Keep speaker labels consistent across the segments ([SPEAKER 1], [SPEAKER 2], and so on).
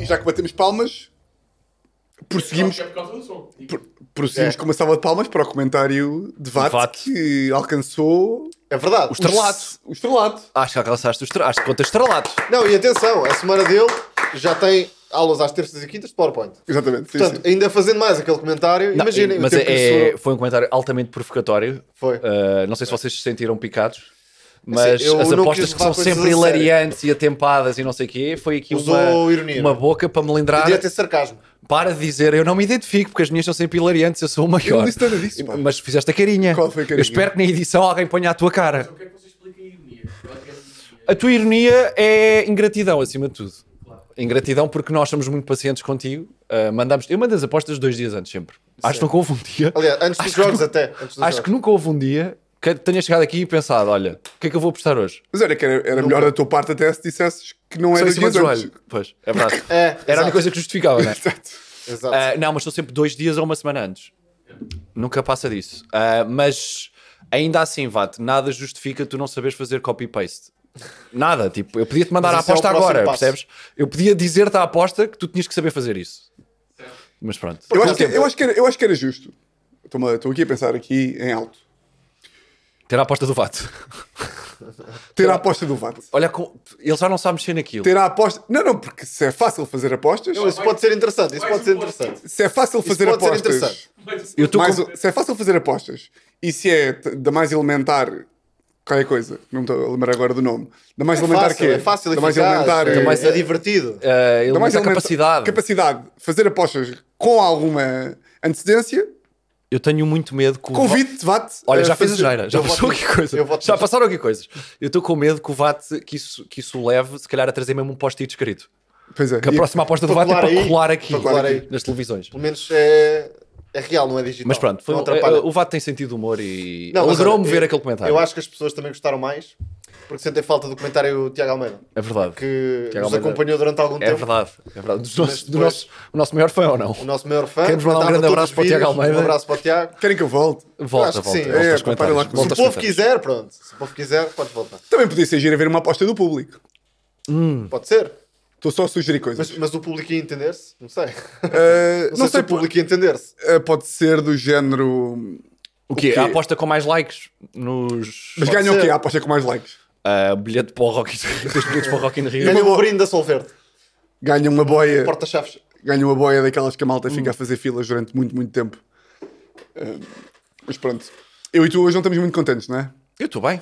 [SPEAKER 1] já que batemos palmas, prosseguimos,
[SPEAKER 2] É por causa do som. E-
[SPEAKER 1] pro- prosseguimos com uma salva de palmas para o comentário de VAT,
[SPEAKER 3] VAT.
[SPEAKER 1] que alcançou
[SPEAKER 4] É verdade.
[SPEAKER 3] O estrelato.
[SPEAKER 1] o estrelato.
[SPEAKER 3] Acho que alcançaste os tra- Acho que contas estrelados.
[SPEAKER 4] Não, e atenção, a semana dele já tem aulas às terças e quintas de PowerPoint.
[SPEAKER 1] Exatamente. sim,
[SPEAKER 4] Portanto,
[SPEAKER 1] sim.
[SPEAKER 4] ainda fazendo mais aquele comentário,
[SPEAKER 3] Não,
[SPEAKER 4] imaginem o
[SPEAKER 3] mas
[SPEAKER 4] tempo
[SPEAKER 3] é-
[SPEAKER 4] que isso
[SPEAKER 3] é-
[SPEAKER 4] durou.
[SPEAKER 3] foi um comentário altamente provocatório.
[SPEAKER 4] Foi.
[SPEAKER 3] Uh, não sei se vocês se sentiram picados, mas
[SPEAKER 4] eu
[SPEAKER 3] as
[SPEAKER 4] não
[SPEAKER 3] apostas
[SPEAKER 4] quis
[SPEAKER 3] que são
[SPEAKER 4] levar coisas
[SPEAKER 3] sempre
[SPEAKER 4] a sério.
[SPEAKER 3] hilariantes e atempadas e não sei o quê, foi aqui
[SPEAKER 4] Usou
[SPEAKER 3] uma,
[SPEAKER 4] ironia,
[SPEAKER 3] uma
[SPEAKER 4] não é?
[SPEAKER 3] boca para melindrar.
[SPEAKER 4] Podia ter sarcasmo.
[SPEAKER 3] Para de dizer, eu não me identifico porque as minhas são sempre hilariantes, eu sou o maior.
[SPEAKER 1] Eu não disse nada disso, pá.
[SPEAKER 3] Mas fizeste a carinha.
[SPEAKER 1] Qual foi a carinha?
[SPEAKER 3] Eu espero que na edição alguém ponha a tua cara.
[SPEAKER 2] O que é que você explica a ironia? Eu acho que é ironia.
[SPEAKER 3] A tua ironia é ingratidão, acima de tudo. Ingratidão porque nós somos muito pacientes contigo. Uh, mandamos, eu mando as apostas dois dias antes, sempre. Acho que nunca houve um dia.
[SPEAKER 4] Aliás, antes dos
[SPEAKER 3] Acho
[SPEAKER 4] jogos
[SPEAKER 3] que-
[SPEAKER 4] até. Antes dos
[SPEAKER 3] Acho que
[SPEAKER 4] jogos.
[SPEAKER 3] nunca houve um dia que tenha chegado aqui e pensado: olha, o que é que eu vou apostar hoje?
[SPEAKER 1] Mas era que era, era melhor da tua parte até se dissesses que não
[SPEAKER 3] Só
[SPEAKER 1] era
[SPEAKER 3] em cima do
[SPEAKER 1] dias antes.
[SPEAKER 3] joelho. Pois, é verdade.
[SPEAKER 4] É,
[SPEAKER 3] Era a única
[SPEAKER 4] exato,
[SPEAKER 3] coisa que justificava, não é?
[SPEAKER 4] Exato.
[SPEAKER 3] Ah, não, mas sou sempre dois dias ou uma semana antes. Nunca passa disso. Ah, mas ainda assim, Vate, nada justifica tu não saberes fazer copy-paste. Nada, tipo, eu podia te mandar a
[SPEAKER 4] Mas isso é o
[SPEAKER 3] aposta
[SPEAKER 4] próximo
[SPEAKER 3] agora,
[SPEAKER 4] passo.
[SPEAKER 3] percebes? Eu podia dizer-te a aposta que tu tinhas que saber fazer isso. Mas pronto.
[SPEAKER 1] Eu acho,
[SPEAKER 3] Com
[SPEAKER 1] que,
[SPEAKER 3] o tempo.
[SPEAKER 1] eu, acho que era, eu acho que era justo. Estou-me- Estou aqui a pensar aqui em alto.
[SPEAKER 3] Ter a aposta do Vate.
[SPEAKER 1] Ter a aposta do VAT.
[SPEAKER 3] Olha, com- ele já não sabe mexer naquilo.
[SPEAKER 1] Ter a aposta. Não, não, porque se é fácil fazer apostas,
[SPEAKER 4] Não, isso pode ser interessante. Isso
[SPEAKER 2] Mais
[SPEAKER 4] pode ser
[SPEAKER 2] um ponto.
[SPEAKER 4] interessante.
[SPEAKER 1] se é fácil fazer
[SPEAKER 4] pode ser
[SPEAKER 1] apostas.
[SPEAKER 4] interessante.
[SPEAKER 2] Mas-
[SPEAKER 3] Eu tô
[SPEAKER 1] mais
[SPEAKER 3] com-
[SPEAKER 1] um- se é fácil fazer apostas e se é t- da mais elementar qualquer coisa, não me estou a lembrar agora do nome. Da mais
[SPEAKER 4] É
[SPEAKER 1] elementar
[SPEAKER 4] fácil,
[SPEAKER 1] que
[SPEAKER 4] é fácil,
[SPEAKER 1] da mais
[SPEAKER 4] eficaz,
[SPEAKER 1] elementar
[SPEAKER 4] é,
[SPEAKER 1] eh,
[SPEAKER 3] mais- um-
[SPEAKER 4] é divertido.
[SPEAKER 3] Ah, ele
[SPEAKER 1] da mais
[SPEAKER 3] muita
[SPEAKER 1] elementa-
[SPEAKER 3] capacidade.
[SPEAKER 1] capacidade, fazer apostas com alguma antecedência,
[SPEAKER 3] Eu tenho muito medo que o
[SPEAKER 1] convite, VAT.
[SPEAKER 3] Olha,
[SPEAKER 1] a
[SPEAKER 3] já fez a
[SPEAKER 1] fazer-
[SPEAKER 3] geira, já
[SPEAKER 4] Eh, eu
[SPEAKER 3] passou
[SPEAKER 4] voto-
[SPEAKER 3] aqui coisa.
[SPEAKER 4] eu voto
[SPEAKER 3] Já
[SPEAKER 4] nisto.
[SPEAKER 3] passaram aqui coisas. Eu estou com medo que o VAT, que isso, que isso o leve, se calhar, a trazer mesmo um post-it escrito.
[SPEAKER 1] Pois é.
[SPEAKER 3] Que a
[SPEAKER 1] e-
[SPEAKER 3] próxima aposta do
[SPEAKER 4] Para
[SPEAKER 3] VAT é para
[SPEAKER 4] colar aí.
[SPEAKER 3] colar aqui,
[SPEAKER 4] Para colar aí.
[SPEAKER 3] nas televisões.
[SPEAKER 4] Pelo menos é, é real, não é digital.
[SPEAKER 3] Mas pronto, foi
[SPEAKER 4] não
[SPEAKER 3] um-
[SPEAKER 4] atrapalha.
[SPEAKER 3] o VAT tem sentido de humor e
[SPEAKER 4] Não, mas
[SPEAKER 3] alegrou-me
[SPEAKER 4] olha,
[SPEAKER 3] ver
[SPEAKER 4] eu-
[SPEAKER 3] aquele comentário.
[SPEAKER 4] Eu acho que as pessoas também gostaram mais porque sentem falta do comentário do Tiago Almeida
[SPEAKER 3] é verdade.
[SPEAKER 4] que
[SPEAKER 3] Tiago
[SPEAKER 4] nos
[SPEAKER 3] Almeida.
[SPEAKER 4] acompanhou durante algum
[SPEAKER 3] É
[SPEAKER 4] tempo.
[SPEAKER 3] verdade. É verdade. Dos nossos- do
[SPEAKER 4] depois-
[SPEAKER 3] nosso, o nosso maior fã ou não?
[SPEAKER 4] O nosso maior fã.
[SPEAKER 3] Queremos mandar um
[SPEAKER 4] comentava
[SPEAKER 3] grande
[SPEAKER 4] todos
[SPEAKER 3] abraço
[SPEAKER 4] os
[SPEAKER 3] para o Tiago
[SPEAKER 4] vídeos,
[SPEAKER 3] Almeida.
[SPEAKER 4] Um abraço para o Tiago.
[SPEAKER 1] Querem que eu volte?
[SPEAKER 3] Volta,
[SPEAKER 4] acho que
[SPEAKER 3] volta.
[SPEAKER 4] sim.
[SPEAKER 3] volta
[SPEAKER 1] É,
[SPEAKER 3] aos
[SPEAKER 1] comparem
[SPEAKER 3] comentários,
[SPEAKER 1] lá com-
[SPEAKER 3] volta
[SPEAKER 4] Se o
[SPEAKER 3] aos
[SPEAKER 4] povo
[SPEAKER 3] comentários.
[SPEAKER 4] quiser, pronto. Se o povo quiser, pode voltar.
[SPEAKER 1] Também podia ser giro haver uma aposta do público.
[SPEAKER 3] Hum.
[SPEAKER 4] Pode ser.
[SPEAKER 1] Estou só a sugerir coisas.
[SPEAKER 4] Mas, mas o público ia entender-se? Não sei.
[SPEAKER 1] Eh,
[SPEAKER 4] Não, sei, se é o público ia entender-se.
[SPEAKER 1] eh, pode ser do género.
[SPEAKER 3] O quê?
[SPEAKER 1] O quê?
[SPEAKER 3] A aposta com mais likes nos.
[SPEAKER 1] Mas
[SPEAKER 4] Pode
[SPEAKER 1] ganham o quê?
[SPEAKER 4] ser.
[SPEAKER 1] A aposta com mais likes.
[SPEAKER 3] Ah, bilhete para o Rock in Rio. Dois bilhetes para o Rock in Rio.
[SPEAKER 4] Ganha um brinde da Solverde.
[SPEAKER 1] Ganham uma boia.
[SPEAKER 4] Porta-chaves.
[SPEAKER 1] ganha uma boia daquelas que a malta
[SPEAKER 3] Hum.
[SPEAKER 1] fica a fazer filas durante muito, muito tempo. Ah, mas pronto. Eu e tu hoje não estamos muito contentes, não é?
[SPEAKER 3] Eu estou bem.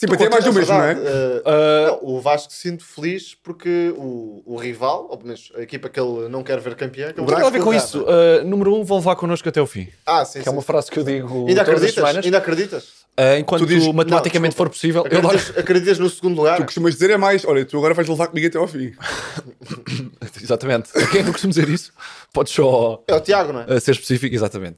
[SPEAKER 1] Sim, para ter mais do mesmo, não é?
[SPEAKER 4] eh,
[SPEAKER 3] Eh,
[SPEAKER 4] não, o Vasco sinto feliz porque o, o rival, ou pelo menos a equipa que ele não quer ver campeã, que é o
[SPEAKER 3] O que tem a ver
[SPEAKER 4] Vasco
[SPEAKER 3] com
[SPEAKER 4] da
[SPEAKER 3] isso?
[SPEAKER 4] Gama.
[SPEAKER 3] Ah, número um, vão levar connosco até o fim.
[SPEAKER 4] Ah, sim,
[SPEAKER 3] Que é
[SPEAKER 4] sim.
[SPEAKER 3] uma frase que eu digo
[SPEAKER 4] Ainda
[SPEAKER 3] todas as
[SPEAKER 4] acreditas?
[SPEAKER 3] semanas.
[SPEAKER 4] Ainda acreditas?
[SPEAKER 3] Ah, enquanto
[SPEAKER 1] Tu dizes-
[SPEAKER 3] matematicamente for possível. Eu adoro...
[SPEAKER 4] Acreditas, acreditas no segundo lugar?
[SPEAKER 1] Tu costumas dizer é mais, olha, tu agora vais levar comigo até ao fim.
[SPEAKER 3] Exatamente. A quem é que eu costumo dizer isso? Podes só
[SPEAKER 4] É o Tiago, não é?
[SPEAKER 3] ah, ser específico, exatamente.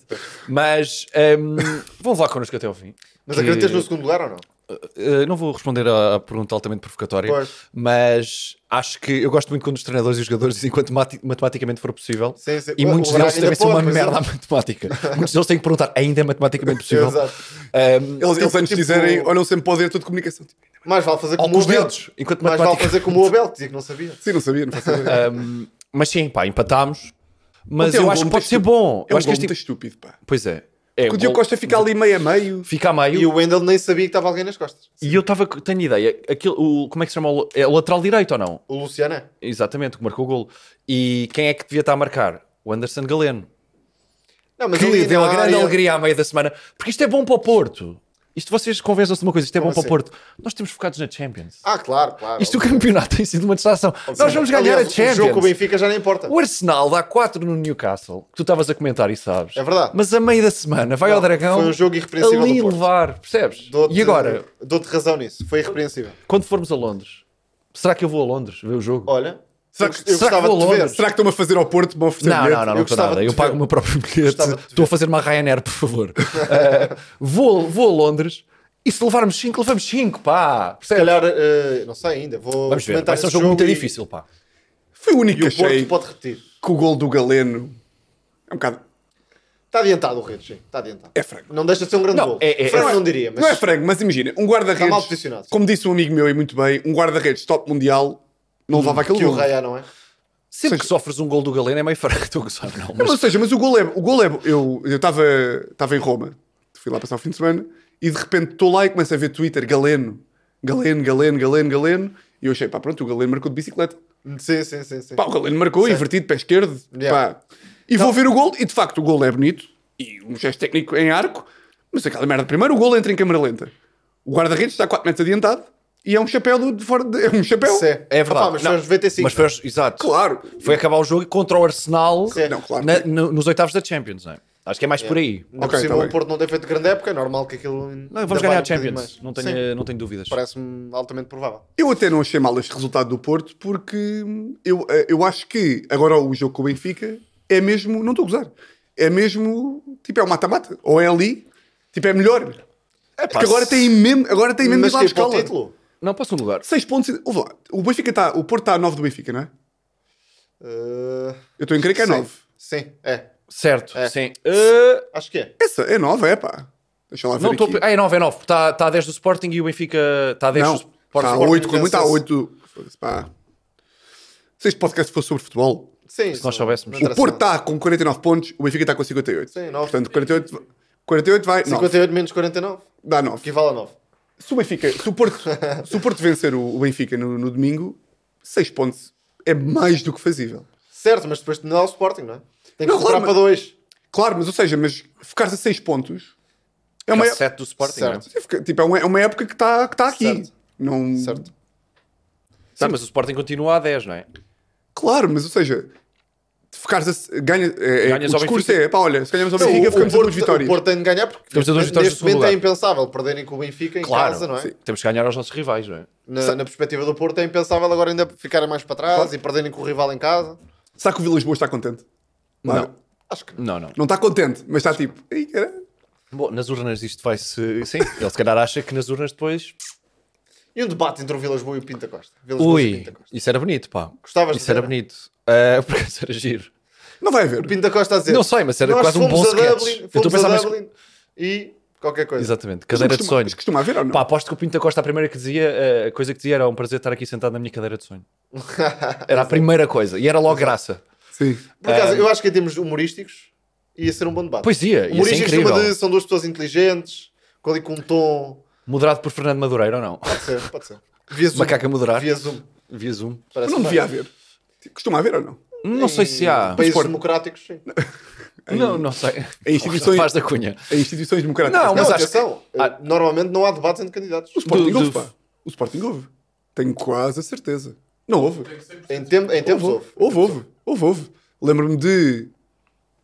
[SPEAKER 3] Mas ahm, vão levar connosco até ao fim.
[SPEAKER 4] Mas
[SPEAKER 3] Que-
[SPEAKER 4] acreditas no segundo lugar ou não?
[SPEAKER 3] Uh, não vou responder à à pergunta altamente provocatória,
[SPEAKER 4] Pois.
[SPEAKER 3] mas acho que eu gosto muito quando os treinadores e os jogadores dizem quanto mati- matematicamente for possível.
[SPEAKER 4] Sim, sim.
[SPEAKER 3] E
[SPEAKER 4] O-
[SPEAKER 3] muitos
[SPEAKER 4] o Braga
[SPEAKER 3] deles devem
[SPEAKER 4] ainda
[SPEAKER 3] ser uma
[SPEAKER 4] pode, mas
[SPEAKER 3] merda à
[SPEAKER 4] ele-
[SPEAKER 3] matemática. muitos deles têm que perguntar, ainda é matematicamente possível?
[SPEAKER 4] Exato.
[SPEAKER 3] Um,
[SPEAKER 1] Eles, eles antes
[SPEAKER 4] tipo-
[SPEAKER 1] dizerem, olha, não sempre pode ir tudo comunicação. Tipo,
[SPEAKER 4] Mais vale fazer como o
[SPEAKER 3] Alguns
[SPEAKER 4] Abel.
[SPEAKER 3] dedos, enquanto
[SPEAKER 4] Mais vale
[SPEAKER 3] matemática.
[SPEAKER 4] fazer como o Abel, que dizia que não sabia.
[SPEAKER 1] Sim, não sabia, não faço ideia.
[SPEAKER 3] Um, mas sim, pá, empatámos. Mas
[SPEAKER 1] Ontem é um
[SPEAKER 3] eu
[SPEAKER 1] gol
[SPEAKER 3] acho que
[SPEAKER 1] muito
[SPEAKER 3] pode ser
[SPEAKER 1] estúpido.
[SPEAKER 3] bom.
[SPEAKER 1] É
[SPEAKER 3] Eu
[SPEAKER 1] um
[SPEAKER 3] acho que
[SPEAKER 1] gol
[SPEAKER 3] este
[SPEAKER 1] muito
[SPEAKER 3] tipo-
[SPEAKER 1] estúpido, pá.
[SPEAKER 3] Pois é. é
[SPEAKER 1] Porque
[SPEAKER 3] um
[SPEAKER 1] o Diogo
[SPEAKER 3] gol-
[SPEAKER 1] Costa fica ali meio a meio.
[SPEAKER 3] fica a meio.
[SPEAKER 4] E o Wendel nem sabia que estava alguém nas costas.
[SPEAKER 3] E eu estava. Tenho ideia. Aquilo, o, como é que se chama? o- É o lateral direito ou não?
[SPEAKER 4] O Luciano é.
[SPEAKER 3] Exatamente, o que marcou o golo. E quem é que devia estar a marcar? O Anderson Galeno.
[SPEAKER 4] Não, mas
[SPEAKER 3] Que
[SPEAKER 4] ali
[SPEAKER 3] deu
[SPEAKER 4] na
[SPEAKER 3] uma grande
[SPEAKER 4] área-
[SPEAKER 3] alegria à meia da semana. Porque isto é bom para o Porto. Isto vocês convençam-se de uma coisa, isto é
[SPEAKER 4] Como
[SPEAKER 3] bom para o
[SPEAKER 4] assim?
[SPEAKER 3] Porto. Nós temos focados na Champions.
[SPEAKER 4] Ah, claro, claro.
[SPEAKER 3] Isto o campeonato tem sido uma distração. Nós vamos ganhar
[SPEAKER 4] Aliás,
[SPEAKER 3] a
[SPEAKER 4] O jogo com o
[SPEAKER 3] Champions.
[SPEAKER 4] Benfica já nem importa.
[SPEAKER 3] O Arsenal dá 4 no Newcastle, que tu estavas a comentar e sabes.
[SPEAKER 4] É verdade.
[SPEAKER 3] Mas a meio da semana vai
[SPEAKER 4] Não,
[SPEAKER 3] ao Dragão
[SPEAKER 4] foi um jogo irrepreensível
[SPEAKER 3] ali
[SPEAKER 4] do Porto.
[SPEAKER 3] levar, percebes?
[SPEAKER 4] Dou-te-
[SPEAKER 3] E agora,
[SPEAKER 4] Dou-te razão nisso. Foi irrepreensível.
[SPEAKER 3] quando formos a Londres, será que eu vou a Londres ver o jogo?
[SPEAKER 4] Olha,
[SPEAKER 1] Será
[SPEAKER 4] eu
[SPEAKER 1] que-
[SPEAKER 4] gost- eu
[SPEAKER 3] será que
[SPEAKER 4] gostava
[SPEAKER 3] vou
[SPEAKER 4] de te
[SPEAKER 3] a
[SPEAKER 4] ver.
[SPEAKER 3] Londres?
[SPEAKER 1] Será que estão a fazer ao Porto? Vão oferecer
[SPEAKER 3] Não,
[SPEAKER 1] bilhete?
[SPEAKER 3] não, não, não
[SPEAKER 4] Eu
[SPEAKER 3] estou
[SPEAKER 4] gostava
[SPEAKER 3] nada.
[SPEAKER 4] de
[SPEAKER 3] Eu
[SPEAKER 4] te
[SPEAKER 3] pago
[SPEAKER 4] ver.
[SPEAKER 3] o meu próprio bilhete.
[SPEAKER 4] Gostava de te
[SPEAKER 3] Estou a
[SPEAKER 4] ver.
[SPEAKER 3] fazer uma Ryanair, por favor. Eh, vou, vou a Londres e se levarmos 5, levamos 5, pá.
[SPEAKER 4] Se calhar, eh, não sei ainda. Vou
[SPEAKER 3] Vamos ver.
[SPEAKER 4] comentar
[SPEAKER 3] Vai ser um
[SPEAKER 4] esse
[SPEAKER 3] jogo muito
[SPEAKER 4] e-
[SPEAKER 3] difícil, pá.
[SPEAKER 1] Foi o único
[SPEAKER 4] E
[SPEAKER 1] que
[SPEAKER 4] o Porto
[SPEAKER 1] achei
[SPEAKER 4] pode repetir.
[SPEAKER 1] que o gol do Galeno é um bocado.
[SPEAKER 4] Está adiantado o Redes, sim. Está adiantado.
[SPEAKER 1] É frango.
[SPEAKER 4] Não deixa de ser um grande
[SPEAKER 3] Não,
[SPEAKER 4] gol.
[SPEAKER 3] é- é-
[SPEAKER 4] Franco
[SPEAKER 3] é-
[SPEAKER 4] não diria, mas
[SPEAKER 1] Não é frango, mas imagina, um guarda-redes.
[SPEAKER 4] Está mal posicionado.
[SPEAKER 1] Como disse um amigo meu e muito bem, um guarda-redes top mundial não levava aquele
[SPEAKER 4] Hum, que o
[SPEAKER 1] gol.
[SPEAKER 4] Raya não é.
[SPEAKER 1] Seja-
[SPEAKER 3] Sempre que sofres um gol do Galeno é meio fraco, estou a gozar, não.
[SPEAKER 1] Não, mas,
[SPEAKER 3] Mas
[SPEAKER 1] ou seja, mas o gol é. O gol é eu eu estava estava em Roma, fui lá passar o fim de semana e de repente estou lá e começo a ver Twitter Galeno, Galeno, Galeno, Galeno, Galeno. E eu achei, pá, pronto, o Galeno marcou de bicicleta.
[SPEAKER 4] Sim, sim, sim. sim.
[SPEAKER 1] Pá, o Galeno marcou,
[SPEAKER 4] Sim.
[SPEAKER 1] invertido, pé esquerdo.
[SPEAKER 4] Yeah. Então-
[SPEAKER 1] Pá. E vou ver o gol, e de facto o gol é bonito, e um gesto técnico em arco, mas aquela merda. Primeiro o gol entra em câmera lenta. O guarda-redes está 4 metros adiantado e é um chapéu do- de fora. de- é um chapéu.
[SPEAKER 4] Sim.
[SPEAKER 3] é verdade.
[SPEAKER 4] Opa, mas foi
[SPEAKER 3] Não,
[SPEAKER 4] aos 95.
[SPEAKER 3] Mas foi aos- exato.
[SPEAKER 1] Claro.
[SPEAKER 3] Foi acabar o jogo contra o Arsenal
[SPEAKER 4] Sim.
[SPEAKER 1] Não, claro.
[SPEAKER 3] na- no- nos oitavos da Champions, não é? Acho que é mais por aí.
[SPEAKER 4] Ainda
[SPEAKER 1] Ok,
[SPEAKER 4] por cima,
[SPEAKER 1] tá bem.
[SPEAKER 4] o Porto não tem feito grande época, é normal que aquilo.
[SPEAKER 3] Não,
[SPEAKER 4] ainda
[SPEAKER 3] vamos
[SPEAKER 4] valha
[SPEAKER 3] ganhar
[SPEAKER 4] um
[SPEAKER 3] a
[SPEAKER 4] bocadinho
[SPEAKER 3] Champions,
[SPEAKER 4] mais.
[SPEAKER 3] não
[SPEAKER 4] Sim,
[SPEAKER 3] tenho, não tenho dúvidas.
[SPEAKER 4] Parece-me altamente provável.
[SPEAKER 1] Eu até não achei mal este resultado do Porto, porque eu, eh, eu acho que agora o jogo com o Benfica é mesmo. Não estou a gozar. É mesmo. Tipo, é o mata-mata. Ou é ali. Tipo, é melhor. Porque agora tem mesmo, agora tem mesmo
[SPEAKER 4] mas
[SPEAKER 1] ir lá
[SPEAKER 4] que para o
[SPEAKER 1] escala.
[SPEAKER 4] título?
[SPEAKER 3] Não, para o segundo lugar.
[SPEAKER 1] 6 pontos. e- ouve lá, O, Benfica tá, o Porto está a 9 do Benfica, não é?
[SPEAKER 4] Uh,
[SPEAKER 1] Eu estou em crer que é
[SPEAKER 4] sim.
[SPEAKER 1] 9.
[SPEAKER 4] Sim, é.
[SPEAKER 3] Certo,
[SPEAKER 4] É.
[SPEAKER 3] sim. Ah,
[SPEAKER 4] Acho que é.
[SPEAKER 1] Essa é 9, é pá. Deixa lá ver.
[SPEAKER 3] não estou
[SPEAKER 1] aqui.
[SPEAKER 3] a... Ah, é 9, é 9. Está tá a 10 do Sporting e o Benfica está
[SPEAKER 4] é
[SPEAKER 3] a 10
[SPEAKER 1] Não, tá
[SPEAKER 3] do Sporting.
[SPEAKER 1] está a
[SPEAKER 4] Sporting
[SPEAKER 1] 8, com muito está a
[SPEAKER 4] venceu-se.
[SPEAKER 1] 8. Foda-se, pá. Se este podcast fosse sobre futebol,
[SPEAKER 4] Sim,
[SPEAKER 3] nós soubéssemos.
[SPEAKER 1] o Porto tá está com 49 pontos, o Benfica está com 58.
[SPEAKER 4] Sim, nove.
[SPEAKER 1] Portanto, 48, vai- 48 vai. 9,
[SPEAKER 4] 58 menos 49,
[SPEAKER 1] dá 9.
[SPEAKER 4] equivale a 9.
[SPEAKER 1] Se o, Benfica, se o, Porto, se o Porto vencer o, o Benfica no, no domingo, 6 pontos é mais do que fazível.
[SPEAKER 4] Certo, mas depois não é o Sporting, não é? Tem que
[SPEAKER 1] Não, claro,
[SPEAKER 4] recuperar
[SPEAKER 1] mas-
[SPEAKER 4] para 2.
[SPEAKER 1] Claro, mas ou seja, mas ficar-se a 6 pontos é uma,
[SPEAKER 3] Está 7 do Sporting.
[SPEAKER 4] Certo.
[SPEAKER 3] não é?
[SPEAKER 1] Sim, fica- Tipo, é uma, é uma época que está que tá aqui.
[SPEAKER 4] Certo.
[SPEAKER 1] Não...
[SPEAKER 4] Certo.
[SPEAKER 3] Sim, mas o Sporting continua a 10, não é?
[SPEAKER 1] Claro, mas ou seja, se ficares a, se- ganha, é, é-
[SPEAKER 3] Ganhas
[SPEAKER 1] o
[SPEAKER 3] ao
[SPEAKER 1] discurso
[SPEAKER 3] Benfica.
[SPEAKER 1] é, pá, olha, se ganhamos ao
[SPEAKER 4] Não,
[SPEAKER 1] Benfica, ficamos
[SPEAKER 4] o,
[SPEAKER 1] a
[SPEAKER 4] Porto,
[SPEAKER 1] duas vitórias.
[SPEAKER 4] o Porto tem de ganhar porque
[SPEAKER 3] Ficamos a duas vitórias do
[SPEAKER 4] neste
[SPEAKER 3] segundo
[SPEAKER 4] momento é
[SPEAKER 3] lugar.
[SPEAKER 4] impensável perderem com o Benfica em
[SPEAKER 3] Claro.
[SPEAKER 4] casa, não é?
[SPEAKER 1] Sim.
[SPEAKER 3] Temos que ganhar aos nossos rivais, não é?
[SPEAKER 4] Na, na perspectiva do Porto é impensável agora ainda ficarem mais para trás e perderem com o rival em casa.
[SPEAKER 1] Será que o Vilas Boas está contente? Lá-
[SPEAKER 3] Não.
[SPEAKER 4] Acho que não.
[SPEAKER 3] Não, não.
[SPEAKER 1] Não está contente, mas está tipo. "Ei, caralho."
[SPEAKER 3] Bom, nas urnas isto vai-se... Sim, ele se calhar acha que nas urnas depois...
[SPEAKER 4] E um debate entre o Vilas Boa e o Pinta Costa. Vilas Boas e
[SPEAKER 3] Ui,
[SPEAKER 4] Pinta Costa.
[SPEAKER 3] isso era bonito, pá.
[SPEAKER 4] Gostavas de
[SPEAKER 3] Isso era
[SPEAKER 4] ver?
[SPEAKER 3] bonito. Ah, porque isso era giro.
[SPEAKER 1] Não vai haver.
[SPEAKER 4] Pinta Costa a dizer.
[SPEAKER 3] Não sei, mas era
[SPEAKER 4] "Nós
[SPEAKER 3] quase um
[SPEAKER 4] fomos
[SPEAKER 3] bom
[SPEAKER 4] a
[SPEAKER 3] sketch."
[SPEAKER 4] Dublin,
[SPEAKER 3] Eu estou a
[SPEAKER 4] Fomos
[SPEAKER 3] pensar
[SPEAKER 4] a
[SPEAKER 3] mais-
[SPEAKER 4] Dublin e qualquer coisa.
[SPEAKER 3] Exatamente.
[SPEAKER 1] Mas
[SPEAKER 3] Cadeira de
[SPEAKER 1] costuma,
[SPEAKER 3] sonhos.
[SPEAKER 1] mas costuma haver ou não?
[SPEAKER 3] Pá, aposto que o Pinta Costa, a primeira que dizia, a coisa que dizia era um prazer estar aqui sentado na minha cadeira de sonho. Era a primeira coisa. E era logo graça.
[SPEAKER 1] Sim.
[SPEAKER 4] Por acaso, eu acho que em termos humorísticos ia ser um bom debate.
[SPEAKER 3] É. Pois é, ia, ia ser
[SPEAKER 4] Humorísticos numa
[SPEAKER 3] incrível.
[SPEAKER 4] de são duas pessoas inteligentes, com ali com um tom.
[SPEAKER 3] Moderado por Fernando Madureira ou não?
[SPEAKER 4] Pode ser, pode ser. Via Zoom.
[SPEAKER 3] Macaca moderar.
[SPEAKER 4] Via Zoom.
[SPEAKER 3] Via Zoom.
[SPEAKER 4] Parece
[SPEAKER 1] não
[SPEAKER 4] bem.
[SPEAKER 1] devia haver. Tipo, Costuma haver ou não?
[SPEAKER 3] Não sei se há.
[SPEAKER 4] Em Países
[SPEAKER 1] Esporte.
[SPEAKER 4] democráticos, sim.
[SPEAKER 3] Não, não sei.
[SPEAKER 1] Em instituições-
[SPEAKER 3] Faz da cunha.
[SPEAKER 1] Em instituições democráticas.
[SPEAKER 3] Não,
[SPEAKER 4] Não,
[SPEAKER 3] mas acho
[SPEAKER 4] atenção. eh, Normalmente não há debates entre candidatos.
[SPEAKER 1] O Sporting
[SPEAKER 3] do-
[SPEAKER 1] houve,
[SPEAKER 3] do-
[SPEAKER 1] pá. O Sporting houve. Tenho quase a certeza. Não houve.
[SPEAKER 4] Em, tempo, em tempos houve.
[SPEAKER 1] Houve, houve, houve. houve, houve. Lembro-me de.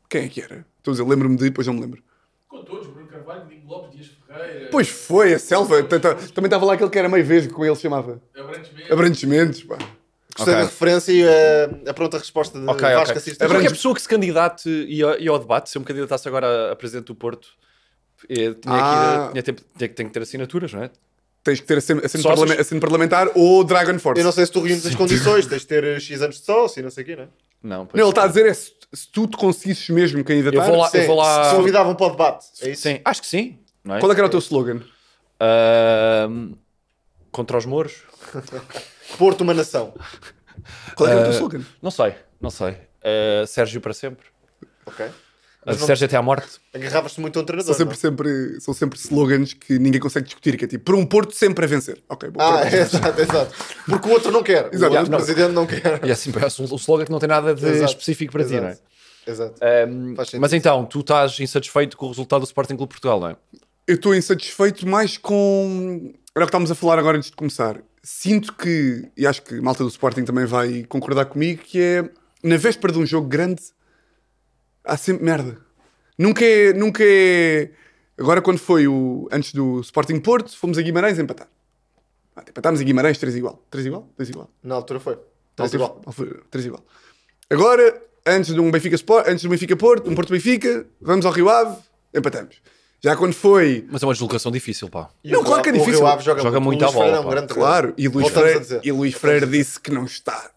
[SPEAKER 1] Quem é que era? Estou a dizer, lembro-me de, depois não me lembro.
[SPEAKER 2] Com todos, Bruno Carvalho, Diego Lopes, Dias Ferreira.
[SPEAKER 1] Pois foi, a Selva. T- t- Também estava lá aquele que era meio vesgo, como ele se chamava.
[SPEAKER 2] Abrantes Mendes.
[SPEAKER 1] Abrantes Mendes, pá.
[SPEAKER 4] Gostei
[SPEAKER 3] Ok.
[SPEAKER 4] da referência e eh, a, pronta resposta de
[SPEAKER 3] Ok,
[SPEAKER 4] Vasco
[SPEAKER 3] ok.
[SPEAKER 4] Assis.
[SPEAKER 3] É
[SPEAKER 1] Abrantes-
[SPEAKER 3] Qualquer pessoa que se candidate e ao, e ao debate, se eu me candidatasse agora a, a presidente do Porto, eh, tinha,
[SPEAKER 1] Ah.
[SPEAKER 3] que, ir a- tinha, tempo- tinha que- tem que ter assinaturas, não é?
[SPEAKER 1] Tens que ter assento assento
[SPEAKER 3] Sócios.
[SPEAKER 1] parlamen- assento parlamentar ou Dragon Force.
[SPEAKER 4] Eu
[SPEAKER 1] Não,
[SPEAKER 4] não sei se tu reúnes as condições, tens de ter eh, X anos de sócio e não sei o quê, né?
[SPEAKER 3] Não, pois.
[SPEAKER 1] ele está a dizer é se, se tu te conseguisses mesmo candidatar.
[SPEAKER 3] Eu vou lá-
[SPEAKER 4] Sim,
[SPEAKER 3] vou lá-
[SPEAKER 4] Se convidavam para o debate. É isso?
[SPEAKER 3] Sim, acho que sim. Não é?
[SPEAKER 1] Qual é que era o teu slogan?
[SPEAKER 3] Ahm, contra os mouros?
[SPEAKER 4] Porto, uma nação.
[SPEAKER 1] Qual é que era o
[SPEAKER 3] Ah,
[SPEAKER 1] teu slogan?
[SPEAKER 3] Não sei, não sei. Ah, Sérgio para sempre.
[SPEAKER 4] Ok.
[SPEAKER 3] Ah,
[SPEAKER 4] Mas não-
[SPEAKER 3] Sérgio até à morte.
[SPEAKER 4] Agarravas-te muito a um
[SPEAKER 1] São
[SPEAKER 4] treinador.
[SPEAKER 1] sempre,
[SPEAKER 4] não?
[SPEAKER 1] sempre, são sempre slogans que ninguém consegue discutir, que é tipo, por um Porto sempre a vencer. Ok, bom,
[SPEAKER 4] Ah,
[SPEAKER 1] pronto.
[SPEAKER 4] é, exato, exato. Porque o outro não quer.
[SPEAKER 1] Exato.
[SPEAKER 4] O outro
[SPEAKER 1] Não.
[SPEAKER 4] presidente não quer.
[SPEAKER 3] E assim parece um um slogan que não tem nada de
[SPEAKER 4] Exato,
[SPEAKER 3] específico para ti, não é?
[SPEAKER 4] exato. Exato.
[SPEAKER 3] Ahm,
[SPEAKER 4] Faz sentido.
[SPEAKER 3] mas então, tu estás insatisfeito com o resultado do Sporting Clube de Portugal, não é?
[SPEAKER 1] Eu estou insatisfeito mais com. Era o que estávamos a falar agora antes de começar. Sinto que, e acho que a malta do Sporting também vai concordar comigo, que é na véspera de um jogo grande há sempre merda. Nunca é. Nunca é... Agora, quando foi o antes do Sporting Porto, fomos a Guimarães empatar. Ah, empatámos a Guimarães 3 igual. 3 igual? 3 igual.
[SPEAKER 4] Na altura foi.
[SPEAKER 1] Três
[SPEAKER 4] Três igual.
[SPEAKER 1] igual. Três igual. Agora, antes de um Benfica Sport, antes de um Benfica Porto, um Porto Benfica, vamos ao Rio Ave, empatamos. Já quando foi,
[SPEAKER 3] Mas é uma deslocação difícil, pá.
[SPEAKER 4] E
[SPEAKER 1] Não,
[SPEAKER 4] o
[SPEAKER 1] claro que é
[SPEAKER 4] Rio
[SPEAKER 1] difícil.
[SPEAKER 4] Ave
[SPEAKER 3] Joga muito à
[SPEAKER 4] O Luís Freire
[SPEAKER 3] bola,
[SPEAKER 4] é um
[SPEAKER 3] pá.
[SPEAKER 4] grande treinador.
[SPEAKER 1] claro, e Luís,
[SPEAKER 4] Voltamos a
[SPEAKER 1] Freire,
[SPEAKER 4] dizer.
[SPEAKER 1] e Luís Freire disse que não está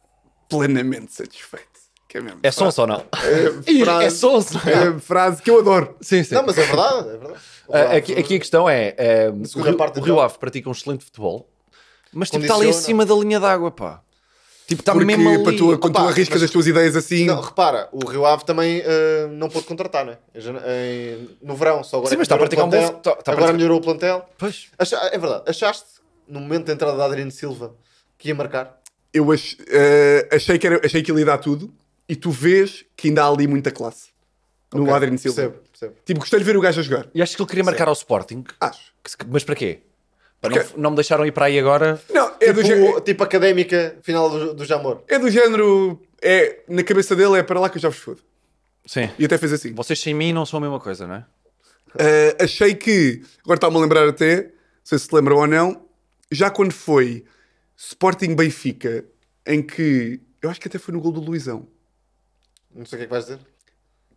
[SPEAKER 1] plenamente satisfeito. Que é mesmo.
[SPEAKER 3] É sonso ou não?
[SPEAKER 1] Ih,
[SPEAKER 4] frase.
[SPEAKER 3] É sonso, não
[SPEAKER 1] É
[SPEAKER 3] é?
[SPEAKER 1] a frase que eu adoro.
[SPEAKER 3] Sim, sim.
[SPEAKER 4] Não, mas é verdade, é verdade. O
[SPEAKER 3] Ah,
[SPEAKER 4] Rio
[SPEAKER 3] aqui,
[SPEAKER 4] Ave-
[SPEAKER 3] aqui a questão é, ah, o,
[SPEAKER 4] segunda
[SPEAKER 3] Rio,
[SPEAKER 4] parte
[SPEAKER 3] o Rio
[SPEAKER 4] então.
[SPEAKER 3] Ave pratica um excelente futebol, mas tipo, está ali em
[SPEAKER 4] Condiciona.
[SPEAKER 3] cima da linha d'água, pá. Tipo, está
[SPEAKER 1] porque
[SPEAKER 3] mesmo ali.
[SPEAKER 1] para tu, quando tu
[SPEAKER 4] Opa,
[SPEAKER 1] arriscas
[SPEAKER 4] mas-
[SPEAKER 1] as tuas ideias assim,
[SPEAKER 4] Não, repara, o Rio Ave também ah, não pôde contratar, né? Em jane- em- no verão, só agora.
[SPEAKER 3] Sim, mas está
[SPEAKER 4] melhorou
[SPEAKER 3] a
[SPEAKER 4] o
[SPEAKER 3] praticar um bom-
[SPEAKER 4] plantel.
[SPEAKER 3] está- está a
[SPEAKER 4] Agora
[SPEAKER 3] praticar-
[SPEAKER 4] melhorou o plantel.
[SPEAKER 3] Pois.
[SPEAKER 4] Acha- É verdade, achaste no momento da entrada da Adriano Silva que ia marcar?
[SPEAKER 1] eu ach- eh, achei, que era- achei que ele ia dar tudo e tu vês que ainda há ali muita classe no
[SPEAKER 4] Ok,
[SPEAKER 1] Adriano Silva.
[SPEAKER 4] Percebo, percebo.
[SPEAKER 1] Tipo, gostei de ver o gajo a jogar.
[SPEAKER 3] E acho que ele queria marcar ao Sporting.
[SPEAKER 1] Acho.
[SPEAKER 3] Que se- Mas para quê? Para
[SPEAKER 1] Porque-
[SPEAKER 3] não, não me deixaram ir para aí agora.
[SPEAKER 1] Não, é, do,
[SPEAKER 4] tipo,
[SPEAKER 1] gé-
[SPEAKER 4] tipo académica final do, do Jamor.
[SPEAKER 1] é do género. É, na cabeça dele é para lá que eu já vos fodo.
[SPEAKER 3] Sim.
[SPEAKER 1] E até fez assim.
[SPEAKER 3] Vocês sem mim não são a mesma coisa, não é?
[SPEAKER 1] Uh, achei que, agora está-me a lembrar até, não sei se se lembram ou não, já quando foi Sporting Benfica, em que eu acho que até foi no gol do Luizão,
[SPEAKER 4] Não sei o que é que vais dizer.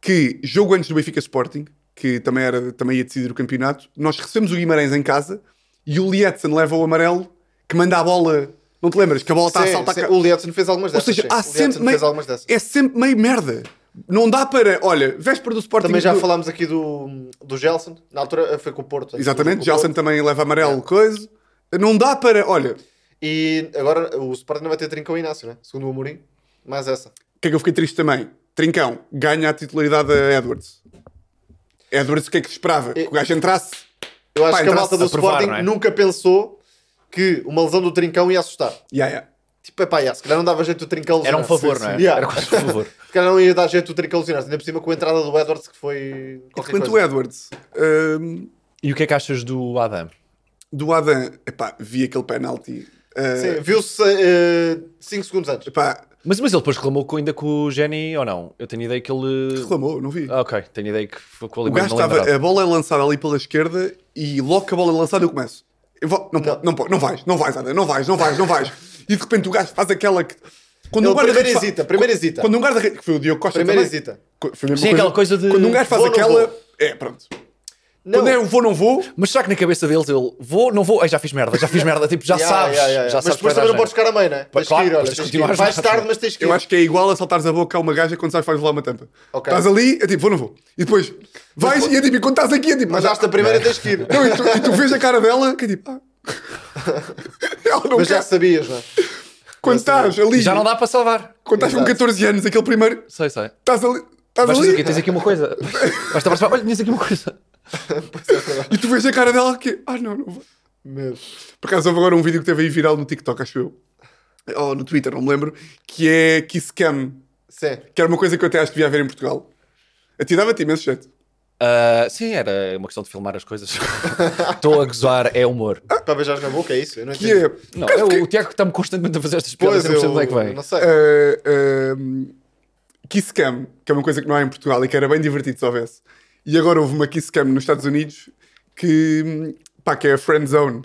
[SPEAKER 1] que jogo antes do Benfica Sporting, que também, era, também ia decidir o campeonato, nós recebemos o Guimarães em casa e o Lietzen leva o amarelo que manda a bola. Não te lembras? Que a bola está a
[SPEAKER 4] Sim,
[SPEAKER 1] saltar
[SPEAKER 4] sim,
[SPEAKER 1] cá.
[SPEAKER 4] O Lietzen fez algumas
[SPEAKER 1] Ou
[SPEAKER 4] dessas.
[SPEAKER 1] seja,
[SPEAKER 4] sim.
[SPEAKER 1] há
[SPEAKER 4] o Lietzen
[SPEAKER 1] sempre meio,
[SPEAKER 4] fez algumas dessas.
[SPEAKER 1] é sempre meio merda. Não dá para. Olha, véspera do Sporting.
[SPEAKER 4] Também já
[SPEAKER 1] do-
[SPEAKER 4] falámos aqui do, do Gelson. Na altura eh, foi com o Porto.
[SPEAKER 1] Exatamente,
[SPEAKER 4] Foi com o
[SPEAKER 1] Gelson
[SPEAKER 4] Porto.
[SPEAKER 1] também leva amarelo, coisa. Não dá para. Olha,
[SPEAKER 4] E agora o Sporting não vai ter trincão Inácio, né? Segundo o Amorim. Mais essa.
[SPEAKER 1] O que é que eu fiquei triste também? Trincão, ganha a titularidade a Edwards. Edwards, o que é que se esperava? Que o gajo entrasse?
[SPEAKER 4] Eu acho
[SPEAKER 1] Pá,
[SPEAKER 4] que a
[SPEAKER 1] entrasse
[SPEAKER 4] malta do
[SPEAKER 3] a provar,
[SPEAKER 4] Sporting
[SPEAKER 3] não é?
[SPEAKER 4] nunca pensou que uma lesão do trincão ia assustar.
[SPEAKER 1] Ya, ya.
[SPEAKER 4] Tipo, epá, yeah, se calhar não dava jeito o trincão
[SPEAKER 3] Era um
[SPEAKER 4] lesionar-se.
[SPEAKER 3] favor, não é?
[SPEAKER 4] Yeah.
[SPEAKER 3] Era quase um favor.
[SPEAKER 4] Se calhar não ia dar jeito o trincão lesionar-se. Ainda por cima com a entrada do Edwards que foi. qualquer
[SPEAKER 1] Quanto o
[SPEAKER 4] coisa.
[SPEAKER 1] Edwards, hum,
[SPEAKER 3] E o que é que achas do Adam?
[SPEAKER 1] do Adam, epá, vi aquele penalti. ah,
[SPEAKER 3] é?
[SPEAKER 4] Sim, viu-se 5 segundos antes.
[SPEAKER 1] epá,
[SPEAKER 3] Mas, mas ele depois reclamou com- ainda com o Jenny ou não? Eu tenho ideia que ele.
[SPEAKER 1] reclamou, não vi.
[SPEAKER 3] Ah, ok, tenho ideia que foi com
[SPEAKER 1] o gajo
[SPEAKER 4] eh,
[SPEAKER 1] estava, a bola é lançada ali pela esquerda e logo que a bola é lançada eu começo. Eu vou- não, pode, não pode, não vais, não vais, Adam, não vais, não vais, não vais. E de repente o gajo faz aquela que. Quando um
[SPEAKER 4] Ele
[SPEAKER 1] guarda-redes
[SPEAKER 4] primeiro
[SPEAKER 1] fa-
[SPEAKER 4] hesita, primeiro hesita.
[SPEAKER 1] Quando um guarda-redes. Que foi o Diogo Costa.
[SPEAKER 4] Primeiro
[SPEAKER 1] também.
[SPEAKER 4] hesita.
[SPEAKER 1] Foi a mesma
[SPEAKER 3] Sim, aquela coisa de-
[SPEAKER 1] Quando um gajo faz
[SPEAKER 4] vou, não
[SPEAKER 1] aquela.
[SPEAKER 4] vou.
[SPEAKER 1] É, pronto.
[SPEAKER 4] Não.
[SPEAKER 1] Quando é o vou, não vou.
[SPEAKER 3] Mas será que na cabeça deles ele vou, não vou? Ai, já fiz merda, já fiz merda, tipo, já
[SPEAKER 4] Yeah,
[SPEAKER 3] sabes.
[SPEAKER 4] yeah, yeah, yeah.
[SPEAKER 3] Já
[SPEAKER 4] mas
[SPEAKER 3] sabes
[SPEAKER 4] depois
[SPEAKER 3] que vai
[SPEAKER 4] também não
[SPEAKER 3] dar
[SPEAKER 4] podes ficar a meio, né?
[SPEAKER 3] Pois,
[SPEAKER 4] Tens que ir,
[SPEAKER 3] claro,
[SPEAKER 4] olha.
[SPEAKER 3] mas tens
[SPEAKER 4] tens que ir.
[SPEAKER 3] que continuar
[SPEAKER 4] Vais
[SPEAKER 3] a jogar.
[SPEAKER 4] tarde, mas tens que ir.
[SPEAKER 1] Eu acho que é igual a saltares a boca a uma gaja quando sais faz lá uma tampa.
[SPEAKER 4] Ok.
[SPEAKER 1] Estás ali, é tipo, vou não vou. E depois vais e é tipo, e quando estás aqui é tipo,
[SPEAKER 4] Mas já a primeira tens que ir.
[SPEAKER 1] Não, e, tu, e tu vês a cara dela que é tipo, ah. Ela não
[SPEAKER 4] Mas já
[SPEAKER 1] quer.
[SPEAKER 4] sabias, não é?
[SPEAKER 1] Quando estás ali,
[SPEAKER 3] Já não dá para salvar.
[SPEAKER 1] quando estás com
[SPEAKER 4] Exato.
[SPEAKER 1] 14 anos, aquele primeiro,
[SPEAKER 3] Sei, sei.
[SPEAKER 1] estás ali, estás
[SPEAKER 3] Vais fazer o
[SPEAKER 1] ali
[SPEAKER 3] quê? Tens aqui uma coisa. Vais-te aproximar. Olha, tinhas aqui uma coisa.
[SPEAKER 1] e tu vês a cara dela que, ah não, não vou.
[SPEAKER 4] Meu.
[SPEAKER 1] Por acaso houve agora um vídeo que teve aí viral no TikTok, acho eu. Ou no Twitter, não me lembro, que é Kiss Cam,
[SPEAKER 4] Sim.
[SPEAKER 1] que era uma coisa que eu até acho que devia haver em Portugal. A ti dava-te imenso jeito.
[SPEAKER 3] Ah, sim, era uma questão de filmar as coisas. Estou a gozar, é humor.
[SPEAKER 4] Para beijar na boca, é isso? Eu não
[SPEAKER 1] Que
[SPEAKER 4] entendi.
[SPEAKER 1] é.
[SPEAKER 3] Não,
[SPEAKER 1] Cara,
[SPEAKER 3] é
[SPEAKER 1] porque-
[SPEAKER 3] o, o Tiago que está-me constantemente a fazer estas
[SPEAKER 4] Pois,
[SPEAKER 3] piadas, eu não
[SPEAKER 4] eu
[SPEAKER 3] percebo de onde é que
[SPEAKER 4] não
[SPEAKER 3] vem.
[SPEAKER 4] sei.
[SPEAKER 1] uh, um, Ah, Kiss Cam, que é uma coisa que não há em Portugal e que era bem divertido se houvesse. E agora houve uma Kiss Cam nos Estados Unidos que, pá, que é a Friend Zone.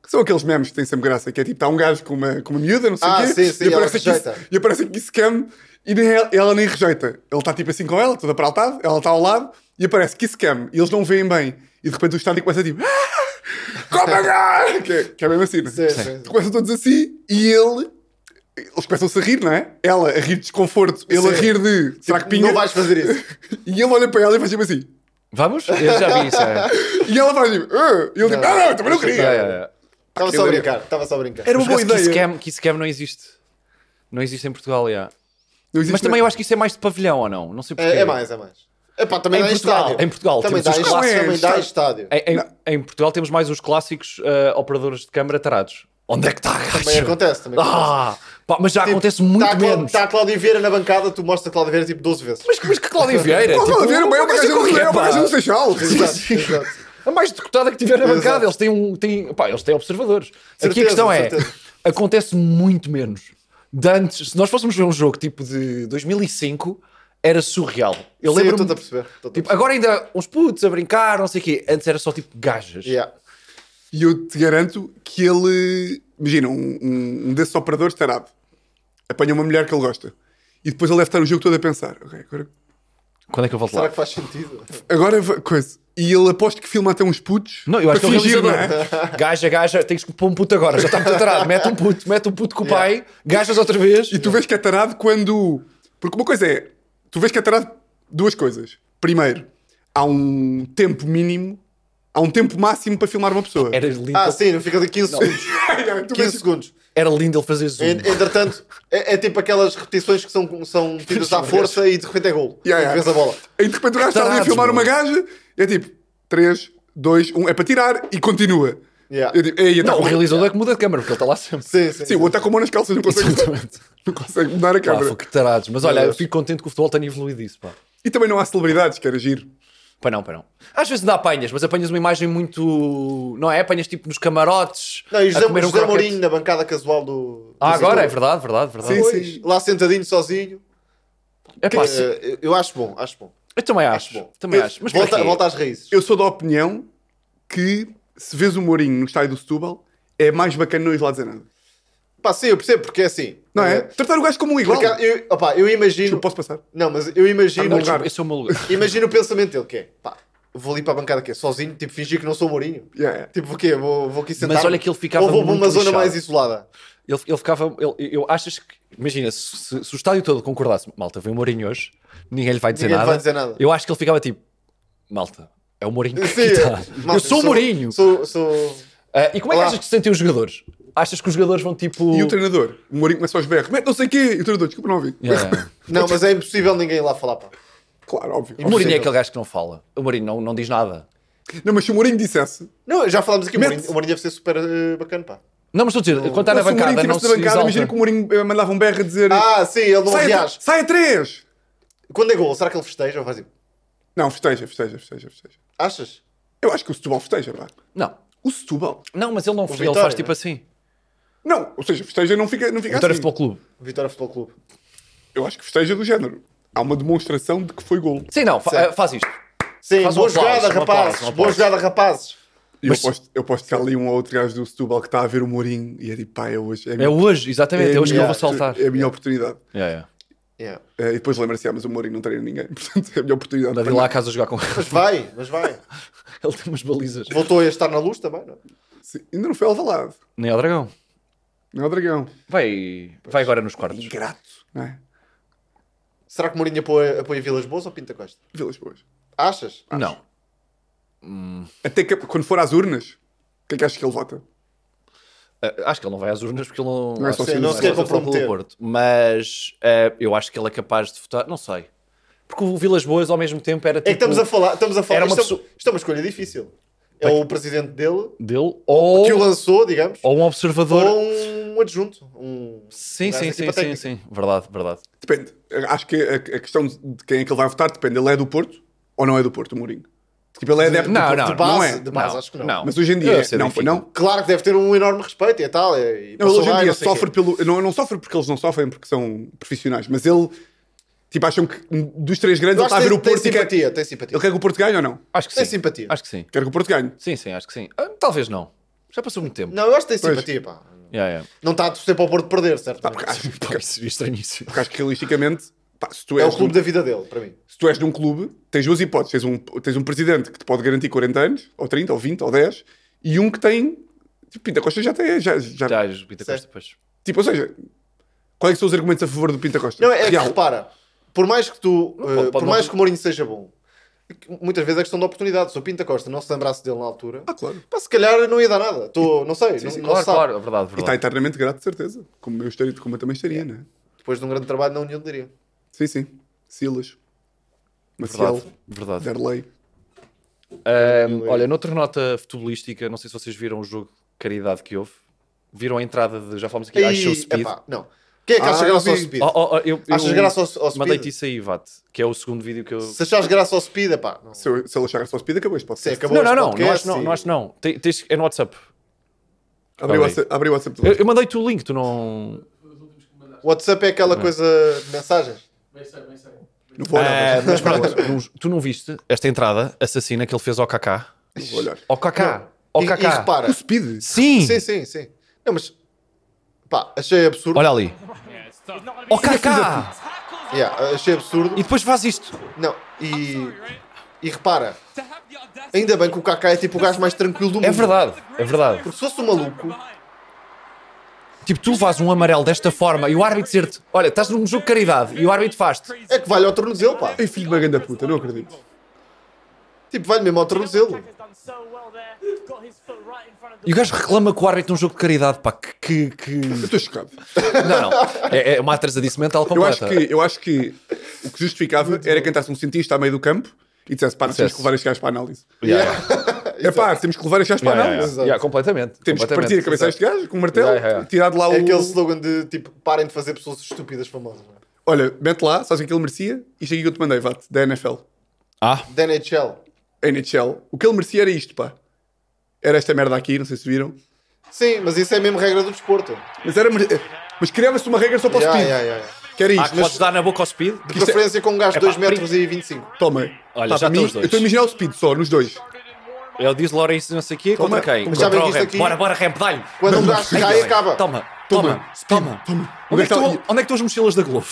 [SPEAKER 1] Que são aqueles memes que têm sempre graça, que é tipo, está um gajo com uma, com uma miúda, não sei o
[SPEAKER 4] Ah,
[SPEAKER 1] quê,
[SPEAKER 4] sim, sim,
[SPEAKER 1] e,
[SPEAKER 4] ela
[SPEAKER 1] aparece a kiss,
[SPEAKER 4] rejeita.
[SPEAKER 1] e aparece a Kiss Cam e nem ela, ela nem rejeita. Ele está tipo assim com ela, toda aparaltada, ela está ao lado e aparece Kiss Cam e eles não veem bem. E de repente o estádio começa a tipo, ah, como é que é?" que é? Que é mesmo assim, né?
[SPEAKER 4] Sim, sim, sim.
[SPEAKER 1] começam todos assim e ele. Eles começam-se a rir, não é? Ela a rir de desconforto, ele a
[SPEAKER 4] Sim.
[SPEAKER 1] rir de.
[SPEAKER 3] Tipo,
[SPEAKER 1] Será que pinga?
[SPEAKER 4] Tipo, Não vais fazer isso.
[SPEAKER 1] E ele olha para ela e faz tipo assim.
[SPEAKER 3] Vamos? Eu já vi isso. é.
[SPEAKER 1] E ela faz tipo. "Ah." E ele tipo, ah, não, eu também não queria.
[SPEAKER 3] É, é, é.
[SPEAKER 4] Estava
[SPEAKER 1] que
[SPEAKER 4] só a
[SPEAKER 1] ideia.
[SPEAKER 4] brincar. Estava só a brincar.
[SPEAKER 1] Era uma
[SPEAKER 3] Mas
[SPEAKER 1] boa
[SPEAKER 3] parece que
[SPEAKER 1] ideia.
[SPEAKER 3] isso scam, que isso scam não existe. Não existe em Portugal, já.
[SPEAKER 1] Não existe
[SPEAKER 3] Mas também eu acho que isso é mais de pavilhão ou não? Não sei porquê.
[SPEAKER 4] É, é mais, é mais. Epá, também
[SPEAKER 3] Em
[SPEAKER 4] dá
[SPEAKER 3] Portugal,
[SPEAKER 4] estádio.
[SPEAKER 3] em Portugal,
[SPEAKER 4] também
[SPEAKER 3] temos
[SPEAKER 4] dá
[SPEAKER 3] os É
[SPEAKER 4] estádio.
[SPEAKER 1] clássicos.
[SPEAKER 4] Também dá estádio.
[SPEAKER 3] Em, em- em Portugal temos mais os clássicos ah, operadores de câmara tarados. Onde é que está, gajo?
[SPEAKER 4] Também acontece, também acontece.
[SPEAKER 3] Ah, pá, mas já acontece muito
[SPEAKER 4] Está a, Clá-
[SPEAKER 3] menos.
[SPEAKER 4] tá a Cláudia Vieira na bancada, tu mostras a Cláudia Vieira tipo 12 vezes.
[SPEAKER 3] Mas, mas que Cláudia Vieira?
[SPEAKER 1] Pá,
[SPEAKER 3] tipo,
[SPEAKER 1] a ver, é uma gaja do- é uma
[SPEAKER 3] pá.
[SPEAKER 1] gaja do Seixal.
[SPEAKER 4] Exato,
[SPEAKER 3] sim.
[SPEAKER 4] exato.
[SPEAKER 3] A mais decotada que tiver na
[SPEAKER 4] Exato.
[SPEAKER 3] bancada. Eles têm, um, têm, pá, eles têm observadores. Aqui
[SPEAKER 4] Certeza,
[SPEAKER 3] a questão é:
[SPEAKER 4] certeza.
[SPEAKER 3] acontece muito menos. De antes, se nós fôssemos ver um jogo tipo de 2005, era surreal. Eu
[SPEAKER 4] Sim, eu
[SPEAKER 3] lembro.
[SPEAKER 4] estou a perceber. estou-te a
[SPEAKER 3] Tipo,
[SPEAKER 4] perceber.
[SPEAKER 3] agora ainda uns putos a brincar, não sei o quê. Antes era só tipo gajas.
[SPEAKER 4] Yeah.
[SPEAKER 1] E eu te garanto que ele. Imagina, um, um, um desses operadores tarado apanha uma mulher que ele gosta e depois ele deve estar o jogo todo a pensar: ok, agora.
[SPEAKER 3] Quando é que eu volto
[SPEAKER 4] Será
[SPEAKER 3] lá?
[SPEAKER 4] que faz sentido?
[SPEAKER 3] Tipo,
[SPEAKER 1] agora va- coisa. E ele aposto que filma até uns putos
[SPEAKER 3] Não, eu acho
[SPEAKER 1] para
[SPEAKER 3] que é o
[SPEAKER 1] fingir, não
[SPEAKER 3] realizador.
[SPEAKER 1] é?
[SPEAKER 3] Gaja, gaja, tens que pôr um puto agora, já está muito atarado. Mete um puto, mete um puto com o pai, gajas outra vez.
[SPEAKER 1] E tu vês que é tarado quando. Porque uma coisa é. Tu vês que é tarado duas coisas. Primeiro, há um tempo mínimo Há um tempo máximo para filmar uma pessoa.
[SPEAKER 3] Era lindo,
[SPEAKER 4] Ah, sim, fica de 15 segundos.
[SPEAKER 1] Tu
[SPEAKER 4] 15
[SPEAKER 1] vês-
[SPEAKER 4] segundos.
[SPEAKER 3] era lindo ele fazer zoom.
[SPEAKER 4] En- Entretanto, é, é tipo aquelas repetições que são, são tidas à força e de repente é gol.
[SPEAKER 1] Yeah, yeah.
[SPEAKER 4] Vês a bola.
[SPEAKER 1] Aí de repente o gajo está ali a
[SPEAKER 3] Tarados,
[SPEAKER 1] filmar
[SPEAKER 3] meu.
[SPEAKER 1] uma gaja e é tipo 3, 2, 1, é para tirar e continua.
[SPEAKER 4] Yeah.
[SPEAKER 1] Eu digo, Ei, está
[SPEAKER 3] Não,
[SPEAKER 1] tá
[SPEAKER 3] o
[SPEAKER 1] com...
[SPEAKER 3] realizador é que muda de câmera, porque ele está lá sempre.
[SPEAKER 4] Sim, sim.
[SPEAKER 1] Sim, o outro está com a mão nas calças, não consegue,
[SPEAKER 3] Exatamente.
[SPEAKER 1] não consegue mudar a
[SPEAKER 3] Pá,
[SPEAKER 1] câmera.
[SPEAKER 3] foi que tarados. Mas olha,
[SPEAKER 4] Meu
[SPEAKER 3] eu
[SPEAKER 4] Deus.
[SPEAKER 3] fico contente que o futebol tenha evoluído isso, pá.
[SPEAKER 1] E também não há celebridades, que era giro.
[SPEAKER 3] Pá, não, pá, não. Às vezes ainda apanhas, mas apanhas uma imagem muito. Não é? Apanhas tipo nos camarotes.
[SPEAKER 4] Não, e
[SPEAKER 3] a
[SPEAKER 4] José,
[SPEAKER 3] comer um
[SPEAKER 4] José
[SPEAKER 3] croquete.
[SPEAKER 4] Mourinho né? na bancada casual do.
[SPEAKER 3] Ah,
[SPEAKER 4] do
[SPEAKER 3] agora é
[SPEAKER 4] setor.
[SPEAKER 3] verdade, verdade, verdade.
[SPEAKER 1] Sim,
[SPEAKER 4] Pois, Lá sentadinho sozinho.
[SPEAKER 3] É pá, sim.
[SPEAKER 4] Eh, eu- Eu acho bom, acho bom.
[SPEAKER 3] eu também acho.
[SPEAKER 4] bom.
[SPEAKER 3] Também
[SPEAKER 1] Eu-
[SPEAKER 3] acho. Mas para
[SPEAKER 4] Volta,
[SPEAKER 3] quê?
[SPEAKER 4] volta às raízes.
[SPEAKER 1] Eu sou da opinião que se vês o Mourinho no estádio do Setúbal, é mais bacana não ir lá dizer nada.
[SPEAKER 4] Pá, sim, eu percebo porque é assim.
[SPEAKER 1] Não é?
[SPEAKER 4] Eh,
[SPEAKER 1] Tratar o gajo como um igual.
[SPEAKER 4] porque eu, opá, eu imagino.
[SPEAKER 1] Eu posso passar.
[SPEAKER 4] Não, mas eu imagino.
[SPEAKER 3] Não,
[SPEAKER 1] lugar.
[SPEAKER 3] desculpa, esse é o meu lugar.
[SPEAKER 4] Imagina o pensamento dele, que é pá, vou ali para a bancada que é sozinho, tipo, fingir que não sou o Mourinho.
[SPEAKER 1] Yeah, yeah.
[SPEAKER 4] Tipo, o quê? Vou, vou aqui sentar.
[SPEAKER 3] olha que ele ficava
[SPEAKER 4] Ou vou para
[SPEAKER 3] muito
[SPEAKER 4] uma zona
[SPEAKER 3] lixado.
[SPEAKER 4] mais isolada.
[SPEAKER 3] Ele, ele ficava. ele- eu achas que. Imagina, se, se- se o estádio todo concordasse, malta, vem o Mourinho hoje, ninguém lhe vai dizer
[SPEAKER 4] Ninguém lhe
[SPEAKER 3] nada.
[SPEAKER 4] vai dizer nada.
[SPEAKER 3] Eu acho que ele ficava tipo, malta, é o Mourinho que
[SPEAKER 4] Sim, eh,
[SPEAKER 3] aqui está.
[SPEAKER 4] malta,
[SPEAKER 3] Eu sou o Mourinho.
[SPEAKER 4] Sou, sou-
[SPEAKER 3] Ah, e como é que
[SPEAKER 4] Olá.
[SPEAKER 3] achas que se sentem os jogadores? Achas que os jogadores vão tipo.
[SPEAKER 1] E o treinador? O Mourinho começa aos berros. Mete não sei o quê. E o treinador, desculpa, não ouvi.
[SPEAKER 3] Yeah, yeah.
[SPEAKER 4] Não, mas é impossível ninguém ir lá falar, pá.
[SPEAKER 1] Claro, óbvio.
[SPEAKER 3] O Mourinho é
[SPEAKER 4] Impossível.
[SPEAKER 3] aquele gajo que não fala. O Mourinho não, não diz nada.
[SPEAKER 1] Não, mas se o Mourinho dissesse...
[SPEAKER 4] Não, já falámos aqui, o
[SPEAKER 1] Mete-
[SPEAKER 4] Mourinho, o Mourinho deve ser super eh, bacana, pá.
[SPEAKER 3] Não, mas estou a dizer, quando está tá na
[SPEAKER 1] Mas se o Mourinho
[SPEAKER 3] bancada, não
[SPEAKER 1] estivesse
[SPEAKER 3] se
[SPEAKER 1] na bancada,
[SPEAKER 3] exalta.
[SPEAKER 1] imagina que o Mourinho eh, mandava um berro a dizer...
[SPEAKER 4] Ah, sim, ele não
[SPEAKER 1] sai, a,
[SPEAKER 4] reage.
[SPEAKER 1] sai a três!
[SPEAKER 4] Quando é gol, será que ele festeja ou faz tipo,
[SPEAKER 1] Não, festeja, festeja, festeja, festeja.
[SPEAKER 4] achas?
[SPEAKER 1] Eu acho que o Setúbal festeja, pá.
[SPEAKER 3] Não,
[SPEAKER 1] O Setúbal?
[SPEAKER 3] não, mas ele não ele
[SPEAKER 4] Vitória,
[SPEAKER 3] faz tipo
[SPEAKER 4] né?
[SPEAKER 3] assim.
[SPEAKER 1] Não, ou seja, festeja não fica, não fica
[SPEAKER 3] Vitória
[SPEAKER 1] assim.
[SPEAKER 3] Então Futebol Clube.
[SPEAKER 4] Vitória Futebol Clube.
[SPEAKER 1] Eu acho que festeja do género. Há uma demonstração de que foi gol.
[SPEAKER 3] Sim, não, fa- ah, faz isto.
[SPEAKER 4] Sim,
[SPEAKER 3] Faz um
[SPEAKER 4] boa
[SPEAKER 3] aplauso,
[SPEAKER 4] jogada, rapazes.
[SPEAKER 3] um aplauso, um
[SPEAKER 4] boa
[SPEAKER 3] aplauso.
[SPEAKER 4] jogada, rapazes.
[SPEAKER 1] E
[SPEAKER 3] Mas-
[SPEAKER 1] eu, posto, eu posto que há ali um ou outro gajo do Setúbal que está a ver o Mourinho e é tipo, pá, é hoje. a
[SPEAKER 3] É
[SPEAKER 1] minha-
[SPEAKER 3] hoje, exatamente, é hoje que eu
[SPEAKER 1] minha-
[SPEAKER 3] vou saltar.
[SPEAKER 1] É a minha oportunidade.
[SPEAKER 3] Yeah, yeah.
[SPEAKER 4] Yeah.
[SPEAKER 1] Eh, e depois lembra-se, ah, mas o Mourinho não treina ninguém. Portanto, é a minha oportunidade.
[SPEAKER 3] Deve ir lá a casa jogar com ele.
[SPEAKER 4] Mas vai, mas vai.
[SPEAKER 3] Ele tem umas balizas.
[SPEAKER 4] Voltou a estar na luz também, não é?
[SPEAKER 1] Sim, ainda não foi alvalado.
[SPEAKER 3] Nem ao dragão.
[SPEAKER 1] Não é o Dragão.
[SPEAKER 3] Vai, vai agora nos quartos.
[SPEAKER 1] Ingrato. Não é?
[SPEAKER 4] Será que Mourinho apoia, apoia Vilas Boas ou Pinta Costa?
[SPEAKER 1] Vilas Boas.
[SPEAKER 4] Achas?
[SPEAKER 3] Não.
[SPEAKER 1] Até que quando for às urnas, o que é que achas que ele vota?
[SPEAKER 3] Ah, acho que ele não vai às urnas porque ele não,
[SPEAKER 1] Não é só
[SPEAKER 3] acho que
[SPEAKER 1] sim,
[SPEAKER 3] ele
[SPEAKER 1] não se quer
[SPEAKER 3] só pelo
[SPEAKER 4] comprometer.
[SPEAKER 3] Porto. Mas ah, eu acho que ele é capaz de votar. Não sei. Porque o Vilas Boas ao mesmo tempo era tipo.
[SPEAKER 4] É que estamos a falar, estamos a falar.
[SPEAKER 3] Era uma
[SPEAKER 4] isto, é-
[SPEAKER 3] pessoa-
[SPEAKER 4] isto é uma escolha difícil. É o presidente dele
[SPEAKER 3] Dele ou,
[SPEAKER 4] que o lançou, digamos,
[SPEAKER 3] ou um observador.
[SPEAKER 4] ou um adjunto. Um... um
[SPEAKER 3] Sim,
[SPEAKER 4] gajo
[SPEAKER 3] sim,
[SPEAKER 4] da
[SPEAKER 3] sim,
[SPEAKER 4] equipa
[SPEAKER 3] sim,
[SPEAKER 4] técnica.
[SPEAKER 3] sim. Verdade, verdade.
[SPEAKER 1] Depende. Acho que a, a questão de quem é que ele vai votar depende. Ele é do Porto ou não é do Porto, o Mourinho? Tipo, ele é adepto
[SPEAKER 3] Não,
[SPEAKER 1] do Porto.
[SPEAKER 3] não,
[SPEAKER 4] de base,
[SPEAKER 1] não é.
[SPEAKER 4] de base acho que não.
[SPEAKER 1] Mas hoje em dia,
[SPEAKER 3] Eu sei
[SPEAKER 1] não,
[SPEAKER 3] Benfica.
[SPEAKER 1] não. Não,
[SPEAKER 4] Claro que deve ter um enorme respeito e é tal. E
[SPEAKER 1] ele
[SPEAKER 4] passou
[SPEAKER 1] hoje em
[SPEAKER 4] bem,
[SPEAKER 1] dia
[SPEAKER 4] não sei
[SPEAKER 1] sofre
[SPEAKER 4] quê.
[SPEAKER 1] pelo... Não, não sofre porque eles não sofrem, porque são profissionais, mas ele... Tipo, acham que dos três grandes
[SPEAKER 4] Eu
[SPEAKER 1] ele
[SPEAKER 4] acho
[SPEAKER 1] está a
[SPEAKER 4] que
[SPEAKER 1] ver
[SPEAKER 4] tem,
[SPEAKER 1] o
[SPEAKER 4] tem
[SPEAKER 1] Porto e quer...
[SPEAKER 4] simpatia, tem simpatia.
[SPEAKER 1] Ele quer que o Porto ganhe ou não?
[SPEAKER 3] Acho que sim.
[SPEAKER 4] Tem simpatia.
[SPEAKER 3] Acho que sim.
[SPEAKER 1] Quer que o Porto ganhe.
[SPEAKER 3] Sim, sim, acho que sim. Ah, Talvez não. Já passou muito tempo.
[SPEAKER 4] Não, eu acho que tem
[SPEAKER 1] Pois.
[SPEAKER 4] simpatia, pá.
[SPEAKER 3] Yeah, yeah.
[SPEAKER 4] Não está a torcer para o Porto perder, certo?
[SPEAKER 1] Tá, Porque acho,
[SPEAKER 3] Pá, isso seria estranhíssimo.
[SPEAKER 1] porque acho que realisticamente, pá, se tu
[SPEAKER 4] É
[SPEAKER 1] és...
[SPEAKER 4] o clube
[SPEAKER 1] num-
[SPEAKER 4] da vida dele, para mim.
[SPEAKER 1] Se tu és de um clube, tens duas hipóteses. Tens um, tens um presidente que te pode garantir 40 anos, ou 30, ou 20, ou 10, e um que tem... Tipo, Pinta Costa já tem... Já, já,
[SPEAKER 3] Já, os Bita
[SPEAKER 4] Certo.
[SPEAKER 3] Costa, depois.
[SPEAKER 1] Tipo, ou seja, quais é que são os argumentos a favor do Pinta Costa?
[SPEAKER 4] Não, é que
[SPEAKER 1] Real.
[SPEAKER 4] repara, por mais que tu, eh,
[SPEAKER 3] pode-
[SPEAKER 4] por
[SPEAKER 3] pode
[SPEAKER 4] mais
[SPEAKER 3] não-
[SPEAKER 4] que o Mourinho seja bom, muitas vezes é questão de oportunidade. Se o Pinta Costa não se lembrasse dele na altura,
[SPEAKER 1] Ah, claro.
[SPEAKER 4] pá, se calhar não ia dar nada. Tô, não sei, não, não
[SPEAKER 3] Claro,
[SPEAKER 4] se sabe.
[SPEAKER 3] claro, é verdade,
[SPEAKER 1] E está
[SPEAKER 3] verdade.
[SPEAKER 1] eternamente grato, de certeza. Como eu, estaria, como eu também estaria, não é?
[SPEAKER 4] Depois de um grande trabalho na União diria.
[SPEAKER 1] Sim, sim. Silas. Maciel.
[SPEAKER 3] Verdade, verdade.
[SPEAKER 1] Derlei.
[SPEAKER 3] Ahm, olha, noutra nota futebolística, não sei se vocês viram o jogo de caridade que houve. Viram a entrada de. Já falamos aqui,
[SPEAKER 4] E,
[SPEAKER 3] I Show Speed.
[SPEAKER 4] epá, não. Quem é que
[SPEAKER 1] Ah,
[SPEAKER 4] acha
[SPEAKER 1] eu
[SPEAKER 4] graça ao
[SPEAKER 1] vi.
[SPEAKER 4] Speed?
[SPEAKER 3] Oh, oh, oh, eu, eu
[SPEAKER 4] Achas graça ao, ao Speed?
[SPEAKER 3] Mandei-te isso aí, Vate, que é o segundo vídeo que eu.
[SPEAKER 4] Se achas graça ao Speed, epá, não.
[SPEAKER 1] Se, eu- se ele achar a sua speed, acabou este podcast.
[SPEAKER 4] Sim, acabou.
[SPEAKER 3] Não, não,
[SPEAKER 4] este
[SPEAKER 3] não, não
[SPEAKER 4] podcast
[SPEAKER 3] acho não,
[SPEAKER 4] e-
[SPEAKER 3] não acho não. Tem- tens- é no WhatsApp.
[SPEAKER 1] Abriu o
[SPEAKER 3] Tá bem.
[SPEAKER 1] WhatsApp- abriu o WhatsApp do
[SPEAKER 3] Eu, eu mandei-te o link, tu não.
[SPEAKER 4] O WhatsApp é aquela coisa de mensagens.
[SPEAKER 2] Bem sei, bem sei. Bem
[SPEAKER 1] Não vou olhar.
[SPEAKER 3] Ah, mas pronto, não- tu não viste esta entrada assassina que ele fez ao Kaká?
[SPEAKER 1] Não vou olhar.
[SPEAKER 3] Ao Kaká! Ao
[SPEAKER 4] E, e
[SPEAKER 3] Kaká!
[SPEAKER 4] repara,
[SPEAKER 1] O speed.
[SPEAKER 3] Sim!
[SPEAKER 4] sim, sim, sim. Não, mas pá, achei absurdo.
[SPEAKER 3] Olha ali! Ao Kaká!
[SPEAKER 4] Yeah, achei absurdo.
[SPEAKER 3] E depois faz isto!
[SPEAKER 4] Não, e, e repara, ainda bem que o Kaká é tipo o gajo mais tranquilo do mundo.
[SPEAKER 3] É verdade, é verdade.
[SPEAKER 4] Porque se fosse um maluco,
[SPEAKER 3] Tipo, tu levas um amarelo desta forma e o árbitro dizer-te: Olha, estás num jogo de caridade e o árbitro faz-te.
[SPEAKER 4] é que vale ao tornozelo, pá.
[SPEAKER 1] Ei, filho de uma ganda puta, não acredito.
[SPEAKER 4] Tipo, vai-lhe mesmo ao tornozelo.
[SPEAKER 3] E o gajo reclama que o árbitro é um jogo de caridade, pá, que. que, que-
[SPEAKER 1] Eu estou chocado.
[SPEAKER 3] Não, não. É, é uma atrasadice mental
[SPEAKER 1] Eu
[SPEAKER 3] completa.
[SPEAKER 1] acho, que, eu acho que o que justificava era que entrasse um cientista a meio do campo e dissesse: pá, nós temos que levar este gajo para a análise.
[SPEAKER 3] Yeah, yeah,
[SPEAKER 1] É pá, temos que levar este gajo para a
[SPEAKER 3] yeah,
[SPEAKER 1] análise.
[SPEAKER 3] yeah, yeah.
[SPEAKER 4] exato.
[SPEAKER 3] Yeah, completamente.
[SPEAKER 1] Temos que
[SPEAKER 3] completamente,
[SPEAKER 1] partir a cabeça a este
[SPEAKER 3] exato.
[SPEAKER 1] gajo com um martelo
[SPEAKER 3] Yeah, yeah.
[SPEAKER 1] e tirar de lá o.
[SPEAKER 4] É aquele slogan de tipo, parem de fazer pessoas estúpidas famosas. não é?
[SPEAKER 1] Olha, mete lá, sabes o que ele merecia? Isto aqui que eu te mandei, Vate, da NFL.
[SPEAKER 3] Ah,
[SPEAKER 4] Da NHL.
[SPEAKER 1] A NHL. O que ele merecia era isto, pá. Era esta merda aqui, não sei se viram.
[SPEAKER 4] Sim, mas isso é mesmo regra do desporto.
[SPEAKER 1] Mas era. mere- Mas criava-se uma regra só para o
[SPEAKER 4] Yeah,
[SPEAKER 1] speed.
[SPEAKER 4] yeah, yeah.
[SPEAKER 1] Que era
[SPEAKER 3] ah
[SPEAKER 1] isto.
[SPEAKER 3] que
[SPEAKER 1] mas
[SPEAKER 3] podes dar na boca ao speed?
[SPEAKER 4] De
[SPEAKER 1] Que isto é-
[SPEAKER 4] preferência com um gajo de 2
[SPEAKER 3] pá,
[SPEAKER 4] metros e 25.
[SPEAKER 1] Toma.
[SPEAKER 3] Olha,
[SPEAKER 1] Pá,
[SPEAKER 3] já
[SPEAKER 1] para
[SPEAKER 3] estão
[SPEAKER 1] mim,
[SPEAKER 3] os dois.
[SPEAKER 1] Eu estou a imaginar o speed só, nos dois.
[SPEAKER 3] Ele diz Lawrence não sei o quê,
[SPEAKER 1] Toma,
[SPEAKER 3] contra quem?
[SPEAKER 1] como
[SPEAKER 4] já bem
[SPEAKER 3] Contra o
[SPEAKER 4] visto
[SPEAKER 3] Ramp.
[SPEAKER 4] aqui-
[SPEAKER 3] Bora, bora, Ramp, dá-lhe.
[SPEAKER 4] Quando um gajo
[SPEAKER 3] Ai,
[SPEAKER 4] cai,
[SPEAKER 3] bem.
[SPEAKER 4] acaba.
[SPEAKER 3] Toma,
[SPEAKER 1] Toma,
[SPEAKER 3] toma, toma. Onde é, que
[SPEAKER 1] Onde é que
[SPEAKER 3] estão, onde é que estão as mochilas da Globo?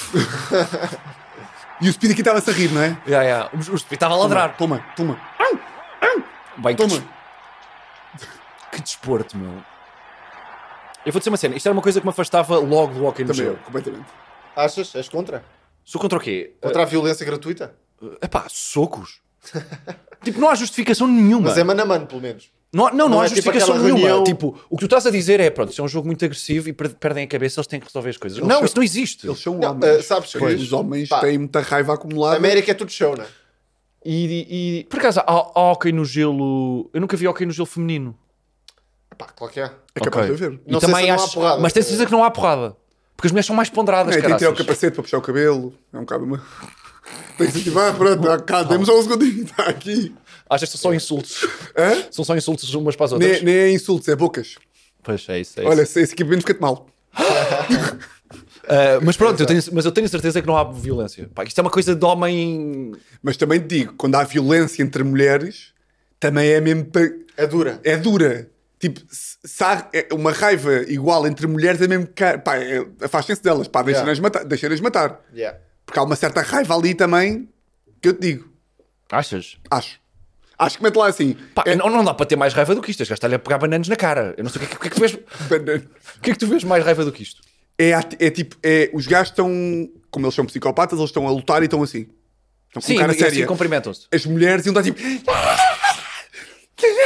[SPEAKER 1] E o speed aqui estava-se a rir, não é?
[SPEAKER 3] yeah, yeah. O o Speed estava a ladrar.
[SPEAKER 1] Toma, toma.
[SPEAKER 3] Bem, que,
[SPEAKER 1] Toma.
[SPEAKER 3] des- que desporto, meu. Eu vou dizer uma cena, isto era uma coisa que me afastava logo do Walking
[SPEAKER 1] Também eu,
[SPEAKER 3] Jogo.
[SPEAKER 1] completamente.
[SPEAKER 4] Achas? És contra?
[SPEAKER 3] Sou contra o quê?
[SPEAKER 4] Contra a violência gratuita?
[SPEAKER 3] Eh, Epá, socos. tipo, não há justificação nenhuma.
[SPEAKER 4] Mas é mano a mano, pelo menos.
[SPEAKER 3] Não, há- não, não,
[SPEAKER 4] não
[SPEAKER 3] há
[SPEAKER 4] é tipo
[SPEAKER 3] justificação
[SPEAKER 4] aquela
[SPEAKER 3] nenhuma.
[SPEAKER 4] reunião-
[SPEAKER 3] Tipo, o que tu estás a dizer é, pronto, se é um jogo muito agressivo e per- perdem a cabeça, eles têm que resolver as coisas. não,
[SPEAKER 1] são-
[SPEAKER 3] isso não existe.
[SPEAKER 1] Eles são
[SPEAKER 4] Não,
[SPEAKER 1] homens.
[SPEAKER 4] eh, sabes que-
[SPEAKER 1] os homens
[SPEAKER 4] pá.
[SPEAKER 1] têm muita raiva
[SPEAKER 4] A
[SPEAKER 1] acumulada.
[SPEAKER 4] América é tudo show, não é?
[SPEAKER 3] E, e- por acaso, há, há hockey no gelo... Eu nunca vi hockey no gelo feminino.
[SPEAKER 4] Pá, claro que é.
[SPEAKER 1] É capaz
[SPEAKER 3] Ok.
[SPEAKER 1] de haver.
[SPEAKER 3] E
[SPEAKER 4] Não sei
[SPEAKER 3] também
[SPEAKER 4] se não há
[SPEAKER 3] acho-
[SPEAKER 4] porrada. então
[SPEAKER 3] Mas tens certeza que não há porrada. Porque as mulheres são mais ponderadas,
[SPEAKER 1] É, tem que tirar o
[SPEAKER 3] caraças.
[SPEAKER 1] capacete para puxar o cabelo. É um bocado. uma- Tem que se ativar, pronto, ah, cá, temos só um segundinho, está aqui.
[SPEAKER 3] Achas que são só insultos.
[SPEAKER 1] Hã?
[SPEAKER 3] São só insultos umas para as outras.
[SPEAKER 1] Nem, nem é insultos, é bocas.
[SPEAKER 3] Pois é isso, é
[SPEAKER 1] Olha,
[SPEAKER 3] isso.
[SPEAKER 1] esse esse equipamento fica-te mal. É
[SPEAKER 3] Ah, mas pronto, eu tenho, mas eu tenho certeza que não há violência. Pá, isto é uma coisa de homem.
[SPEAKER 1] Mas também te digo, quando há violência entre mulheres, também é mesmo. pa-
[SPEAKER 4] É dura.
[SPEAKER 1] É dura. Tipo, se se há é uma raiva igual entre mulheres, é mesmo. ca- Pá, é, afastem-se delas, pá, deixem-nas
[SPEAKER 4] Yeah.
[SPEAKER 1] matar, deixem-nas matar.
[SPEAKER 4] Yeah.
[SPEAKER 1] Porque há uma certa raiva ali também que eu te digo.
[SPEAKER 3] Achas?
[SPEAKER 1] Acho. Acho que mete lá assim.
[SPEAKER 3] Pá,
[SPEAKER 1] é-
[SPEAKER 3] não, não dá para ter mais raiva do que isto. Este gajo está-lhe a pegar bananas na cara. Eu não sei o que, é que- o que é que tu vês. O que é que tu vês mais raiva do que isto?
[SPEAKER 1] é, ati- é tipo, é, os gajos estão, como eles são psicopatas, eles estão a lutar e estão assim. Estão com
[SPEAKER 3] Sim,
[SPEAKER 1] cara
[SPEAKER 3] e assim
[SPEAKER 1] séria.
[SPEAKER 3] cumprimentam-se.
[SPEAKER 1] As mulheres iam estar tipo,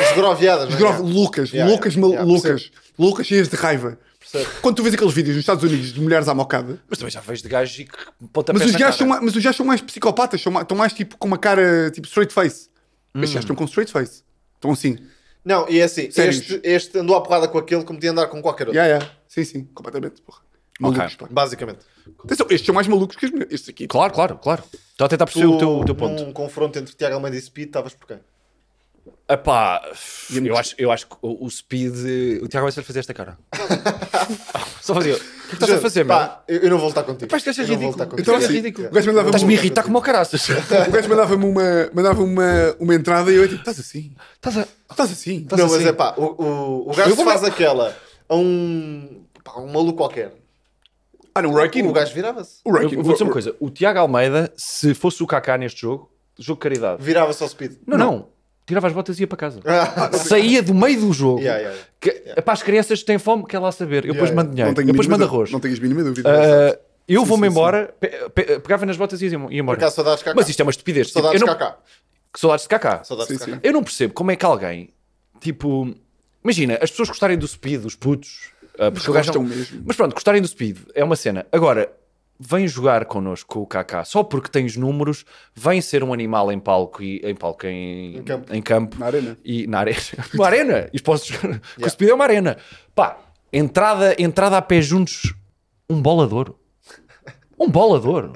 [SPEAKER 4] Esgroviadas, não é?
[SPEAKER 1] gro- loucas,
[SPEAKER 4] Yeah,
[SPEAKER 1] loucas,
[SPEAKER 4] yeah,
[SPEAKER 1] mal-
[SPEAKER 4] yeah,
[SPEAKER 1] loucas, loucas cheias de raiva.
[SPEAKER 4] Percebo.
[SPEAKER 1] Quando tu vês aqueles vídeos nos Estados Unidos de mulheres à mocada,
[SPEAKER 3] Mas também já vejo de gajos e que pontapés
[SPEAKER 1] mas os,
[SPEAKER 3] na
[SPEAKER 1] gajos são,
[SPEAKER 3] cara.
[SPEAKER 1] ma- mas os gajos são mais psicopatas, são ma- estão mais tipo com uma cara tipo straight face.
[SPEAKER 3] Hum.
[SPEAKER 1] Estes gajos estão com straight face. Estão assim.
[SPEAKER 4] Não, e é assim.
[SPEAKER 1] Sérios.
[SPEAKER 4] Este, este andou à porrada com aquele como podia andar com qualquer outro.
[SPEAKER 1] Yeah, yeah. Sim, sim, completamente. Porra. Malucos, pá.
[SPEAKER 4] Basicamente.
[SPEAKER 1] Atenção, estes são mais malucos que as mulheres. Estes aqui.
[SPEAKER 3] Claro, claro, claro. Estou a tentar perceber o teu, o teu ponto.
[SPEAKER 4] Num confronto entre Tiago Almeida e Speed, estavas por quem?
[SPEAKER 3] Epá, eu acho, eu acho que o o Speed. eh, O Tiago vai fazer esta cara. Só fazia. O que é que estás a fazer, meu?
[SPEAKER 4] Pá, eu, eu não vou lutar contigo.
[SPEAKER 3] Pá, este gajo é
[SPEAKER 4] Eu não vou
[SPEAKER 3] ridículo.
[SPEAKER 4] lutar contigo.
[SPEAKER 1] Então,
[SPEAKER 3] Isto é
[SPEAKER 1] assim,
[SPEAKER 3] ridículo.
[SPEAKER 1] o gajo mandava
[SPEAKER 3] Estás-me a
[SPEAKER 1] uma-
[SPEAKER 3] irritar como o caraças.
[SPEAKER 1] O gajo mandava-me uma, mandava uma, uma entrada e eu tipo, estás assim,
[SPEAKER 3] Estás a.
[SPEAKER 1] estás assim.
[SPEAKER 3] Estás
[SPEAKER 4] Não,
[SPEAKER 3] assim.
[SPEAKER 4] mas é pá, o, o, o gajo
[SPEAKER 3] Eu vou-
[SPEAKER 4] faz aquela a um, pá, um maluco qualquer.
[SPEAKER 1] Ah, não, o Rocky
[SPEAKER 4] O
[SPEAKER 1] não.
[SPEAKER 4] gajo virava-se.
[SPEAKER 1] O Rocky.
[SPEAKER 3] Eu vou dizer uma coisa: o Tiago Almeida, se fosse o Kaká neste jogo, jogo de caridade.
[SPEAKER 4] Virava-se ao Speed.
[SPEAKER 3] Não, não. Tirava as botas e ia para casa.
[SPEAKER 4] Ah,
[SPEAKER 3] Saía do meio do jogo.
[SPEAKER 4] Yeah, yeah, yeah.
[SPEAKER 3] Que- Para as crianças que têm fome, quer lá saber. Eu depois
[SPEAKER 4] yeah.
[SPEAKER 3] mando
[SPEAKER 1] Não
[SPEAKER 3] dinheiro.
[SPEAKER 1] tenho
[SPEAKER 3] Eu depois
[SPEAKER 1] mínima
[SPEAKER 3] mando
[SPEAKER 1] dúvida.
[SPEAKER 3] arroz.
[SPEAKER 1] Não tenho as mínimas dúvidas.
[SPEAKER 3] Ah, eu vou-me
[SPEAKER 1] sim, sim.
[SPEAKER 3] embora, pe- pe- pegava nas botas e ia ia
[SPEAKER 4] Por
[SPEAKER 3] embora.
[SPEAKER 4] acaso saudades Kaká.
[SPEAKER 3] Mas isto é uma estupidez. Tipo,
[SPEAKER 4] Saudades
[SPEAKER 3] eu não-
[SPEAKER 4] Kaká.
[SPEAKER 3] Que saudades de Kaká.
[SPEAKER 4] Saudades
[SPEAKER 1] Sim, sim.
[SPEAKER 4] Kaká.
[SPEAKER 3] Eu não percebo como é que alguém, tipo, imagina, as pessoas gostarem do speed, os putos, ah, porque o gajo
[SPEAKER 1] gostam
[SPEAKER 3] não-
[SPEAKER 1] mesmo.
[SPEAKER 3] Mas pronto, gostarem do speed é uma cena. Agora, vem jogar connosco com o KK só porque tens números, vem ser um animal em palco e em palco em,
[SPEAKER 4] Em campo.
[SPEAKER 3] em campo.
[SPEAKER 1] Na arena.
[SPEAKER 3] E na arena. uma arena. E posso jogar. porque o speed é uma arena. Pá, entrada, entrada a pé juntos, um bolador. Um bolador.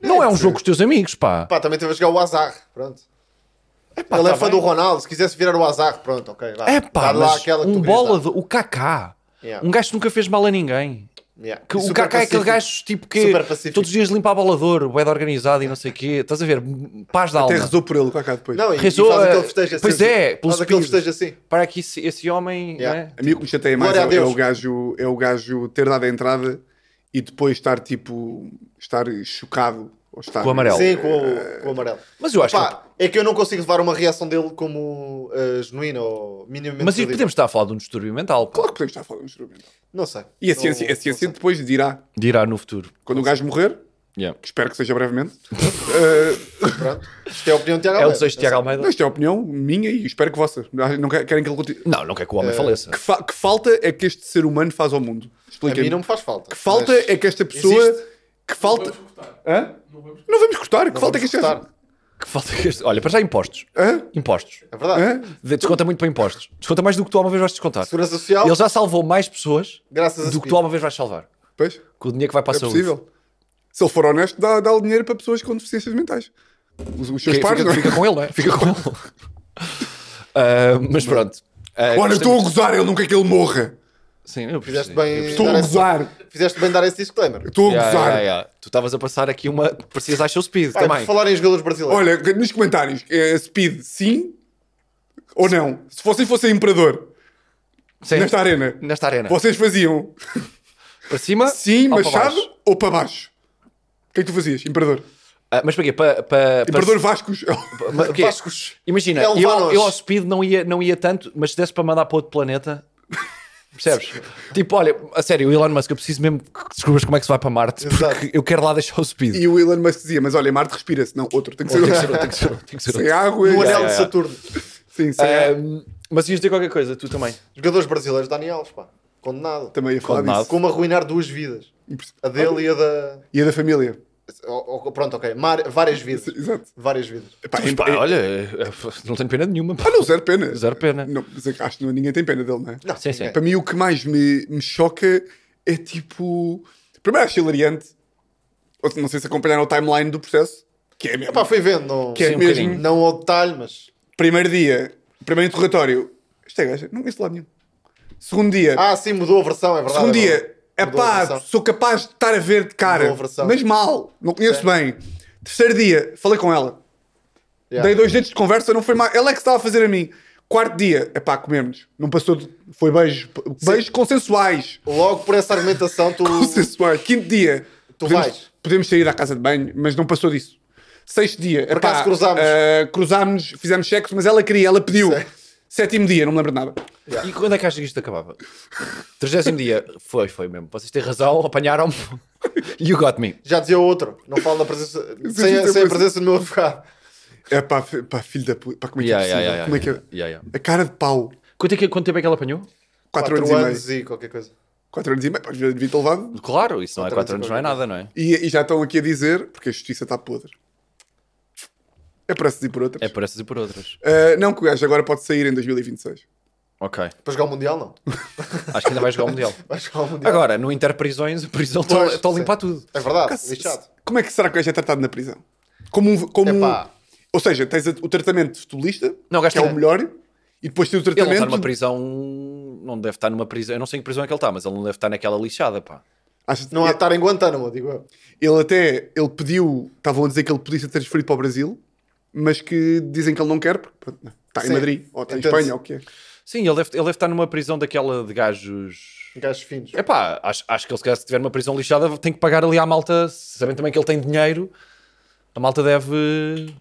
[SPEAKER 3] Não é um jogo com os teus amigos, pá.
[SPEAKER 4] Pá, também teve a jogar o Azar, pronto.
[SPEAKER 3] Epá,
[SPEAKER 4] Ele é
[SPEAKER 3] tá
[SPEAKER 4] fã do
[SPEAKER 3] bem.
[SPEAKER 4] Ronaldo, se quisesse virar o Azar, pronto, ok. Vá.
[SPEAKER 3] É
[SPEAKER 4] Dá
[SPEAKER 3] pá,
[SPEAKER 4] Tá, lá
[SPEAKER 3] mas
[SPEAKER 4] aquela que tu
[SPEAKER 3] um
[SPEAKER 4] querias
[SPEAKER 3] bola,
[SPEAKER 4] dar.
[SPEAKER 3] do- o Kaká.
[SPEAKER 4] Yeah.
[SPEAKER 3] Um gajo que nunca fez mal a ninguém.
[SPEAKER 4] Yeah.
[SPEAKER 3] Que,
[SPEAKER 4] E
[SPEAKER 3] o
[SPEAKER 4] super
[SPEAKER 3] Kaká é aquele
[SPEAKER 4] pacífico.
[SPEAKER 3] gajo tipo que
[SPEAKER 4] Super pacífico.
[SPEAKER 3] todos os dias limpa a bolador, o da organizado e não sei o quê. Estás a ver? Paz da
[SPEAKER 1] Até
[SPEAKER 3] alma.
[SPEAKER 1] rezou por ele, cá cá depois.
[SPEAKER 4] Não, e, e
[SPEAKER 3] Rezou,
[SPEAKER 4] faz
[SPEAKER 3] eh,
[SPEAKER 4] aquele festejo assim.
[SPEAKER 3] pois é, pelo
[SPEAKER 4] faz aquele
[SPEAKER 3] Speed.
[SPEAKER 4] festejo assim.
[SPEAKER 3] Para que esse, esse homem.
[SPEAKER 4] Yeah.
[SPEAKER 3] né?
[SPEAKER 1] A mim o que me chateia mais
[SPEAKER 4] Glória a
[SPEAKER 1] é, é
[SPEAKER 4] Deus.
[SPEAKER 1] o gajo, é o gajo ter dado a entrada e depois estar tipo, estar chocado. Ou estar,
[SPEAKER 3] Com o amarelo.
[SPEAKER 4] Sim, com o, com o amarelo.
[SPEAKER 3] Mas eu acho tá-
[SPEAKER 4] Pá, é que eu não consigo levar uma reação dele como eh, genuína ou minimamente.
[SPEAKER 3] que. Mas isto
[SPEAKER 4] credível.
[SPEAKER 3] podemos estar a falar de um distúrbio mental. pá.
[SPEAKER 1] Claro que podemos estar a falar de um instrumento.
[SPEAKER 4] Não sei.
[SPEAKER 1] E a ciência,
[SPEAKER 4] Não-
[SPEAKER 1] a ciência
[SPEAKER 4] não
[SPEAKER 1] depois dirá,
[SPEAKER 3] Dirá no futuro.
[SPEAKER 1] quando o gajo morrer,
[SPEAKER 3] Yeah.
[SPEAKER 1] que espero que seja brevemente. Uh,
[SPEAKER 4] Pronto. Isto é a opinião de Tiago
[SPEAKER 3] É o
[SPEAKER 4] Almeida.
[SPEAKER 3] desejo de Tiago Almeida.
[SPEAKER 1] não, isto é a opinião minha e espero que vossa. Não que- querem que ele continue.
[SPEAKER 3] Não, não quer que o
[SPEAKER 4] Eh,
[SPEAKER 3] homem faleça.
[SPEAKER 1] Que, fa- que falta é que este ser humano faz ao mundo?
[SPEAKER 4] A mim
[SPEAKER 1] Explica-me.
[SPEAKER 4] não me faz falta.
[SPEAKER 1] Que falta
[SPEAKER 4] mas
[SPEAKER 1] é que esta pessoa.
[SPEAKER 4] existe.
[SPEAKER 1] Que falta.
[SPEAKER 2] Vamos cortar.
[SPEAKER 1] Hã?
[SPEAKER 2] Não vamos
[SPEAKER 1] Não vamos cortar. Que
[SPEAKER 4] não
[SPEAKER 1] falta é que
[SPEAKER 4] vamos
[SPEAKER 1] esta.
[SPEAKER 4] votar.
[SPEAKER 3] Que falta que este- Olha, para já impostos.
[SPEAKER 1] Hã?
[SPEAKER 3] Impostos.
[SPEAKER 4] É verdade.
[SPEAKER 1] Hã?
[SPEAKER 3] De- Desconta muito para impostos. Desconta mais do que tu alguma vez vais descontar.
[SPEAKER 4] Segurança Social,
[SPEAKER 3] Ele já salvou mais pessoas
[SPEAKER 4] graças a
[SPEAKER 3] do que
[SPEAKER 4] Speed.
[SPEAKER 3] tu alguma vez vais salvar.
[SPEAKER 1] Pois, é
[SPEAKER 3] Com o dinheiro que vai para a saúde.
[SPEAKER 1] possível. Se ele for honesto, dá, dá o dinheiro para pessoas com deficiências mentais. Os, os
[SPEAKER 3] Que-
[SPEAKER 1] seus pares.
[SPEAKER 3] fica,
[SPEAKER 1] não é?
[SPEAKER 3] fica com ele, não é? Fica com ele. Ah, mas pronto. Ah,
[SPEAKER 1] Olha, eu
[SPEAKER 3] gostei
[SPEAKER 1] estou a
[SPEAKER 3] muito-
[SPEAKER 1] gozar, ele não quer que ele morra.
[SPEAKER 3] Sim, eu percebi.
[SPEAKER 4] Fizeste bem,
[SPEAKER 3] Eu percebi.
[SPEAKER 1] Estou
[SPEAKER 4] dar
[SPEAKER 1] a
[SPEAKER 4] esse,
[SPEAKER 1] gozar.
[SPEAKER 4] fizeste bem dar esse disclaimer.
[SPEAKER 1] Eu Estou a
[SPEAKER 3] Yeah,
[SPEAKER 1] gozar.
[SPEAKER 3] yeah, yeah. Tu estavas a passar aqui uma. Parecias à show speed
[SPEAKER 4] Pá,
[SPEAKER 3] também.
[SPEAKER 4] Por falar em jogadores brasileiros.
[SPEAKER 1] Olha, nos comentários, é, Speed, sim ou não? Se vocês fossem imperador
[SPEAKER 3] Sim.
[SPEAKER 1] nesta arena,
[SPEAKER 3] Nesta arena.
[SPEAKER 1] vocês faziam
[SPEAKER 3] Para cima?
[SPEAKER 1] sim,
[SPEAKER 3] ou para
[SPEAKER 1] Machado
[SPEAKER 3] baixo?
[SPEAKER 1] ou para baixo? O que é que tu fazias, imperador?
[SPEAKER 3] Ah, mas para quê? Para. para, para-
[SPEAKER 1] Imperador Vascos.
[SPEAKER 3] mas o quê?
[SPEAKER 4] Vascos.
[SPEAKER 3] Imagina,
[SPEAKER 4] É
[SPEAKER 3] eu,
[SPEAKER 4] levar-nos.
[SPEAKER 3] eu ao speed não ia, não ia tanto, mas se desse para mandar para outro planeta. Percebes? tipo, olha, a sério, o Elon Musk, eu preciso mesmo que descubras como é que se vai para Marte, porque
[SPEAKER 4] Exato.
[SPEAKER 3] eu quero lá deixar o speed.
[SPEAKER 1] E o Elon Musk dizia, mas olha, Marte respira-se. Não, outro. Tem que ser
[SPEAKER 3] Tem que
[SPEAKER 1] outro.
[SPEAKER 3] ser outro, tem que ser outro, tem que ser
[SPEAKER 1] Sem
[SPEAKER 3] outro. é
[SPEAKER 1] água.
[SPEAKER 4] No anel
[SPEAKER 1] yeah.
[SPEAKER 4] de
[SPEAKER 3] yeah.
[SPEAKER 4] Saturno.
[SPEAKER 1] Sim, é. sem água.
[SPEAKER 3] Ahm, mas ias dizer qualquer coisa, tu também.
[SPEAKER 4] Jogadores brasileiros, Dani Alves, pá. Condenado.
[SPEAKER 1] Também ia falar
[SPEAKER 3] Condenado.
[SPEAKER 1] disso.
[SPEAKER 4] Como arruinar duas vidas. A dele e a da.
[SPEAKER 1] E a da família.
[SPEAKER 4] o- o- Pronto, ok. Mar- Várias vidas.
[SPEAKER 1] Exato.
[SPEAKER 4] Várias vidas.
[SPEAKER 1] Epá,
[SPEAKER 3] Mas,
[SPEAKER 1] em-
[SPEAKER 3] pá,
[SPEAKER 1] em-
[SPEAKER 3] olha, eh, não tenho pena nenhuma. pá.
[SPEAKER 1] Ah, não, zero pena.
[SPEAKER 3] Zero pena.
[SPEAKER 1] Não, mas acho que não- ninguém tem pena dele, não é?
[SPEAKER 4] Não,
[SPEAKER 3] Sim, sim.
[SPEAKER 4] ninguém.
[SPEAKER 1] Para mim, o que mais me, me choca é tipo. Primeiro, acho hilariante. Ou se- Não sei se acompanharam o timeline do processo. Que é mesmo.
[SPEAKER 4] Pá, foi vendo. Não,
[SPEAKER 1] que é
[SPEAKER 3] sim, um
[SPEAKER 1] mesmo.
[SPEAKER 3] bocadinho.
[SPEAKER 4] não ao detalhe, mas.
[SPEAKER 1] Primeiro dia, primeiro interrogatório. Isto é gajo, não conheço de lado nenhum. Segundo dia,
[SPEAKER 4] Ah, sim, mudou a versão, é verdade.
[SPEAKER 1] segundo
[SPEAKER 4] é
[SPEAKER 1] dia,
[SPEAKER 4] verdade.
[SPEAKER 1] é
[SPEAKER 4] Mudou a
[SPEAKER 1] pá,
[SPEAKER 4] versão.
[SPEAKER 1] sou capaz de estar a ver de cara,
[SPEAKER 4] Mudou a versão.
[SPEAKER 1] mas mal, não conheço bem. Terceiro dia, falei com ela,
[SPEAKER 4] Yeah.
[SPEAKER 1] dei dois dedos de conversa, não foi mal, ela é que estava a fazer a mim. Quarto dia, é pá, comemos, não passou, de- foi beijos, beijos consensuais.
[SPEAKER 4] Logo por essa argumentação, tu.
[SPEAKER 1] Consensuais. Quinto dia,
[SPEAKER 4] Tu
[SPEAKER 1] podemos,
[SPEAKER 4] vais.
[SPEAKER 1] podemos sair à casa de banho, mas não passou disso. Sexto dia, é
[SPEAKER 4] acaso
[SPEAKER 1] pá,
[SPEAKER 4] cruzámos.
[SPEAKER 1] ah, cruzámos, fizemos sexo, mas ela queria, ela pediu. Sétimo dia, não me lembro de nada.
[SPEAKER 3] E quando é que achas que isto acabava? 30 dia. Foi, foi mesmo. Vocês têm razão, apanharam-me. You got me.
[SPEAKER 4] Já dizia o outro. Não falo na presença. sem,
[SPEAKER 1] sim,
[SPEAKER 4] sem
[SPEAKER 1] sim.
[SPEAKER 4] a presença do meu advogado.
[SPEAKER 1] É pá, fi- pá, filho da puta. Pá, como é que
[SPEAKER 3] Yeah,
[SPEAKER 1] é possível?
[SPEAKER 3] yeah, yeah,
[SPEAKER 1] como é que é?
[SPEAKER 3] yeah, yeah.
[SPEAKER 1] A cara de pau.
[SPEAKER 3] Quanto, é que- quanto tempo é que ela apanhou?
[SPEAKER 1] 4 anos,
[SPEAKER 4] Quatro
[SPEAKER 1] e meio.
[SPEAKER 4] anos e qualquer coisa.
[SPEAKER 1] 4 anos e meio. Pá, devia ter levado.
[SPEAKER 3] Claro, isso não é
[SPEAKER 4] Quatro
[SPEAKER 3] 4
[SPEAKER 4] anos
[SPEAKER 3] anos,
[SPEAKER 4] e
[SPEAKER 3] não é nada, não é?
[SPEAKER 1] E, e já estão aqui a dizer, porque a justiça está podre. É para se dizer por
[SPEAKER 3] É
[SPEAKER 1] outras.
[SPEAKER 3] por essas e por outras.
[SPEAKER 1] Ah, não, que o gajo agora pode sair em 2026.
[SPEAKER 3] Ok.
[SPEAKER 4] Para jogar o Mundial, não.
[SPEAKER 3] Acho que ainda vai jogar o Mundial.
[SPEAKER 4] Vai jogar o Mundial.
[SPEAKER 3] Agora, no Interprisões, a prisão
[SPEAKER 4] Pois,
[SPEAKER 3] está a
[SPEAKER 4] sim.
[SPEAKER 3] limpar tudo.
[SPEAKER 4] É verdade,
[SPEAKER 1] Se-
[SPEAKER 4] lixado.
[SPEAKER 1] Como é que será que o gajo é tratado na prisão? Como um. Como um-
[SPEAKER 4] Epá.
[SPEAKER 1] Ou seja, tens a- o tratamento de futebolista,
[SPEAKER 3] Não, o gajo
[SPEAKER 1] que é
[SPEAKER 3] tem-
[SPEAKER 1] o melhor, e depois tens o
[SPEAKER 3] Ele não está
[SPEAKER 1] tratamento.
[SPEAKER 3] numa prisão. Não deve estar numa prisão. Eu não sei em que prisão é que ele está, mas ele não deve estar naquela lixada, pá.
[SPEAKER 1] Achas-
[SPEAKER 4] Não há de estar em Guantánamo, digo eu.
[SPEAKER 1] Ele até ele pediu, estavam a dizer que ele podia ser transferido para o Brasil, mas que dizem que ele não quer, porque pronto, não. está em
[SPEAKER 4] Sim, Então,
[SPEAKER 1] Madrid, ou está em
[SPEAKER 4] entende-se.
[SPEAKER 1] Espanha, ou o que é.
[SPEAKER 3] Sim, ele deve, ele deve estar numa prisão daquela de gajos.
[SPEAKER 4] Gajos Um finos.
[SPEAKER 3] É pá, acho, acho que ele se calhar se tiver uma prisão lixada tem que pagar ali à malta, sabendo também que ele tem dinheiro, a malta
[SPEAKER 4] é
[SPEAKER 3] deve.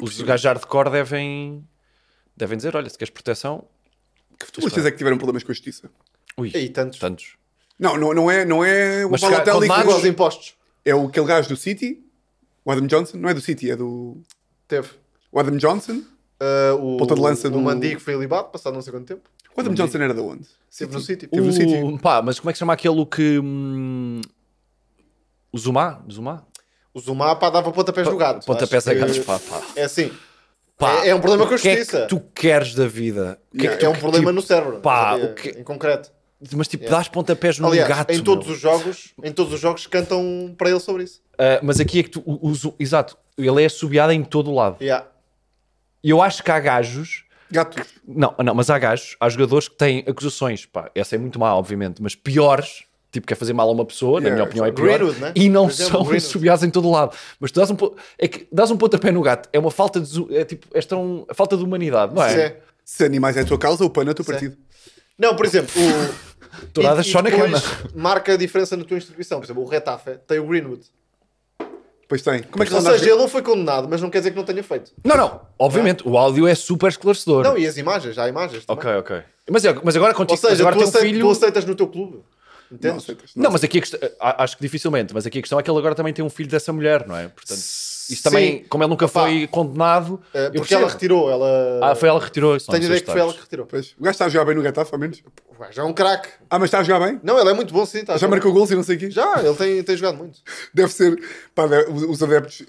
[SPEAKER 3] Os gajos hardcore devem. Devem dizer: olha, se queres proteção.
[SPEAKER 1] Que futebolistas é que tiveram problemas com a justiça?
[SPEAKER 3] Ui,
[SPEAKER 4] E tantos.
[SPEAKER 3] tantos.
[SPEAKER 1] Não, não, não é, não é o
[SPEAKER 3] Mas se calhar
[SPEAKER 1] Balotelli que
[SPEAKER 4] Igual
[SPEAKER 3] condenados-
[SPEAKER 4] aos impostos.
[SPEAKER 1] É o, aquele gajo do City, o Adam Johnson, não é do City, é do.
[SPEAKER 4] Teve.
[SPEAKER 1] O Adam Johnson?
[SPEAKER 4] Ah, o,
[SPEAKER 1] Ponta de lança
[SPEAKER 4] o
[SPEAKER 1] do-
[SPEAKER 4] Mandigo foi libado, passado não sei quanto tempo.
[SPEAKER 1] O Adam Johnson era de onde?
[SPEAKER 4] Esteve no City.
[SPEAKER 1] Teve no City.
[SPEAKER 3] O- Pá, mas como é que se chama aquele que. hum, o Zuma? Zuma?
[SPEAKER 4] O Zumá, pá, dava pontapés no gato.
[SPEAKER 3] Pontapés a
[SPEAKER 4] Acho que-
[SPEAKER 3] gatos, pá, pá.
[SPEAKER 4] É assim.
[SPEAKER 3] Pá,
[SPEAKER 4] É- é um problema com a
[SPEAKER 3] o que é que
[SPEAKER 4] justiça.
[SPEAKER 3] tu queres da vida? O que é,
[SPEAKER 1] Yeah,
[SPEAKER 3] que tu-
[SPEAKER 4] É um problema
[SPEAKER 3] tipo,
[SPEAKER 4] no cérebro.
[SPEAKER 3] pá,
[SPEAKER 4] sabia?
[SPEAKER 3] o que-
[SPEAKER 4] Em concreto.
[SPEAKER 3] Mas tipo, dás pontapés num
[SPEAKER 4] Aliás,
[SPEAKER 3] gato.
[SPEAKER 4] em todos
[SPEAKER 3] meu.
[SPEAKER 4] os jogos, em todos os jogos cantam para ele sobre isso.
[SPEAKER 3] Ah, mas aqui é que tu. o- o Zu- exato, ele é assobiado em todo o lado.
[SPEAKER 4] Yeah.
[SPEAKER 3] E eu acho que há gajos.
[SPEAKER 1] Gatos.
[SPEAKER 3] Não, não, mas há gajos, há jogadores que têm acusações, pá, essa é muito má, obviamente, mas piores, tipo, quer fazer mal a uma pessoa, na
[SPEAKER 1] Yeah,
[SPEAKER 3] minha opinião é pior,
[SPEAKER 4] Greenwood, né?
[SPEAKER 3] e não
[SPEAKER 4] Por exemplo,
[SPEAKER 3] são
[SPEAKER 4] Greenwood.
[SPEAKER 3] assobiados em todo lado. Mas tu dás um, po- é que dás um pontapé no gato, é uma falta de, zu- é tipo, é tão, a falta de humanidade, não
[SPEAKER 4] Isso
[SPEAKER 3] é?
[SPEAKER 4] é.
[SPEAKER 1] Se animais é a tua causa, o pano é o teu partido.
[SPEAKER 4] Não, por exemplo, o.
[SPEAKER 3] Touradas
[SPEAKER 4] e- e
[SPEAKER 3] só na
[SPEAKER 4] depois
[SPEAKER 3] cama.
[SPEAKER 4] Marca a diferença na tua instituição. Por exemplo, o Retafe tem o Greenwood.
[SPEAKER 1] Pois tem. Como é que
[SPEAKER 4] Ou
[SPEAKER 1] ele anda a
[SPEAKER 4] seja,
[SPEAKER 1] ver?
[SPEAKER 4] ele não foi condenado, mas não quer dizer que não tenha feito.
[SPEAKER 3] Não, não, obviamente, o áudio é super esclarecedor.
[SPEAKER 4] Não, e as imagens, há imagens. também.
[SPEAKER 3] ok, ok. Mas, é- mas agora
[SPEAKER 4] Ou
[SPEAKER 3] contigo, mas
[SPEAKER 4] seja,
[SPEAKER 3] agora
[SPEAKER 4] tu,
[SPEAKER 3] teu
[SPEAKER 4] acei-
[SPEAKER 3] filho...
[SPEAKER 4] tu aceitas no teu clube.
[SPEAKER 1] Não
[SPEAKER 4] Entendes?
[SPEAKER 1] aceitas.
[SPEAKER 3] Não, mas aqui a questão, a- acho que dificilmente, mas aqui a questão é que ele agora também tem um filho dessa mulher, não é? Portanto, isso também,
[SPEAKER 4] Sim.
[SPEAKER 3] como ele nunca
[SPEAKER 4] Opa.
[SPEAKER 3] foi condenado,
[SPEAKER 4] Eh,
[SPEAKER 3] eu
[SPEAKER 4] porque ela
[SPEAKER 3] percebo.
[SPEAKER 4] retirou, ela.
[SPEAKER 3] Ah, foi ela que retirou isso. não
[SPEAKER 4] Tenho
[SPEAKER 3] sei
[SPEAKER 4] ideia
[SPEAKER 3] se
[SPEAKER 4] que foi ela
[SPEAKER 3] sabes.
[SPEAKER 4] que retirou.
[SPEAKER 1] Pois. O gajo está a jogar bem no Getafe, ao menos.
[SPEAKER 4] O gajo é um craque.
[SPEAKER 1] Ah, mas está a jogar bem?
[SPEAKER 4] Não, ele é muito bom, sim. Tá
[SPEAKER 1] Já marcou gols e não sei o quê?
[SPEAKER 4] Já, ele tem, tem jogado muito.
[SPEAKER 1] Deve ser. Pá, de- os os adeptos.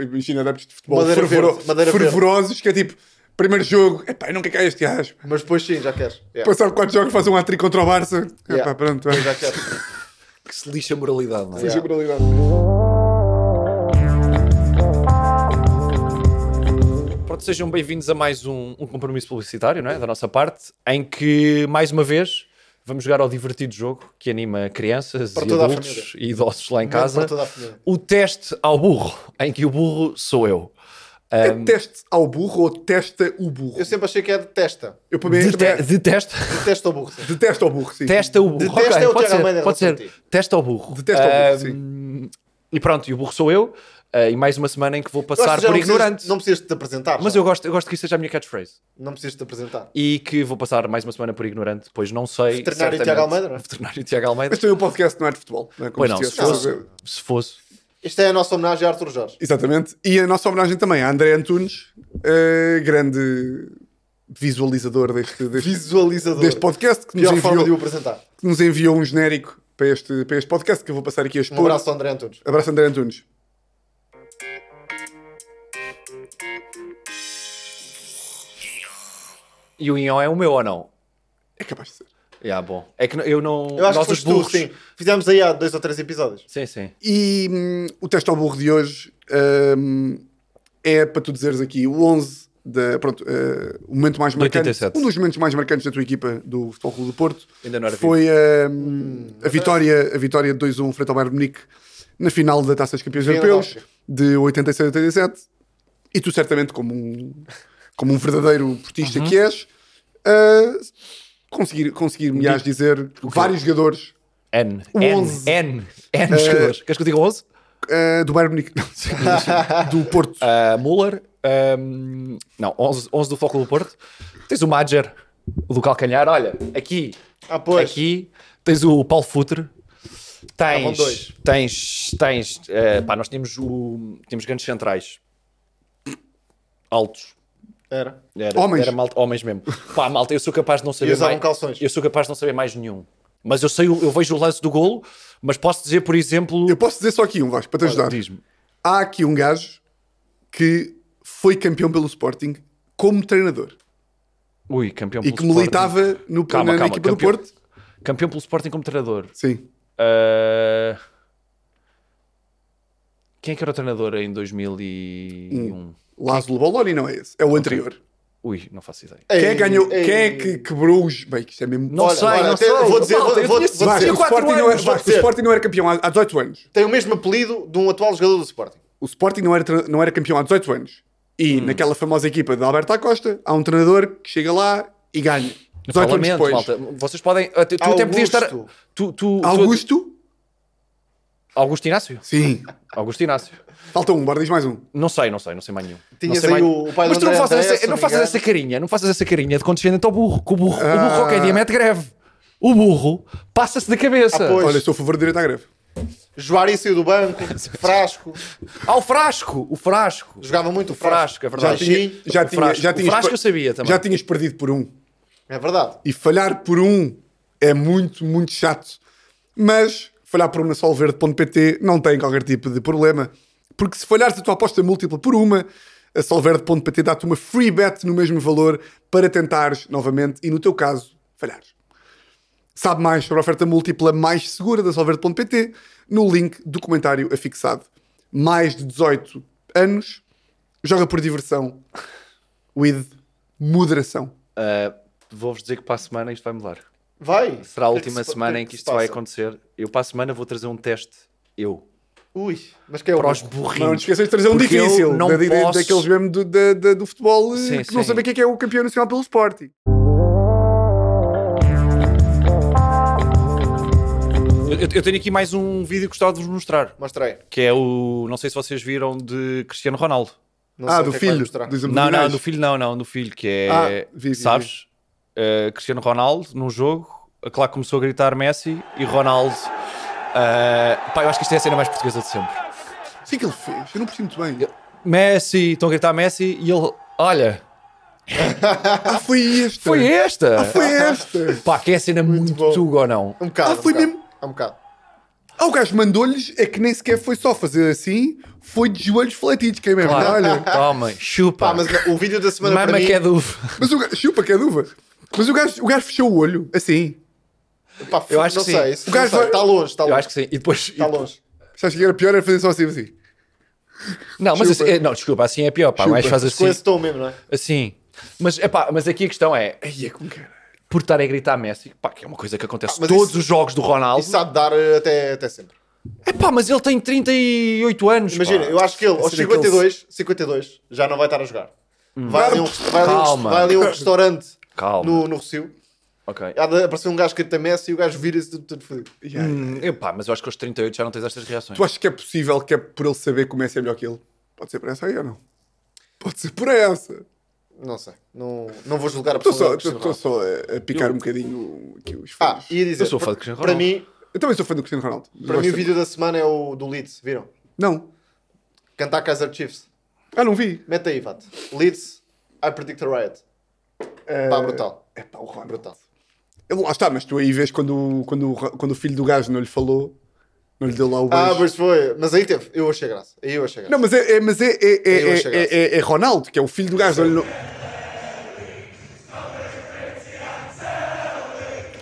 [SPEAKER 1] Imagina adeptos de futebol
[SPEAKER 4] Madeira
[SPEAKER 1] fervoro-
[SPEAKER 4] verde, madeira verde.
[SPEAKER 1] fervorosos, que é tipo. Primeiro jogo, epá, eu nunca cai este gajo.
[SPEAKER 4] Mas depois sim, já queres. Yeah.
[SPEAKER 1] Passar quatro jogos, faz um hat contra o Barça.
[SPEAKER 4] Yeah.
[SPEAKER 1] Epá, pronto, é. vai.
[SPEAKER 4] Já queres.
[SPEAKER 3] Que se lixa a moralidade, não é?
[SPEAKER 1] Seja
[SPEAKER 4] Yeah.
[SPEAKER 1] moralidade.
[SPEAKER 3] Pronto, sejam bem-vindos a mais um, um compromisso publicitário, não é? Da nossa parte, em que, mais uma vez, vamos jogar ao divertido jogo que anima crianças,
[SPEAKER 4] Para
[SPEAKER 3] e
[SPEAKER 4] toda a
[SPEAKER 3] adultos e idosos lá em casa.
[SPEAKER 4] Para toda a família.
[SPEAKER 3] O teste ao burro, em que o burro sou eu.
[SPEAKER 1] É teste ao burro ou testa o burro?
[SPEAKER 4] Um, Eu sempre achei que é de testa.
[SPEAKER 1] Eu para mim é-
[SPEAKER 3] Dete-
[SPEAKER 1] também é-
[SPEAKER 3] Detesta,
[SPEAKER 4] Detesta o burro. sim.
[SPEAKER 1] detesto ao burro, sim.
[SPEAKER 3] testa o burro.
[SPEAKER 4] Detesta
[SPEAKER 3] Ok,
[SPEAKER 4] é o
[SPEAKER 3] pode
[SPEAKER 4] Tiago
[SPEAKER 3] ser,
[SPEAKER 4] Almeida
[SPEAKER 3] pode
[SPEAKER 4] da
[SPEAKER 3] ser.
[SPEAKER 4] Ponte.
[SPEAKER 3] Testa ao burro.
[SPEAKER 1] Detesta ao burro,
[SPEAKER 3] Ahm, E pronto, e o burro sou eu. ah, e mais uma semana em que vou
[SPEAKER 4] Eu acho
[SPEAKER 3] passar
[SPEAKER 4] que já
[SPEAKER 3] por
[SPEAKER 4] não precisas-
[SPEAKER 3] ignorante.
[SPEAKER 4] Não precisas de te apresentar.
[SPEAKER 3] Mas
[SPEAKER 4] já.
[SPEAKER 3] eu gosto, eu gosto que isso seja a minha catchphrase.
[SPEAKER 4] Não precisas de te apresentar.
[SPEAKER 3] e que vou passar mais uma semana por ignorante, pois não sei.
[SPEAKER 4] Veterinário
[SPEAKER 3] certamente-
[SPEAKER 4] Tiago Almeida, não é?
[SPEAKER 3] Veterinário Tiago Almeida.
[SPEAKER 1] Mas também o podcast não é de futebol. Não é? Como
[SPEAKER 3] Pois não,
[SPEAKER 1] se
[SPEAKER 3] se
[SPEAKER 1] tivesse-
[SPEAKER 3] fosse, se fosse.
[SPEAKER 4] Isto é a nossa homenagem a Arthur Jorge.
[SPEAKER 1] Exatamente. E a nossa homenagem também a André Antunes, eh, grande visualizador deste, deste,
[SPEAKER 4] Visualizador.
[SPEAKER 1] deste podcast, que nos,
[SPEAKER 4] Pior forma de o
[SPEAKER 1] enviou,
[SPEAKER 4] apresentar.
[SPEAKER 1] que nos enviou um genérico para este, para este podcast que eu vou passar aqui a
[SPEAKER 4] Um
[SPEAKER 1] expor.
[SPEAKER 4] abraço ao André Antunes.
[SPEAKER 1] Abraço, André Antunes.
[SPEAKER 3] E o Ion é o meu ou não?
[SPEAKER 1] É capaz de ser.
[SPEAKER 3] Yeah, bom. É que n- eu não.
[SPEAKER 4] Eu acho
[SPEAKER 3] nós
[SPEAKER 4] que
[SPEAKER 3] os
[SPEAKER 4] foste tu,
[SPEAKER 3] burros.
[SPEAKER 4] sim. Fizemos aí há dois ou três episódios.
[SPEAKER 3] Sim, sim.
[SPEAKER 1] E hum, o teste ao burro de hoje hum, é para tu dizeres aqui o 11 da. Pronto, eh, o momento mais marcante.
[SPEAKER 3] 87.
[SPEAKER 1] Um dos momentos mais marcantes da tua equipa do Futebol Clube do Porto
[SPEAKER 3] Ainda não era
[SPEAKER 1] foi hum, a, vitória, a vitória de 2-1 frente ao Bayern de Munique na final da Taça dos Campeões
[SPEAKER 4] Final da
[SPEAKER 1] Europeus
[SPEAKER 4] Áustria.
[SPEAKER 1] de 86-87. E tu, certamente, como um, como um verdadeiro portista
[SPEAKER 3] Uhum.
[SPEAKER 1] que és, ah, conseguir, conseguir me has dizer
[SPEAKER 3] é.
[SPEAKER 1] vários jogadores
[SPEAKER 3] N.
[SPEAKER 1] O
[SPEAKER 3] N.
[SPEAKER 1] 11.
[SPEAKER 3] N. N
[SPEAKER 4] Eh,
[SPEAKER 3] jogadores. Queres que eu diga 11?
[SPEAKER 1] ah, do Bayern de Munique, do Porto.
[SPEAKER 4] eh,
[SPEAKER 3] Ah, Muller. ahm, Ehm, não, 11, 11 do Foco do Porto. Tens o Madger, o do Calcanhar. Olha, aqui.
[SPEAKER 4] Ah, pois.
[SPEAKER 3] Aqui. Tens o Paulo Futre.
[SPEAKER 4] Estavam
[SPEAKER 3] Tens.
[SPEAKER 4] dois.
[SPEAKER 3] Tens. Tens. eh, pá, nós tínhamos, o, tínhamos grandes centrais. Altos.
[SPEAKER 4] Era.
[SPEAKER 3] Era,
[SPEAKER 1] Homens.
[SPEAKER 3] Era malta, homens mesmo. Pá, malta, eu sou capaz de não saber
[SPEAKER 4] usavam
[SPEAKER 3] mais.
[SPEAKER 4] calções.
[SPEAKER 3] Eu sou capaz de não saber mais nenhum. Mas eu sei, o- eu vejo o lance do golo, mas posso dizer, por exemplo.
[SPEAKER 1] Eu posso dizer só aqui um, Vasco, para te ajudar.
[SPEAKER 3] Diz-me.
[SPEAKER 1] Há aqui um gajo que foi campeão pelo Sporting como treinador
[SPEAKER 3] Ui, campeão
[SPEAKER 1] e
[SPEAKER 3] pelo
[SPEAKER 1] que
[SPEAKER 3] Sporting.
[SPEAKER 1] militava no,
[SPEAKER 3] Calma,
[SPEAKER 1] na,
[SPEAKER 3] calma,
[SPEAKER 1] equipa
[SPEAKER 3] campeão.
[SPEAKER 1] do Porto.
[SPEAKER 3] Campeão pelo Sporting como treinador.
[SPEAKER 1] Sim.
[SPEAKER 3] Ah, Quem é que era o treinador em 2001?
[SPEAKER 1] Lázaro Balloni não é esse, é o anterior.
[SPEAKER 3] Ui, não faço ideia.
[SPEAKER 1] Quem é
[SPEAKER 4] Ei,
[SPEAKER 1] que ganhou?
[SPEAKER 4] ei.
[SPEAKER 1] Quem é que quebrou os. Bem, que isto é mesmo.
[SPEAKER 3] Não
[SPEAKER 4] Olha,
[SPEAKER 3] sei,
[SPEAKER 4] olha,
[SPEAKER 3] não
[SPEAKER 4] até
[SPEAKER 3] sei.
[SPEAKER 4] vou dizer-
[SPEAKER 3] Malta,
[SPEAKER 4] vou-
[SPEAKER 3] eu
[SPEAKER 4] vou-
[SPEAKER 3] tinha
[SPEAKER 4] vou
[SPEAKER 1] Vasco,
[SPEAKER 3] 64
[SPEAKER 1] o, Sporting não
[SPEAKER 3] anos.
[SPEAKER 1] era,
[SPEAKER 4] vou
[SPEAKER 1] Vasco, o
[SPEAKER 4] dizer.
[SPEAKER 1] Sporting não era campeão há, há 18 anos.
[SPEAKER 4] Tem o mesmo apelido de um atual jogador do Sporting.
[SPEAKER 1] O Sporting não era, tre- não era campeão há 18 anos. E
[SPEAKER 3] Hum.
[SPEAKER 1] naquela famosa equipa de Alberto Acosta, há um treinador que chega lá e ganha. 18 anos
[SPEAKER 3] Parlamento,
[SPEAKER 1] depois.
[SPEAKER 3] malta. Vocês podem. até- Tu até podias estar.
[SPEAKER 4] Augusto.
[SPEAKER 3] Tu, tu, tu-
[SPEAKER 1] Augusto?
[SPEAKER 3] Augusto Inácio?
[SPEAKER 1] Sim.
[SPEAKER 3] Augusto Inácio.
[SPEAKER 1] Falta um, bora diz mais um.
[SPEAKER 3] Não sei, não sei, não sei mais nenhum.
[SPEAKER 4] Tinhas
[SPEAKER 3] não sei
[SPEAKER 4] aí
[SPEAKER 3] mais-
[SPEAKER 4] o- o pai do
[SPEAKER 3] Mas tu não
[SPEAKER 4] André
[SPEAKER 3] faças,
[SPEAKER 4] André, se
[SPEAKER 3] essa,
[SPEAKER 4] não
[SPEAKER 3] não
[SPEAKER 4] me
[SPEAKER 3] faças
[SPEAKER 4] engano.
[SPEAKER 3] essa carinha, não faças essa carinha de condescendente ao burro. Que o burro, o burro
[SPEAKER 1] Ah.
[SPEAKER 3] qualquer dia mete greve. O burro passa-se da cabeça.
[SPEAKER 4] Ah, pois.
[SPEAKER 1] Olha, sou a favor do direito à greve.
[SPEAKER 4] Juari saiu do banco, frasco.
[SPEAKER 3] Ao frasco, o frasco.
[SPEAKER 4] Jogava muito o
[SPEAKER 3] O frasco,
[SPEAKER 4] frasco.
[SPEAKER 3] é
[SPEAKER 1] já
[SPEAKER 3] verdade.
[SPEAKER 1] tinha,
[SPEAKER 4] Sim,
[SPEAKER 1] já
[SPEAKER 3] o
[SPEAKER 1] tinha,
[SPEAKER 3] frasco.
[SPEAKER 1] já
[SPEAKER 3] O
[SPEAKER 1] tinhas
[SPEAKER 3] frasco
[SPEAKER 1] per-
[SPEAKER 3] eu sabia também.
[SPEAKER 1] Já tinhas perdido por um.
[SPEAKER 4] É verdade.
[SPEAKER 1] E falhar por um é muito, muito chato. Mas falhar por um na solverde.pt não tem qualquer tipo de problema. Porque se falhares a tua aposta múltipla por uma, a solverde.pt dá-te uma free bet no mesmo valor para tentares novamente e, no teu caso, falhares. Sabe mais sobre a oferta múltipla mais segura da Solverde.pt no link do comentário afixado. Mais de 18 anos, joga por diversão, with moderação.
[SPEAKER 3] Ah, Vou-vos dizer que para a semana isto vai mudar.
[SPEAKER 4] Vai.
[SPEAKER 3] Será a
[SPEAKER 4] O que é que
[SPEAKER 3] última
[SPEAKER 4] se-
[SPEAKER 3] semana
[SPEAKER 4] o
[SPEAKER 3] em que
[SPEAKER 4] se
[SPEAKER 3] isto vai
[SPEAKER 4] passa?
[SPEAKER 3] acontecer. Eu para a semana vou trazer um teste. Eu.
[SPEAKER 4] Ui, mas que é o.
[SPEAKER 3] Para os
[SPEAKER 4] burro?
[SPEAKER 1] Mas Não te
[SPEAKER 3] burrinhos.
[SPEAKER 1] esqueças de trazer um
[SPEAKER 3] Porque eu
[SPEAKER 1] difícil.
[SPEAKER 3] não
[SPEAKER 1] da- da-
[SPEAKER 3] posso-
[SPEAKER 1] Daqueles mesmo do, da- da- do futebol eh,
[SPEAKER 3] Sim,
[SPEAKER 1] que não
[SPEAKER 3] sim.
[SPEAKER 1] sabem quem é que é o campeão nacional pelo Sporting.
[SPEAKER 3] Eu, eu tenho aqui mais um vídeo que gostava de vos mostrar.
[SPEAKER 4] Mostra aí.
[SPEAKER 3] Que é o. Não sei se vocês viram de Cristiano Ronaldo.
[SPEAKER 4] Não
[SPEAKER 1] ah,
[SPEAKER 4] sei o
[SPEAKER 1] do
[SPEAKER 4] que é que vai
[SPEAKER 1] filho.
[SPEAKER 4] mostrar.
[SPEAKER 1] dos
[SPEAKER 3] Não, não,
[SPEAKER 1] abdominais.
[SPEAKER 3] do filho não, não, do filho, que é.
[SPEAKER 1] Ah, vi, vi,
[SPEAKER 3] sabes? Uh, Cristiano Ronaldo, num jogo, a Claque começou a gritar Messi e Ronaldo. ah, pá, eu acho que isto é a cena mais portuguesa de sempre.
[SPEAKER 1] Sim, que ele fez. Eu não percebi muito bem.
[SPEAKER 3] Messi, estão a gritar Messi e ele, olha,
[SPEAKER 1] Ah, foi este.
[SPEAKER 3] foi esta!
[SPEAKER 1] Foi este.
[SPEAKER 3] Pá, que é a cena muito,
[SPEAKER 4] bom.
[SPEAKER 3] tuga ou não?
[SPEAKER 4] Um bocado.
[SPEAKER 1] Ah, foi
[SPEAKER 4] um bocado.
[SPEAKER 1] mesmo?
[SPEAKER 4] Ah, um bocado.
[SPEAKER 1] Ah, o gajo mandou-lhes, é que nem sequer foi só fazer assim, foi de joelhos fletidos, que é mesmo.
[SPEAKER 3] Claro.
[SPEAKER 1] Olha.
[SPEAKER 3] Toma, chupa.
[SPEAKER 4] Pá, mas o vídeo da semana para
[SPEAKER 3] Mama
[SPEAKER 4] mim...
[SPEAKER 3] que é do.
[SPEAKER 1] Mas o gajo, chupa que é duva. Mas o gajo, o gajo fechou o olho, assim.
[SPEAKER 4] Pá,
[SPEAKER 3] é- Eu acho
[SPEAKER 4] não
[SPEAKER 3] que sim.
[SPEAKER 4] sei. isso
[SPEAKER 1] O
[SPEAKER 4] não
[SPEAKER 1] gajo
[SPEAKER 4] sei.
[SPEAKER 1] vai-
[SPEAKER 4] Está longe, está
[SPEAKER 3] Eu
[SPEAKER 4] longe.
[SPEAKER 3] acho que tipo, sim. E depois.
[SPEAKER 4] Está
[SPEAKER 3] e-
[SPEAKER 4] longe.
[SPEAKER 1] Sabes que era pior, era fazer só assim, assim.
[SPEAKER 3] Não, mas
[SPEAKER 1] Chupa.
[SPEAKER 3] assim- não, desculpa, assim é pior. Pá, mais faz
[SPEAKER 4] Mas Com
[SPEAKER 3] assim.
[SPEAKER 4] esse tom mesmo, não é?
[SPEAKER 3] Assim. Mas, epá, mas aqui a questão é:
[SPEAKER 1] Aí é como que era.
[SPEAKER 3] por estar a gritar Messi, pá, que é uma coisa que acontece
[SPEAKER 4] Ah, mas
[SPEAKER 3] todos
[SPEAKER 4] isso-
[SPEAKER 3] os jogos do Ronaldo.
[SPEAKER 4] Isso sabe dar eh, até, até sempre.
[SPEAKER 3] Epá, mas ele tem 38 anos.
[SPEAKER 4] Imagina,
[SPEAKER 3] pá.
[SPEAKER 4] eu acho que ele, aos
[SPEAKER 3] é
[SPEAKER 1] cena que ele-
[SPEAKER 4] 52, 52, já não vai estar a jogar. Vai ali um, vai ali um-
[SPEAKER 3] Hum. Calma.
[SPEAKER 4] vai ali um restaurante
[SPEAKER 3] Calma.
[SPEAKER 4] no, no Rocio.
[SPEAKER 3] Ok.
[SPEAKER 4] Há de aparecer um gajo que grita Messi e o gajo vira-se tudo, tudo fodido.
[SPEAKER 1] Yeah.
[SPEAKER 3] Hum, epá, mas eu acho que aos 38 já não tens estas reações.
[SPEAKER 1] Tu achas que é possível que é por ele saber que o Messi é melhor que ele? Pode ser por essa aí ou não? Pode ser por essa.
[SPEAKER 4] Não sei. Não, não vou julgar a
[SPEAKER 1] Estou
[SPEAKER 4] pessoa.
[SPEAKER 1] só, tô- tô só a, a picar um bocadinho aqui os
[SPEAKER 4] Ah,
[SPEAKER 1] fãs.
[SPEAKER 4] ia dizer.
[SPEAKER 3] Eu sou fã
[SPEAKER 4] para-
[SPEAKER 3] de Cristiano
[SPEAKER 4] Para
[SPEAKER 3] Ronaldo.
[SPEAKER 4] mim,
[SPEAKER 1] Eu também sou fã do Cristiano Ronaldo.
[SPEAKER 4] para mim
[SPEAKER 1] Gosto
[SPEAKER 4] o vídeo da semana é o do Leeds, viram?
[SPEAKER 1] sempre. Não.
[SPEAKER 4] Cantar Kaiser Chiefs.
[SPEAKER 1] Ah, não vi.
[SPEAKER 4] Mete aí, Vato. Leeds, I predict a riot. Pá, brutal.
[SPEAKER 1] É pá, o Ronaldo.
[SPEAKER 4] Brutal.
[SPEAKER 1] Ele- Lá está, mas tu aí vês quando, o- quando, o Ra- quando o filho do gajo não lhe falou, não lhe deu lá o beijo.
[SPEAKER 4] Ah, mas foi. Mas aí teve. Eu achei graça. Aí eu achei graça.
[SPEAKER 1] Não, mas é, é- mas é, é, é,
[SPEAKER 4] Eu
[SPEAKER 1] é,
[SPEAKER 4] achei graça.
[SPEAKER 1] é- é Ronaldo, que é o filho do gajo. Olha, não-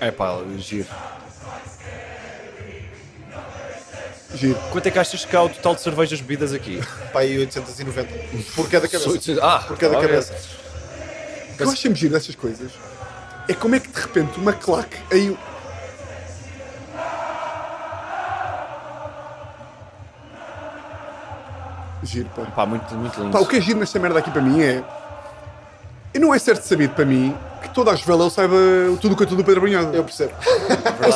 [SPEAKER 3] Epá, giro.
[SPEAKER 1] Giro.
[SPEAKER 3] Quanto é que achas que há o total de cervejas bebidas aqui?
[SPEAKER 4] Pá, aí 890. Por cada cabeça.
[SPEAKER 3] Ah,
[SPEAKER 4] Por cada
[SPEAKER 3] ok.
[SPEAKER 4] cabeça.
[SPEAKER 1] O que eu acho sempre giro dessas coisas é como é que de repente uma claque aí. Giro, pá.
[SPEAKER 3] Pá, muito, muito lindo.
[SPEAKER 1] Pá, o que é giro nesta merda aqui para mim é. E não é certo sabido para mim que toda a Jovelel saiba tudo o que é tudo do Pedro Brunhado.
[SPEAKER 4] Eu
[SPEAKER 1] Eu,
[SPEAKER 4] percebo.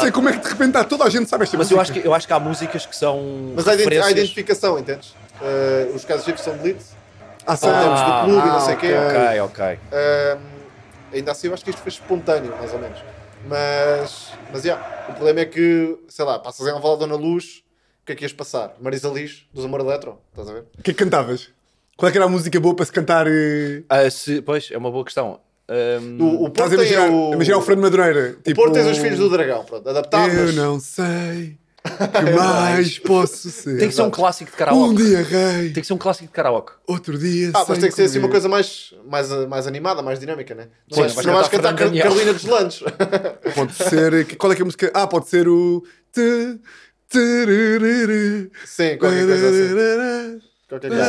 [SPEAKER 1] sei como é que de repente está, toda a gente sabe esta
[SPEAKER 3] Mas eu
[SPEAKER 1] música.
[SPEAKER 3] acho, que, eu acho que há músicas que são.
[SPEAKER 4] Mas há, identi- há
[SPEAKER 3] referências.
[SPEAKER 4] identificação, entendes? Eh, os casos Chiefs são de Leeds.
[SPEAKER 1] Ah,
[SPEAKER 4] São
[SPEAKER 1] sabe?
[SPEAKER 4] ambos do clube e não sei o
[SPEAKER 1] ah,
[SPEAKER 4] quê.
[SPEAKER 3] Ok, ok.
[SPEAKER 4] Um, ainda assim, eu acho que isto foi espontâneo, mais ou menos. Mas, mas yeah, o problema é que, sei lá, passas em Alvalade ou na Luz, o que é que ias passar? Marisa Liz, dos Amor Eletro, estás a ver?
[SPEAKER 1] O que é que cantavas? Qual é que era a música boa para se cantar? eh,
[SPEAKER 3] Ah, se- pois, é uma boa questão. Hum, Ahm,
[SPEAKER 4] O, o Porto
[SPEAKER 1] Estás a
[SPEAKER 4] tem
[SPEAKER 1] imaginar,
[SPEAKER 4] o...
[SPEAKER 1] imaginar o Fernando Madureira. tipo,
[SPEAKER 4] o Porto tens os Filhos do É Dragão, pronto, adaptámos.
[SPEAKER 1] Eu não sei que mais posso ser.
[SPEAKER 3] tem que ser um clássico de karaoke.
[SPEAKER 1] Um dia rei,
[SPEAKER 3] Tem que ser um clássico de karaoke.
[SPEAKER 1] outro dia
[SPEAKER 4] Ah, mas
[SPEAKER 1] sem
[SPEAKER 4] tem que ser assim
[SPEAKER 1] comer.
[SPEAKER 4] uma coisa mais, mais, mais animada, mais dinâmica, né? Não
[SPEAKER 3] Sim,
[SPEAKER 4] vais,
[SPEAKER 3] vais
[SPEAKER 4] não vais
[SPEAKER 3] cantar
[SPEAKER 4] cantar,
[SPEAKER 3] Fernando
[SPEAKER 4] Car-
[SPEAKER 3] Daniel.
[SPEAKER 4] Carolina dos Landes.
[SPEAKER 1] Pode ser. que- Qual é que é a música? Ah, pode ser o. Te, tererere,
[SPEAKER 4] Sim, qualquer coisa assim.
[SPEAKER 1] tererere,
[SPEAKER 4] Qualquer coisa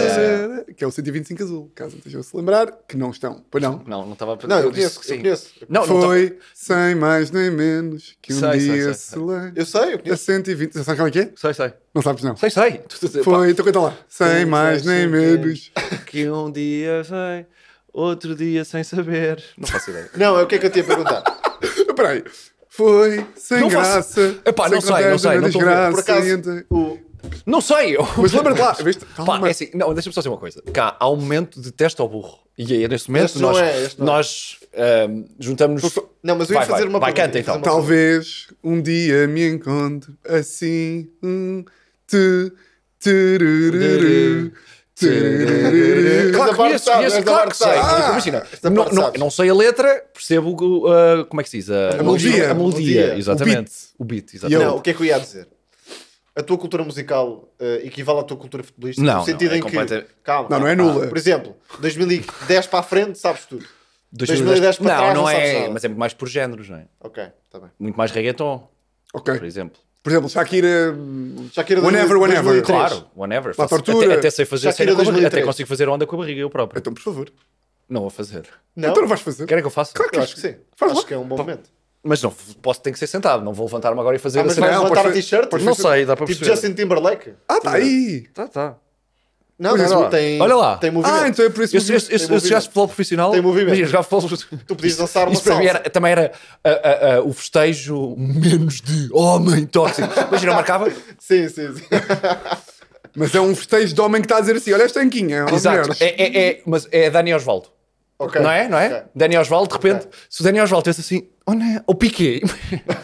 [SPEAKER 4] assim.
[SPEAKER 1] Que é o 125 Azul, caso estejam a se lembrar, que não estão. Pois não.
[SPEAKER 3] Não, não estava a
[SPEAKER 4] Não, eu conheço,
[SPEAKER 3] disse que
[SPEAKER 4] eu
[SPEAKER 3] sim.
[SPEAKER 4] conheço.
[SPEAKER 3] Não, não
[SPEAKER 1] Foi sem mais nem menos que um
[SPEAKER 3] Sei, sei,
[SPEAKER 1] dia
[SPEAKER 3] sei,
[SPEAKER 1] se
[SPEAKER 3] sei.
[SPEAKER 1] lembra.
[SPEAKER 4] Eu sei, eu
[SPEAKER 1] A
[SPEAKER 4] conheço.
[SPEAKER 1] 120. Sabes como é que é?
[SPEAKER 3] estava- Sei, sei.
[SPEAKER 1] Não sabes, não.
[SPEAKER 3] Sei, sei. Tu- tu-
[SPEAKER 1] Foi, então canta lá. Sem
[SPEAKER 4] Sim,
[SPEAKER 1] mais
[SPEAKER 4] sim,
[SPEAKER 1] nem
[SPEAKER 4] sim,
[SPEAKER 1] menos.
[SPEAKER 3] pá, Que um dia sei, outro dia sem saber. Não faço ideia.
[SPEAKER 4] Não, é o que é que eu te ia perguntar.
[SPEAKER 1] Espera aí. Foi sem
[SPEAKER 3] Não faço-
[SPEAKER 1] graça.
[SPEAKER 3] Epá,
[SPEAKER 1] sem
[SPEAKER 3] não sei, não
[SPEAKER 1] contento,
[SPEAKER 3] sei,
[SPEAKER 1] na
[SPEAKER 3] não estou a ver.
[SPEAKER 1] desgraça,
[SPEAKER 4] Por acaso,
[SPEAKER 1] entre-
[SPEAKER 4] o,
[SPEAKER 3] Não sei! eu-
[SPEAKER 1] Mas lembra-te lá. Viste?
[SPEAKER 3] Pá,
[SPEAKER 1] Calma.
[SPEAKER 3] é assim, não, deixa-me só dizer uma coisa. Cá, há um momento de teste ao burro. E aí, neste momento,
[SPEAKER 4] Este não
[SPEAKER 3] nós,
[SPEAKER 4] é, este não é.
[SPEAKER 3] nós ahm, juntamos-nos.
[SPEAKER 4] Não, mas eu ia
[SPEAKER 3] Vai,
[SPEAKER 4] fazer
[SPEAKER 3] vai,
[SPEAKER 4] uma
[SPEAKER 3] vai,
[SPEAKER 4] pergunta,
[SPEAKER 3] canta,
[SPEAKER 4] ia fazer
[SPEAKER 3] então.
[SPEAKER 4] uma
[SPEAKER 1] Talvez um dia me encontre assim. Hum, te, tererere, tererere.
[SPEAKER 4] Esta
[SPEAKER 3] Claro
[SPEAKER 4] parte
[SPEAKER 3] que conheço,
[SPEAKER 4] sabe,
[SPEAKER 3] conheço,
[SPEAKER 4] esta
[SPEAKER 3] claro
[SPEAKER 4] parte
[SPEAKER 3] que sei.
[SPEAKER 4] sabe.
[SPEAKER 3] Tipo,
[SPEAKER 1] Ah,
[SPEAKER 3] imagina,
[SPEAKER 4] esta
[SPEAKER 3] não,
[SPEAKER 4] parte
[SPEAKER 3] não,
[SPEAKER 4] sabes.
[SPEAKER 3] não sei a letra, percebo o, ah, como é que se diz? A,
[SPEAKER 1] melodia.
[SPEAKER 3] A melodia,
[SPEAKER 4] Melodia.
[SPEAKER 3] exatamente. O beat,
[SPEAKER 1] E
[SPEAKER 3] exatamente.
[SPEAKER 1] eu-
[SPEAKER 4] Não, o que é que eu ia dizer? A tua cultura musical eh, equivale à tua cultura futebolista?
[SPEAKER 3] Não,
[SPEAKER 4] no sentido
[SPEAKER 3] não, é
[SPEAKER 4] em que.
[SPEAKER 3] completa-
[SPEAKER 4] Calma,
[SPEAKER 1] Não, não é
[SPEAKER 4] calma,
[SPEAKER 1] nula.
[SPEAKER 4] calma. Por exemplo, 2010 para a frente, sabes tudo.
[SPEAKER 3] 2010
[SPEAKER 4] 2010 para
[SPEAKER 3] não,
[SPEAKER 4] trás,
[SPEAKER 3] não
[SPEAKER 4] não sabes
[SPEAKER 3] é,
[SPEAKER 4] nada.
[SPEAKER 3] mas é muito mais por géneros, não é?
[SPEAKER 4] Ok, está bem.
[SPEAKER 3] Muito mais reggaeton,
[SPEAKER 1] Ok.
[SPEAKER 3] por exemplo.
[SPEAKER 1] Por exemplo, Shakira. hum,
[SPEAKER 4] Shakira
[SPEAKER 1] Whenever,
[SPEAKER 4] 2000-
[SPEAKER 1] whenever.
[SPEAKER 4] 2003.
[SPEAKER 3] Claro, whenever. Faço-
[SPEAKER 1] tortura.
[SPEAKER 3] Até, até sei fazer
[SPEAKER 4] Shakira
[SPEAKER 3] cena com a barriga,
[SPEAKER 4] 2003.
[SPEAKER 3] até consigo fazer onda com a barriga eu próprio.
[SPEAKER 1] Então, por favor.
[SPEAKER 3] Não vou fazer.
[SPEAKER 4] Não,
[SPEAKER 1] Então não vais fazer.
[SPEAKER 3] Querem que eu faça?
[SPEAKER 1] Claro
[SPEAKER 4] eu acho que sim.
[SPEAKER 1] Faz
[SPEAKER 4] acho
[SPEAKER 1] lá.
[SPEAKER 4] que é um bom momento.
[SPEAKER 3] Mas não, posso, tem que ser sentado, não vou levantar-me agora e fazer
[SPEAKER 4] Ah, mas
[SPEAKER 3] assim.
[SPEAKER 4] vais
[SPEAKER 1] não,
[SPEAKER 4] levantar
[SPEAKER 1] podes
[SPEAKER 4] a
[SPEAKER 1] ver-
[SPEAKER 4] t-shirt?
[SPEAKER 1] podes
[SPEAKER 3] Não sei, dá para
[SPEAKER 4] Tipo
[SPEAKER 3] perceber.
[SPEAKER 4] Justin Timberlake?
[SPEAKER 1] Ah, tá aí.
[SPEAKER 3] Tá, tá.
[SPEAKER 4] Não,
[SPEAKER 1] Olha
[SPEAKER 4] não,
[SPEAKER 1] lá.
[SPEAKER 4] tem.
[SPEAKER 3] Olha lá.
[SPEAKER 4] Tem movimento.
[SPEAKER 1] Ah, então é por isso
[SPEAKER 3] Eu, eu, eu, eu,
[SPEAKER 4] movimento.
[SPEAKER 3] se jogasse futebol profissional.
[SPEAKER 4] Tem movimento.
[SPEAKER 3] Imagina, jogava futebol.
[SPEAKER 4] Tu podias dançar uma
[SPEAKER 3] Isso para mim
[SPEAKER 4] salsa.
[SPEAKER 3] era, também era ah, ah, ah, o festejo menos de homem tóxico. Imagina, eu marcava.
[SPEAKER 4] Sim, sim, sim.
[SPEAKER 1] Mas é um festejo de homem que está a dizer assim: olha esta anquinha. ó,
[SPEAKER 3] Exato.
[SPEAKER 1] mulheres.
[SPEAKER 3] É, é, é, mas é Dani Osvaldo.
[SPEAKER 4] Ok,
[SPEAKER 3] Não é? Não é?
[SPEAKER 4] ok.
[SPEAKER 3] Dani Osvaldo, de repente,
[SPEAKER 4] Ok.
[SPEAKER 3] se o Dani Osvaldo tivesse assim, oh, não, o Piqué,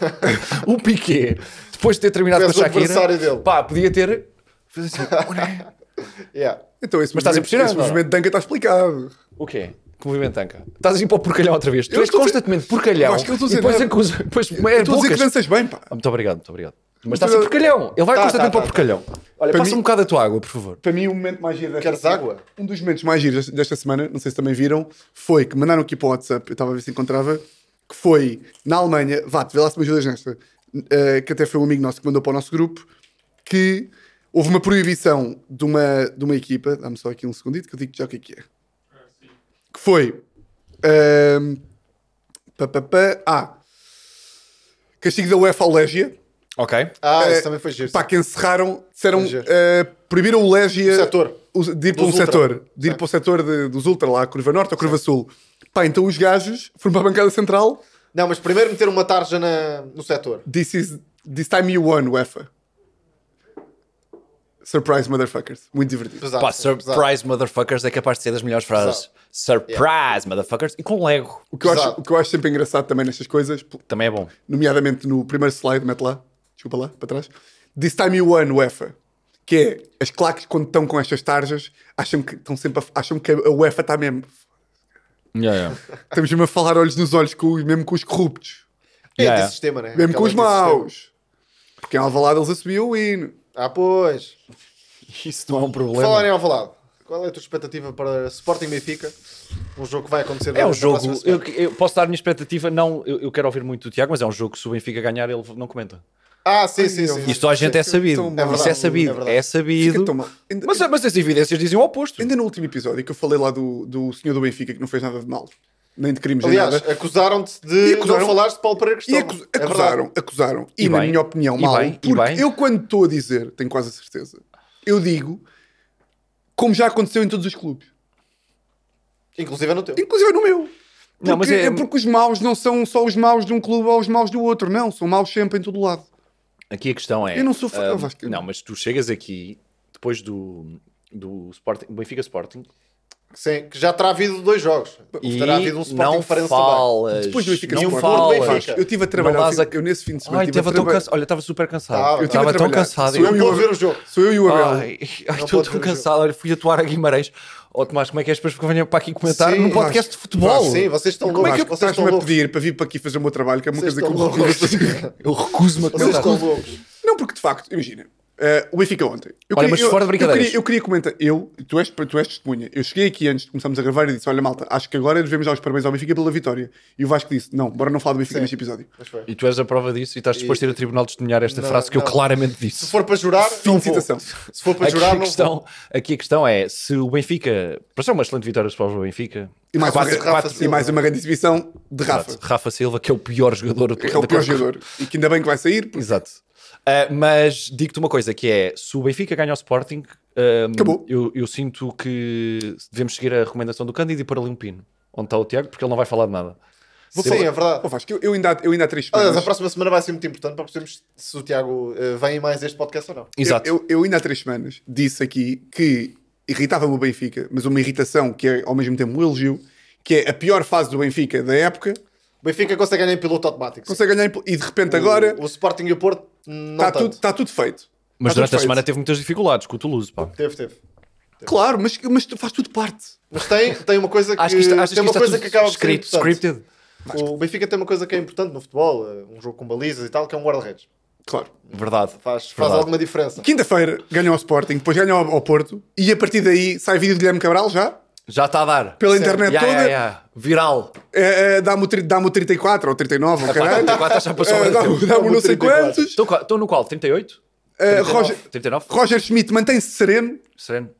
[SPEAKER 3] o Piqué, depois de ter terminado com a
[SPEAKER 4] Tivesse o
[SPEAKER 3] Shakira,
[SPEAKER 4] adversário dele.
[SPEAKER 3] pá, podia ter. fez Assim, oh, não.
[SPEAKER 4] Yeah.
[SPEAKER 1] Então esse
[SPEAKER 3] Mas estás
[SPEAKER 1] movimento-
[SPEAKER 3] impressionado,
[SPEAKER 1] esse movimento de Danca está explicado.
[SPEAKER 3] O quê? Que movimento tanca? Estás a ir para o porcalhão outra vez. Tu
[SPEAKER 1] Eu
[SPEAKER 3] és
[SPEAKER 1] estou a dizer-
[SPEAKER 3] constantemente porcalhão.
[SPEAKER 1] Vasco, eu estou a
[SPEAKER 3] e
[SPEAKER 1] dizer-
[SPEAKER 3] depois acusa. Depois é
[SPEAKER 1] Estou a dizer que
[SPEAKER 3] bocas.
[SPEAKER 1] danças bem, pá.
[SPEAKER 3] Ah, Muito obrigado, muito obrigado.
[SPEAKER 1] Estou
[SPEAKER 3] Mas está a ser
[SPEAKER 1] a-
[SPEAKER 3] porcalhão. Ele vai
[SPEAKER 4] Tá,
[SPEAKER 3] constantemente
[SPEAKER 4] tá,
[SPEAKER 3] para
[SPEAKER 4] tá,
[SPEAKER 3] o porcalhão. Olha,
[SPEAKER 1] Para
[SPEAKER 3] passa
[SPEAKER 1] mim-
[SPEAKER 3] um bocado a tua água, por favor.
[SPEAKER 1] Para mim, o momento mais giro desta
[SPEAKER 4] Queres água?
[SPEAKER 1] Um dos momentos mais giros desta- desta semana, não sei se também viram, foi que mandaram aqui para o WhatsApp, eu estava a ver se encontrava, que foi na Alemanha, vá, vê lá se me ajudas nesta, eh, que até foi um amigo nosso que mandou para o nosso grupo, que houve uma proibição de uma, de uma equipa, dá-me só aqui um segundito que eu digo já o que é que é. Que foi. ehm, pá, pá, pá, ah, castigo da UEFA ao Légia.
[SPEAKER 3] Ok.
[SPEAKER 4] Ah,
[SPEAKER 1] Eh,
[SPEAKER 4] isso também foi giro.
[SPEAKER 1] Pá, que encerraram, disseram,
[SPEAKER 4] Giro.
[SPEAKER 1] eh, proibiram o Légia
[SPEAKER 4] O setor.
[SPEAKER 1] o- de ir para um
[SPEAKER 4] Dos ultra.
[SPEAKER 1] setor, de ir
[SPEAKER 4] Sim.
[SPEAKER 1] para o setor de- dos Ultra lá, Curva Norte ou Curva Sul. Pá, então os gajos foram para a bancada central,
[SPEAKER 4] Não, mas primeiro meter uma tarja na- no setor.
[SPEAKER 1] this is, this time you won, UEFA. Surprise, motherfuckers. Muito divertido.
[SPEAKER 4] Pesado.
[SPEAKER 3] Pá,
[SPEAKER 4] sim, pesado.
[SPEAKER 3] surprise motherfuckers é capaz de ser das melhores frases. Surprise motherfuckers e com Lego.
[SPEAKER 1] O que, eu acho,
[SPEAKER 4] Pesado.
[SPEAKER 1] o que eu acho sempre engraçado também nestas coisas,
[SPEAKER 3] Também é bom.
[SPEAKER 1] nomeadamente no primeiro slide, mete lá, desculpa lá, para trás. This time you won, UEFA. Que é, as claques quando estão com estas tarjas, acham que, estão sempre a- acham que a UEFA está mesmo. Estamos mesmo a falar olhos nos olhos, com, o- mesmo com os corruptos.
[SPEAKER 4] É
[SPEAKER 3] Yeah.
[SPEAKER 4] antissistema, né?
[SPEAKER 1] Mesmo com os
[SPEAKER 4] Aquela antissistema.
[SPEAKER 1] maus. Porque em Alvalade eles assumiam o hino.
[SPEAKER 4] Ah, pois.
[SPEAKER 3] Isso não é um problema.
[SPEAKER 4] Falar em Alvalade. Qual é a tua expectativa para Sporting Benfica? Um jogo que vai acontecer
[SPEAKER 3] É um
[SPEAKER 4] na
[SPEAKER 3] jogo.
[SPEAKER 4] próxima semana.
[SPEAKER 3] Eu, eu posso dar a minha expectativa. Não, eu, eu quero ouvir muito o Tiago, mas é um jogo que se o Benfica ganhar, ele não comenta.
[SPEAKER 4] Ah, sim, sim, sim.
[SPEAKER 3] Isto a gente é sabido.
[SPEAKER 1] tão mal.
[SPEAKER 3] Isso é
[SPEAKER 4] É
[SPEAKER 3] sabido.
[SPEAKER 4] verdade.
[SPEAKER 3] É,
[SPEAKER 1] Fica
[SPEAKER 3] sabido.
[SPEAKER 1] tão mal. Ainda,
[SPEAKER 3] Mas, é- mas as evidências dizem o oposto.
[SPEAKER 1] ainda no último episódio que eu falei lá do, do senhor do Benfica que não fez nada de mal, nem de crimes,
[SPEAKER 4] Aliás,
[SPEAKER 1] nem nada.
[SPEAKER 4] acusaram-te
[SPEAKER 1] E
[SPEAKER 4] de
[SPEAKER 1] acusaram-
[SPEAKER 4] não falares de Paulo Pereira
[SPEAKER 1] E
[SPEAKER 4] Cristóvão.
[SPEAKER 1] acu-
[SPEAKER 4] É verdade.
[SPEAKER 1] acusaram, acusaram. E,
[SPEAKER 3] E
[SPEAKER 1] na
[SPEAKER 3] bem.
[SPEAKER 1] minha opinião,
[SPEAKER 3] E
[SPEAKER 1] mal.
[SPEAKER 3] bem, e
[SPEAKER 1] porque
[SPEAKER 3] bem.
[SPEAKER 1] eu, quando estou a dizer, tenho quase a certeza, eu digo como já aconteceu em todos os clubes,
[SPEAKER 4] Inclusive é no teu.
[SPEAKER 1] inclusive no meu. Porque,
[SPEAKER 3] Não, mas é-
[SPEAKER 1] é porque os maus não são só os maus de um clube ou os maus do outro, não. São maus sempre em todo lado.
[SPEAKER 3] Aqui a questão é.
[SPEAKER 1] Eu não sou fã-
[SPEAKER 3] ah,
[SPEAKER 1] eu acho que-
[SPEAKER 3] Não, mas tu chegas aqui depois do, do Sporting, Benfica Sporting
[SPEAKER 4] Sim, que já terá havido dois jogos.
[SPEAKER 3] e
[SPEAKER 4] terá havido um Sporting
[SPEAKER 3] não
[SPEAKER 4] Farense
[SPEAKER 3] falas.
[SPEAKER 1] Depois do Benfica,
[SPEAKER 3] não
[SPEAKER 1] Sporting,
[SPEAKER 4] falas.
[SPEAKER 1] Vasco, Eu estive a
[SPEAKER 3] Não
[SPEAKER 1] trabalhar,
[SPEAKER 3] dás a-
[SPEAKER 1] eu nesse fim de semana
[SPEAKER 3] Ai,
[SPEAKER 1] estive a
[SPEAKER 3] estava tão
[SPEAKER 1] trabalhar.
[SPEAKER 3] cansado. Olha, estava super
[SPEAKER 4] Tava.
[SPEAKER 3] cansado. Eu
[SPEAKER 1] estive
[SPEAKER 4] Eu
[SPEAKER 1] a
[SPEAKER 3] estava tão
[SPEAKER 1] trabalhar.
[SPEAKER 3] cansado.
[SPEAKER 1] Sou
[SPEAKER 4] Não
[SPEAKER 1] eu
[SPEAKER 4] pôde ver o jogo.
[SPEAKER 1] Sou eu e o Abel.
[SPEAKER 3] Ai, ai, estou
[SPEAKER 4] pode
[SPEAKER 3] tão
[SPEAKER 4] ver o jogo.
[SPEAKER 3] cansado. Olha, fui atuar a Guimarães. Ó Tomás, como é que és para que eu venha para aqui comentar
[SPEAKER 4] Sim,
[SPEAKER 3] num podcast de futebol?
[SPEAKER 4] Vasco, sim, vocês estão
[SPEAKER 1] Como é que
[SPEAKER 4] loucos. Vocês estão
[SPEAKER 1] estás-me a
[SPEAKER 4] loucos.
[SPEAKER 1] pedir para vir para aqui fazer o meu trabalho, que é uma
[SPEAKER 4] Vocês
[SPEAKER 1] coisa que eu
[SPEAKER 4] estão loucos.
[SPEAKER 1] recuso.
[SPEAKER 3] Eu recuso-me a
[SPEAKER 4] Vocês
[SPEAKER 3] comentar.
[SPEAKER 4] estão loucos.
[SPEAKER 1] Não, porque de facto, imagina, eh, o Benfica ontem. Eu
[SPEAKER 3] Olha, mas fora de
[SPEAKER 1] eu-
[SPEAKER 3] brincadeiras.
[SPEAKER 1] Eu queria, eu queria comentar, eu, tu és, tu és testemunha, eu cheguei aqui antes de começarmos a gravar e disse: Olha, malta, acho que agora devemos dar os parabéns ao Benfica pela vitória. E o Vasco disse: Não, bora não falar do Benfica neste episódio.
[SPEAKER 4] Mas foi.
[SPEAKER 3] E tu és a prova disso e estás disposto a ir a tribunal testemunhar esta
[SPEAKER 4] Não,
[SPEAKER 3] frase que eu
[SPEAKER 4] não.
[SPEAKER 3] claramente
[SPEAKER 4] Se
[SPEAKER 3] disse.
[SPEAKER 4] for para jurar,
[SPEAKER 1] Fim
[SPEAKER 4] não
[SPEAKER 1] de
[SPEAKER 4] vou.
[SPEAKER 1] citação.
[SPEAKER 4] Se for para
[SPEAKER 3] Aqui
[SPEAKER 4] jurar,
[SPEAKER 3] É a,
[SPEAKER 4] não vou.
[SPEAKER 3] questão, aqui a questão é se o Benfica. Para ser uma excelente vitória do Sporting para o Benfica.
[SPEAKER 1] E mais,
[SPEAKER 4] Quatro-
[SPEAKER 1] uma,
[SPEAKER 4] um, Rafa
[SPEAKER 1] e
[SPEAKER 4] Silva.
[SPEAKER 1] mais uma grande exibição de Rafa,
[SPEAKER 3] Rafa. Rafa Silva, que é o pior jogador
[SPEAKER 1] que é o
[SPEAKER 3] da
[SPEAKER 1] pior
[SPEAKER 3] cor-
[SPEAKER 1] jogador. E que ainda bem que vai sair, porque
[SPEAKER 3] Exato. Uh, mas digo-te uma coisa: que é se o Benfica ganha o Sporting, um,
[SPEAKER 1] Acabou.
[SPEAKER 3] Eu, eu sinto que devemos seguir a recomendação do Cândido e pôr ali um pino. Onde está o Tiago, porque ele não vai falar de nada.
[SPEAKER 1] Vou
[SPEAKER 4] Sim,
[SPEAKER 1] falar-
[SPEAKER 4] é verdade.
[SPEAKER 1] Pô, Oh, Vasco, eu, eu ainda, há- eu ainda há três
[SPEAKER 4] Aliás,
[SPEAKER 1] semanas.
[SPEAKER 4] a próxima semana vai ser muito importante para percebermos se o Tiago eh, vem em mais este podcast ou não.
[SPEAKER 1] eu-
[SPEAKER 3] Exato.
[SPEAKER 1] Eu, eu ainda há três semanas disse aqui que irritava-me o Benfica, mas uma irritação que é ao mesmo tempo um elogio, que é a pior fase do Benfica da época,
[SPEAKER 4] O Benfica consegue ganhar em piloto automático. sim.
[SPEAKER 1] consegue ganhar em- e de repente
[SPEAKER 4] O-
[SPEAKER 1] agora
[SPEAKER 4] O, Sporting e o Porto,
[SPEAKER 1] está
[SPEAKER 4] não
[SPEAKER 1] tudo, tá-
[SPEAKER 4] tanto.
[SPEAKER 1] está tudo feito.
[SPEAKER 3] mas
[SPEAKER 1] Está tudo
[SPEAKER 3] durante a
[SPEAKER 1] feito.
[SPEAKER 3] semana teve muitas dificuldades com o Toulouse. Pá.
[SPEAKER 4] Teve, teve.
[SPEAKER 1] Claro, mas, mas tu- faz tudo parte.
[SPEAKER 4] Mas tem, tem uma coisa que,
[SPEAKER 3] Acho que isto, acho
[SPEAKER 4] tem
[SPEAKER 3] que
[SPEAKER 4] uma
[SPEAKER 3] isto
[SPEAKER 4] coisa
[SPEAKER 3] está
[SPEAKER 4] que
[SPEAKER 3] tudo
[SPEAKER 4] acaba
[SPEAKER 3] script-
[SPEAKER 4] por ser importante.
[SPEAKER 3] scripted.
[SPEAKER 4] O Benfica tem uma coisa que é importante no futebol, eh, um jogo com balizas e tal, que é um guarda-redes.
[SPEAKER 1] Claro.
[SPEAKER 3] Verdade.
[SPEAKER 4] Faz, faz
[SPEAKER 3] Verdade.
[SPEAKER 4] alguma diferença.
[SPEAKER 1] Quinta-feira ganham ao Sporting, depois ganham ao, ao Porto e a partir daí sai vídeo de Guilherme Cabral já,
[SPEAKER 3] Já está a dar.
[SPEAKER 1] pela internet
[SPEAKER 3] Ya,
[SPEAKER 1] toda,
[SPEAKER 3] ya, ya. Viral.
[SPEAKER 1] eh, eh, dá-me o tri- dá-me o 34 ou 39 ou Ah, caralho.
[SPEAKER 3] 34 já passou
[SPEAKER 1] Eh,
[SPEAKER 3] há muito
[SPEAKER 1] dá-me-
[SPEAKER 3] tempo.
[SPEAKER 1] Dá-me não sei
[SPEAKER 4] 34.
[SPEAKER 1] quantos.
[SPEAKER 3] Estou qua- estou no qual? 38?
[SPEAKER 1] Eh,
[SPEAKER 3] 39?
[SPEAKER 1] Roger,
[SPEAKER 3] 39?
[SPEAKER 1] Roger Schmidt mantém-se sereno,
[SPEAKER 3] Sereno.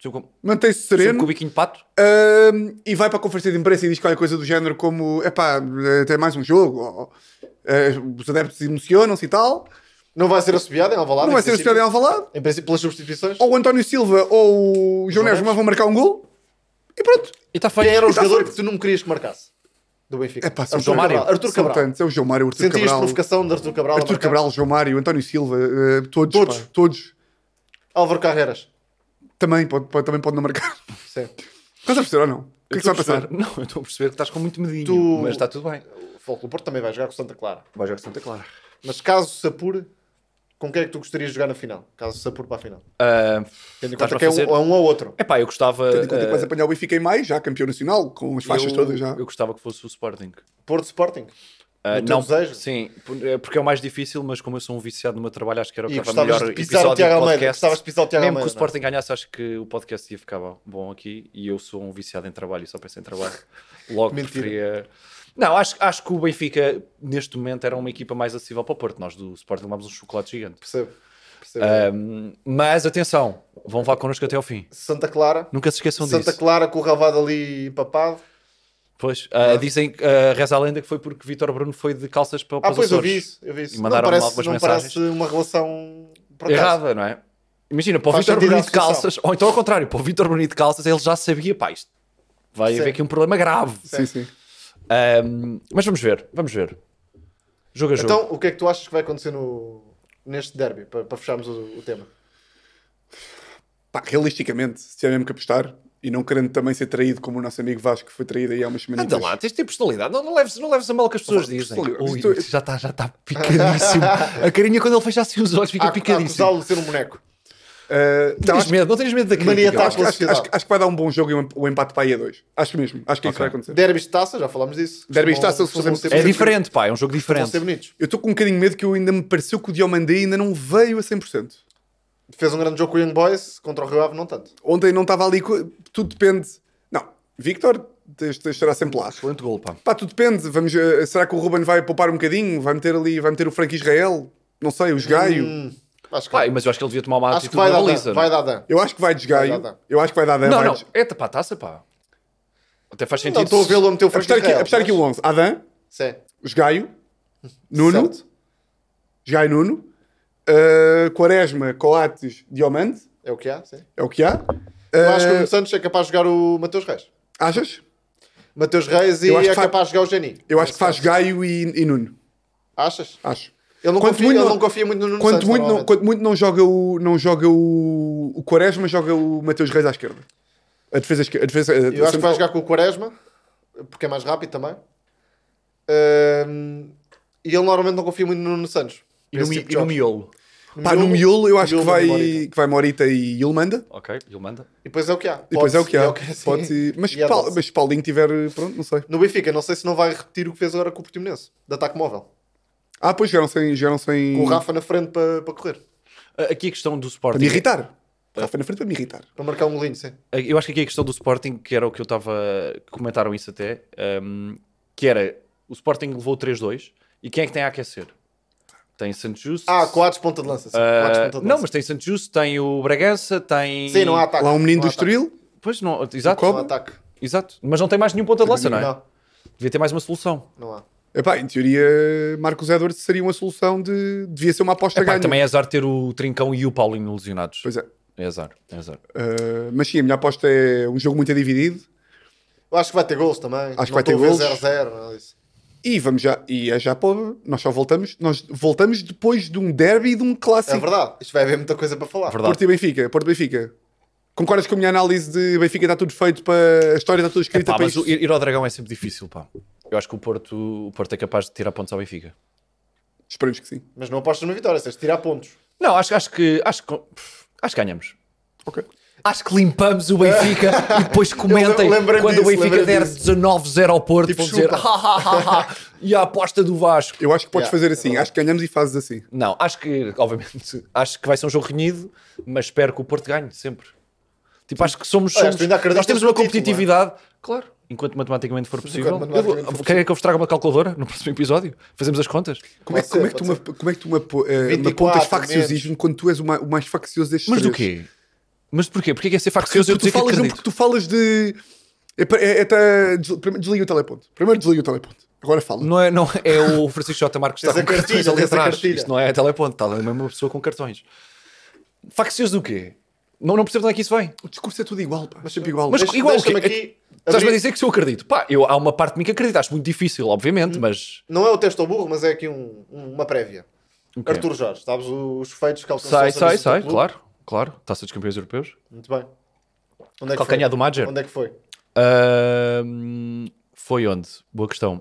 [SPEAKER 3] Seu com-
[SPEAKER 1] mantém-se
[SPEAKER 3] seu
[SPEAKER 1] sereno
[SPEAKER 3] Cubiquinho de pato?
[SPEAKER 1] ahm, e vai para a conferência de imprensa e diz qualquer coisa do género como epá, até mais um jogo, ou, eh, os adeptos emocionam-se e tal,
[SPEAKER 4] Não vai ser assobiado em Alvalade.
[SPEAKER 1] não vai ser é um-
[SPEAKER 4] em
[SPEAKER 1] associado em
[SPEAKER 4] princípio.
[SPEAKER 1] Alvalade,
[SPEAKER 4] Em princípio, pelas substituições.
[SPEAKER 1] ou o António Silva ou o João Neves vão marcar um gol e pronto.
[SPEAKER 3] E tá está
[SPEAKER 4] Quem
[SPEAKER 3] feito.
[SPEAKER 4] era o
[SPEAKER 1] Está
[SPEAKER 4] jogador
[SPEAKER 1] feito.
[SPEAKER 4] que tu não querias que marcasse? Do Benfica.
[SPEAKER 1] É pá, são
[SPEAKER 4] Arthur
[SPEAKER 1] tantos.
[SPEAKER 4] Cabral.
[SPEAKER 3] Mário.
[SPEAKER 4] Arthur
[SPEAKER 1] São
[SPEAKER 4] Cabral.
[SPEAKER 1] tantos. é o João Mário, o Arthur
[SPEAKER 4] Sentiste
[SPEAKER 1] Cabral,
[SPEAKER 4] provocação de Arthur Cabral? a
[SPEAKER 1] Arthur
[SPEAKER 4] marcar?
[SPEAKER 1] Cabral, João Mário, António Silva, eh, todos,
[SPEAKER 4] Todos.
[SPEAKER 1] pá, todos.
[SPEAKER 4] Álvaro Carreiras.
[SPEAKER 1] Também pode, pode- também pode não marcar.
[SPEAKER 4] Sim.
[SPEAKER 1] Estás a perceber ou não? que é que vai passar?
[SPEAKER 3] Não, eu estou a perceber que estás com muito medinho,
[SPEAKER 4] Tu-
[SPEAKER 3] mas está tudo bem.
[SPEAKER 4] O Futebol Clube do Porto também vai jogar com o Santa Clara.
[SPEAKER 3] Vai jogar Santa Clara.
[SPEAKER 4] Mas caso se apure, com quem é que tu gostarias de jogar na final? Caso se apure para a final. Tendo em
[SPEAKER 3] Estás-me
[SPEAKER 4] conta
[SPEAKER 3] a
[SPEAKER 4] que é um,
[SPEAKER 3] fazer-
[SPEAKER 4] é um ou outro.
[SPEAKER 3] Ah, Epá, eu gostava...
[SPEAKER 1] Tendo em conta é que vais
[SPEAKER 3] eh,
[SPEAKER 1] apanhar o Benfica em maio, já campeão nacional, com as faixas
[SPEAKER 3] eu,
[SPEAKER 1] todas já.
[SPEAKER 3] Eu gostava que fosse o Sporting.
[SPEAKER 4] Porto Sporting.
[SPEAKER 3] Ah,
[SPEAKER 4] No teu desejo?
[SPEAKER 3] Sim, por- é porque é o mais difícil, mas como eu sou um viciado no meu trabalho, acho que era o
[SPEAKER 4] E
[SPEAKER 3] que estava
[SPEAKER 4] gostavas
[SPEAKER 3] melhor
[SPEAKER 4] de pisar o
[SPEAKER 3] episódio
[SPEAKER 4] Tiago
[SPEAKER 3] de
[SPEAKER 4] Almeida,
[SPEAKER 3] podcast.
[SPEAKER 4] gostavas de pisar o Tiago
[SPEAKER 3] Mesmo que o
[SPEAKER 4] Almeida,
[SPEAKER 3] Sporting ganhasse, acho que o podcast ia ficar bom- bom aqui e eu sou um viciado em trabalho e só penso em trabalho. Logo
[SPEAKER 4] Mentira.
[SPEAKER 3] preferia... Não, acho, acho que o Benfica, neste momento, era uma equipa mais acessível para o Porto. Nós do Sporting levámos um chocolate gigante.
[SPEAKER 4] Percebo. Percebo.
[SPEAKER 3] Ahm, mas atenção, vão levar connosco até ao fim.
[SPEAKER 4] Santa Clara.
[SPEAKER 3] Nunca se esqueçam
[SPEAKER 4] Santa
[SPEAKER 3] disso.
[SPEAKER 4] Clara com o Ravado ali empapado.
[SPEAKER 3] Pois, ah, dizem que ah, reza a lenda que foi porque Vitor Bruno foi de calças para, para
[SPEAKER 4] Ah,
[SPEAKER 3] os
[SPEAKER 4] pois eu
[SPEAKER 3] Açores.
[SPEAKER 4] vi isso. Eu vi isso.
[SPEAKER 3] E mandaram
[SPEAKER 4] não
[SPEAKER 3] algumas
[SPEAKER 4] parece, não
[SPEAKER 3] mensagens.
[SPEAKER 4] parece uma relação por acaso.
[SPEAKER 3] Errada, não é? Imagina, para o
[SPEAKER 4] Faz
[SPEAKER 3] Vitor
[SPEAKER 4] sentido a
[SPEAKER 3] Bruno de
[SPEAKER 4] associação.
[SPEAKER 3] calças, ou então ao contrário, para o Vitor Bruno de calças, ele já sabia, pá, isto vai
[SPEAKER 4] Sim.
[SPEAKER 3] haver aqui um problema grave.
[SPEAKER 1] Sim, sim.
[SPEAKER 3] Ahm, mas vamos ver, vamos ver. Jogo a jogo.
[SPEAKER 4] Então, o que é que tu achas que vai acontecer no, neste derby? Para, para fecharmos o, o tema.
[SPEAKER 1] Pá, realisticamente, se tiver mesmo que apostar, e não querendo também ser traído como o nosso amigo Vasco, que foi traído aí há umas semanas.
[SPEAKER 3] Anda lá, tens de ter personalidade. Não, não, leves, não leves a mal que as pessoas dizem.
[SPEAKER 1] personalidade.
[SPEAKER 3] Ui,
[SPEAKER 4] é-
[SPEAKER 1] Isto-
[SPEAKER 3] já está já tá picadíssimo. a carinha, quando ele fecha assim os olhos, fica
[SPEAKER 4] Há- há
[SPEAKER 3] picadíssimo.
[SPEAKER 4] Acusá-lo de ser um boneco.
[SPEAKER 1] Ah, então,
[SPEAKER 3] Não tens medo, não tens medo da
[SPEAKER 4] Mania
[SPEAKER 3] crítica.
[SPEAKER 4] tá-
[SPEAKER 1] acho, que- acho que- acho que- acho que vai dar um bom jogo e um, um empate para aí a dois. Acho mesmo. Acho que é isso que vai acontecer.
[SPEAKER 4] Derbys de taça, já falámos disso.
[SPEAKER 1] Derbys de taça,
[SPEAKER 4] Costumam-
[SPEAKER 1] se
[SPEAKER 4] costumam
[SPEAKER 1] fazemos-
[SPEAKER 4] ser
[SPEAKER 3] É
[SPEAKER 4] bonitos.
[SPEAKER 3] diferente, pá, é um jogo
[SPEAKER 4] Costumam ser
[SPEAKER 3] diferente.
[SPEAKER 4] bonitos.
[SPEAKER 1] Eu estou com um bocadinho de medo que eu ainda me pareceu que o Diomandé ainda não veio a 100%.
[SPEAKER 4] Fez um grande jogo com o Young Boys, contra o Rio Ave não tanto.
[SPEAKER 1] Ontem não estava ali. co- Tudo depende. Não, Victor tens- tens- estará sempre lá.
[SPEAKER 3] Excelente gol, pá.
[SPEAKER 1] Pá, tudo depende. Vamos, eh, será que o Ruben vai poupar um bocadinho? Vai meter ali, vai meter o Frank Israel? Não sei, o Gaio.
[SPEAKER 4] Hum, acho que,
[SPEAKER 3] Pá, mas eu acho que ele devia tomar uma
[SPEAKER 4] acho que
[SPEAKER 3] atitude
[SPEAKER 4] vai,
[SPEAKER 3] na
[SPEAKER 4] dar
[SPEAKER 3] baliza.
[SPEAKER 4] dan, vai dar dan.
[SPEAKER 1] Eu acho que vai
[SPEAKER 4] Vai
[SPEAKER 1] desgaio.
[SPEAKER 4] dar, dá.
[SPEAKER 1] Eu acho que vai dar Dan.
[SPEAKER 3] Não,
[SPEAKER 1] vai
[SPEAKER 3] não,
[SPEAKER 1] des-
[SPEAKER 3] é tapar a taça, pá. Até faz sentido.
[SPEAKER 4] Não Então, estou a vê-lo a meter o Frank
[SPEAKER 1] Apostar aqui,
[SPEAKER 4] Israel,
[SPEAKER 1] apostar aqui
[SPEAKER 4] mas-
[SPEAKER 1] o 11. Adam,
[SPEAKER 4] Sim,
[SPEAKER 1] Esgaio, Nuno,
[SPEAKER 4] certo.
[SPEAKER 1] Esgaio Nuno, eh, Quaresma, Coates, Diomande,
[SPEAKER 4] É o que há, sim.
[SPEAKER 1] é o que há.
[SPEAKER 4] Eu acho que
[SPEAKER 1] Eh,
[SPEAKER 4] o Nuno Santos é capaz de jogar o Mateus Reis.
[SPEAKER 1] achas?
[SPEAKER 4] Mateus Reis e
[SPEAKER 1] Eu acho
[SPEAKER 4] é
[SPEAKER 1] que faz-
[SPEAKER 4] capaz de jogar o Geni.
[SPEAKER 1] Eu acho que faz Gaio e, e Nuno.
[SPEAKER 4] Achas?
[SPEAKER 1] Acho.
[SPEAKER 4] Ele não,
[SPEAKER 1] Quanto
[SPEAKER 4] confia,
[SPEAKER 1] muito
[SPEAKER 4] ele
[SPEAKER 1] não-
[SPEAKER 4] não confia muito no Nuno
[SPEAKER 1] Quanto
[SPEAKER 4] Santos,
[SPEAKER 1] muito, não,
[SPEAKER 4] normalmente.
[SPEAKER 1] quanto muito não joga o não joga o, o Quaresma, joga o Mateus Reis à esquerda. A defesa esquerda.
[SPEAKER 4] Eu acho que vai jogar com o Quaresma, porque é mais rápido também. Ahm, e ele normalmente não confia muito no Nuno Santos.
[SPEAKER 3] E no,
[SPEAKER 4] Esse
[SPEAKER 3] mi-
[SPEAKER 4] tipo de
[SPEAKER 3] e no
[SPEAKER 4] jogos.
[SPEAKER 3] miolo.
[SPEAKER 1] Pá, no miolo eu acho
[SPEAKER 4] Miolo
[SPEAKER 1] que vai
[SPEAKER 4] e Morita.
[SPEAKER 1] que vai Morita e Ilmanda.
[SPEAKER 3] Ok, ele manda.
[SPEAKER 4] E depois é o que há.
[SPEAKER 1] E depois é o que há.
[SPEAKER 4] sim.
[SPEAKER 1] Pode ser- mas,
[SPEAKER 4] E é
[SPEAKER 1] Paulo,
[SPEAKER 4] dose.
[SPEAKER 1] mas se Paulinho tiver. Pronto, não sei.
[SPEAKER 4] No Benfica, não sei se não vai repetir o que fez agora com o Portimonense, de ataque móvel.
[SPEAKER 1] Ah, pois geram sem. Geram sem
[SPEAKER 4] Com o Rafa na frente para para correr,
[SPEAKER 3] Ah, Aqui a questão do
[SPEAKER 1] Para me
[SPEAKER 3] Sporting.
[SPEAKER 1] irritar. Rafa na frente para me irritar.
[SPEAKER 4] para marcar um golinho, sim.
[SPEAKER 3] Ah, Eu acho que aqui a questão do Sporting, que era o que eu estava. que Comentaram isso até. ahm, que era. O Sporting levou 3-2. E quem é que tem a aquecer? Tem Santos Justo.
[SPEAKER 4] Ah, é Coates ponta de lança. Sim. Coates, ponta de
[SPEAKER 3] Ah, não,
[SPEAKER 4] lança.
[SPEAKER 3] mas tem Santos Justo, tem o Bragança, tem.
[SPEAKER 4] Sim, não há ataque.
[SPEAKER 1] Lá um menino
[SPEAKER 4] não
[SPEAKER 1] do
[SPEAKER 4] há ataque.
[SPEAKER 1] Estoril.
[SPEAKER 3] Pois não, exato.
[SPEAKER 4] Não há ataque.
[SPEAKER 3] Exato. Mas não tem mais nenhum ponta de lança, não é?
[SPEAKER 4] Não,
[SPEAKER 3] Devia ter mais uma solução.
[SPEAKER 4] não há.
[SPEAKER 1] Epá, em teoria, Marcos Edwards seria uma solução de. Devia ser uma aposta
[SPEAKER 3] Epá,
[SPEAKER 1] ganha.
[SPEAKER 3] também é azar ter o Trincão e o Paulinho lesionados.
[SPEAKER 1] Pois é.
[SPEAKER 3] É azar, é azar.
[SPEAKER 1] Uh, mas sim, a minha aposta é um jogo muito dividido.
[SPEAKER 4] Eu acho que vai ter gols também.
[SPEAKER 1] que vai ter golos.
[SPEAKER 4] 0-0, nada disso.
[SPEAKER 1] E vamos já. E é já pobre. Nós só voltamos. Nós voltamos depois de um derby e de um clássico.
[SPEAKER 4] É verdade. é Isto vai haver muita coisa para falar.
[SPEAKER 3] Verdade.
[SPEAKER 1] Porto e Benfica. Porto e Benfica. Concordas com a minha análise de Benfica está tudo feito para. A história está tudo escrita
[SPEAKER 3] Pá,
[SPEAKER 1] para
[SPEAKER 3] mas
[SPEAKER 1] isto?
[SPEAKER 3] o- ir ir ao Dragão é sempre difícil, pá. Eu acho que o Porto, o Porto é capaz de tirar pontos ao Benfica.
[SPEAKER 1] Esperemos que sim.
[SPEAKER 4] Mas não apostas na vitória, tens de tirar pontos.
[SPEAKER 3] Não, acho, acho que acho que pff, acho que ganhamos.
[SPEAKER 1] Ok.
[SPEAKER 3] Acho que limpamos o Benfica e depois comentem
[SPEAKER 4] Eu lem- lembrei-me
[SPEAKER 3] quando o
[SPEAKER 4] disso,
[SPEAKER 3] Benfica
[SPEAKER 4] lembrei-me
[SPEAKER 3] der
[SPEAKER 4] disso.
[SPEAKER 3] 19-0 ao Porto,
[SPEAKER 4] Tipo,
[SPEAKER 3] vão dizer
[SPEAKER 4] chupa.
[SPEAKER 3] "Ha, ha, ha, ha", e a aposta do Vasco.
[SPEAKER 1] Eu acho que podes
[SPEAKER 4] Yeah,
[SPEAKER 1] fazer
[SPEAKER 4] é
[SPEAKER 1] assim.
[SPEAKER 4] verdade.
[SPEAKER 1] acho que ganhamos e fazes assim.
[SPEAKER 3] Não, acho que, obviamente, acho que vai ser um jogo renhido, mas espero que o Porto ganhe sempre. Tipo, acho que somos.
[SPEAKER 4] Olha,
[SPEAKER 3] somos-
[SPEAKER 4] tu ainda acreditas
[SPEAKER 3] nós temos
[SPEAKER 4] no
[SPEAKER 3] uma
[SPEAKER 4] título, é?
[SPEAKER 3] competitividade, claro, enquanto matematicamente for possível.
[SPEAKER 4] matematicamente
[SPEAKER 3] Eu-
[SPEAKER 4] for possível.
[SPEAKER 3] Querem que eu vos traga uma calculadora no próximo episódio? Fazemos as contas?
[SPEAKER 1] Como é,
[SPEAKER 4] Pode
[SPEAKER 1] como
[SPEAKER 4] ser,
[SPEAKER 1] é que tu
[SPEAKER 4] pode
[SPEAKER 1] me,
[SPEAKER 4] ser.
[SPEAKER 1] como é que tu me, apo- eh, me
[SPEAKER 4] 24
[SPEAKER 1] apontas facciosismo quando tu és o, ma- o mais faccioso destes
[SPEAKER 3] Mas do
[SPEAKER 1] três?
[SPEAKER 3] quê? Mas porquê? Porquê que é ser
[SPEAKER 1] Tu,
[SPEAKER 3] faccioso eu
[SPEAKER 1] tu,
[SPEAKER 3] dizer que
[SPEAKER 1] falas de,
[SPEAKER 3] acredito?
[SPEAKER 1] porque tu falas de. É, pa- é, é, tá- desli- primeiro desliga o teleponto. Primeiro desliga o teleponto. Agora fala.
[SPEAKER 3] Não é, não é o Francisco J. Marcos que está
[SPEAKER 4] Tens
[SPEAKER 3] com
[SPEAKER 4] é a cartilha,
[SPEAKER 3] cartões ali
[SPEAKER 4] tens a
[SPEAKER 3] atrás.
[SPEAKER 4] cartilha.
[SPEAKER 3] Isto não é teleponto, está ali mesmo uma pessoa com cartões. Faccioso do quê? Não, não percebo de onde é que isso vem.
[SPEAKER 1] O discurso é tudo igual, pá. Mas sempre igual.
[SPEAKER 3] Mas
[SPEAKER 4] Deixa-
[SPEAKER 3] igual o
[SPEAKER 4] deixa-me
[SPEAKER 3] quê?
[SPEAKER 4] aqui
[SPEAKER 3] Estás-me a
[SPEAKER 4] abrir-
[SPEAKER 3] dizer que se eu acredito. Pá, eu, há uma parte de mim que acredita. Acho muito difícil, obviamente, mas...
[SPEAKER 4] Não é o teste ao burro, mas é aqui um- um- uma prévia.
[SPEAKER 3] Ok.
[SPEAKER 4] Arthur Jorge, sabes os feitos que alcançou
[SPEAKER 3] Sai,
[SPEAKER 4] a
[SPEAKER 3] sai,
[SPEAKER 4] serviço do
[SPEAKER 3] sai,
[SPEAKER 4] clube?
[SPEAKER 3] claro. Claro, taça dos campeões europeus.
[SPEAKER 4] Muito bem. Onde é que foi?
[SPEAKER 3] Calcanhar do Madger.
[SPEAKER 4] Onde é que foi?
[SPEAKER 3] Ahm, foi onde? Boa questão.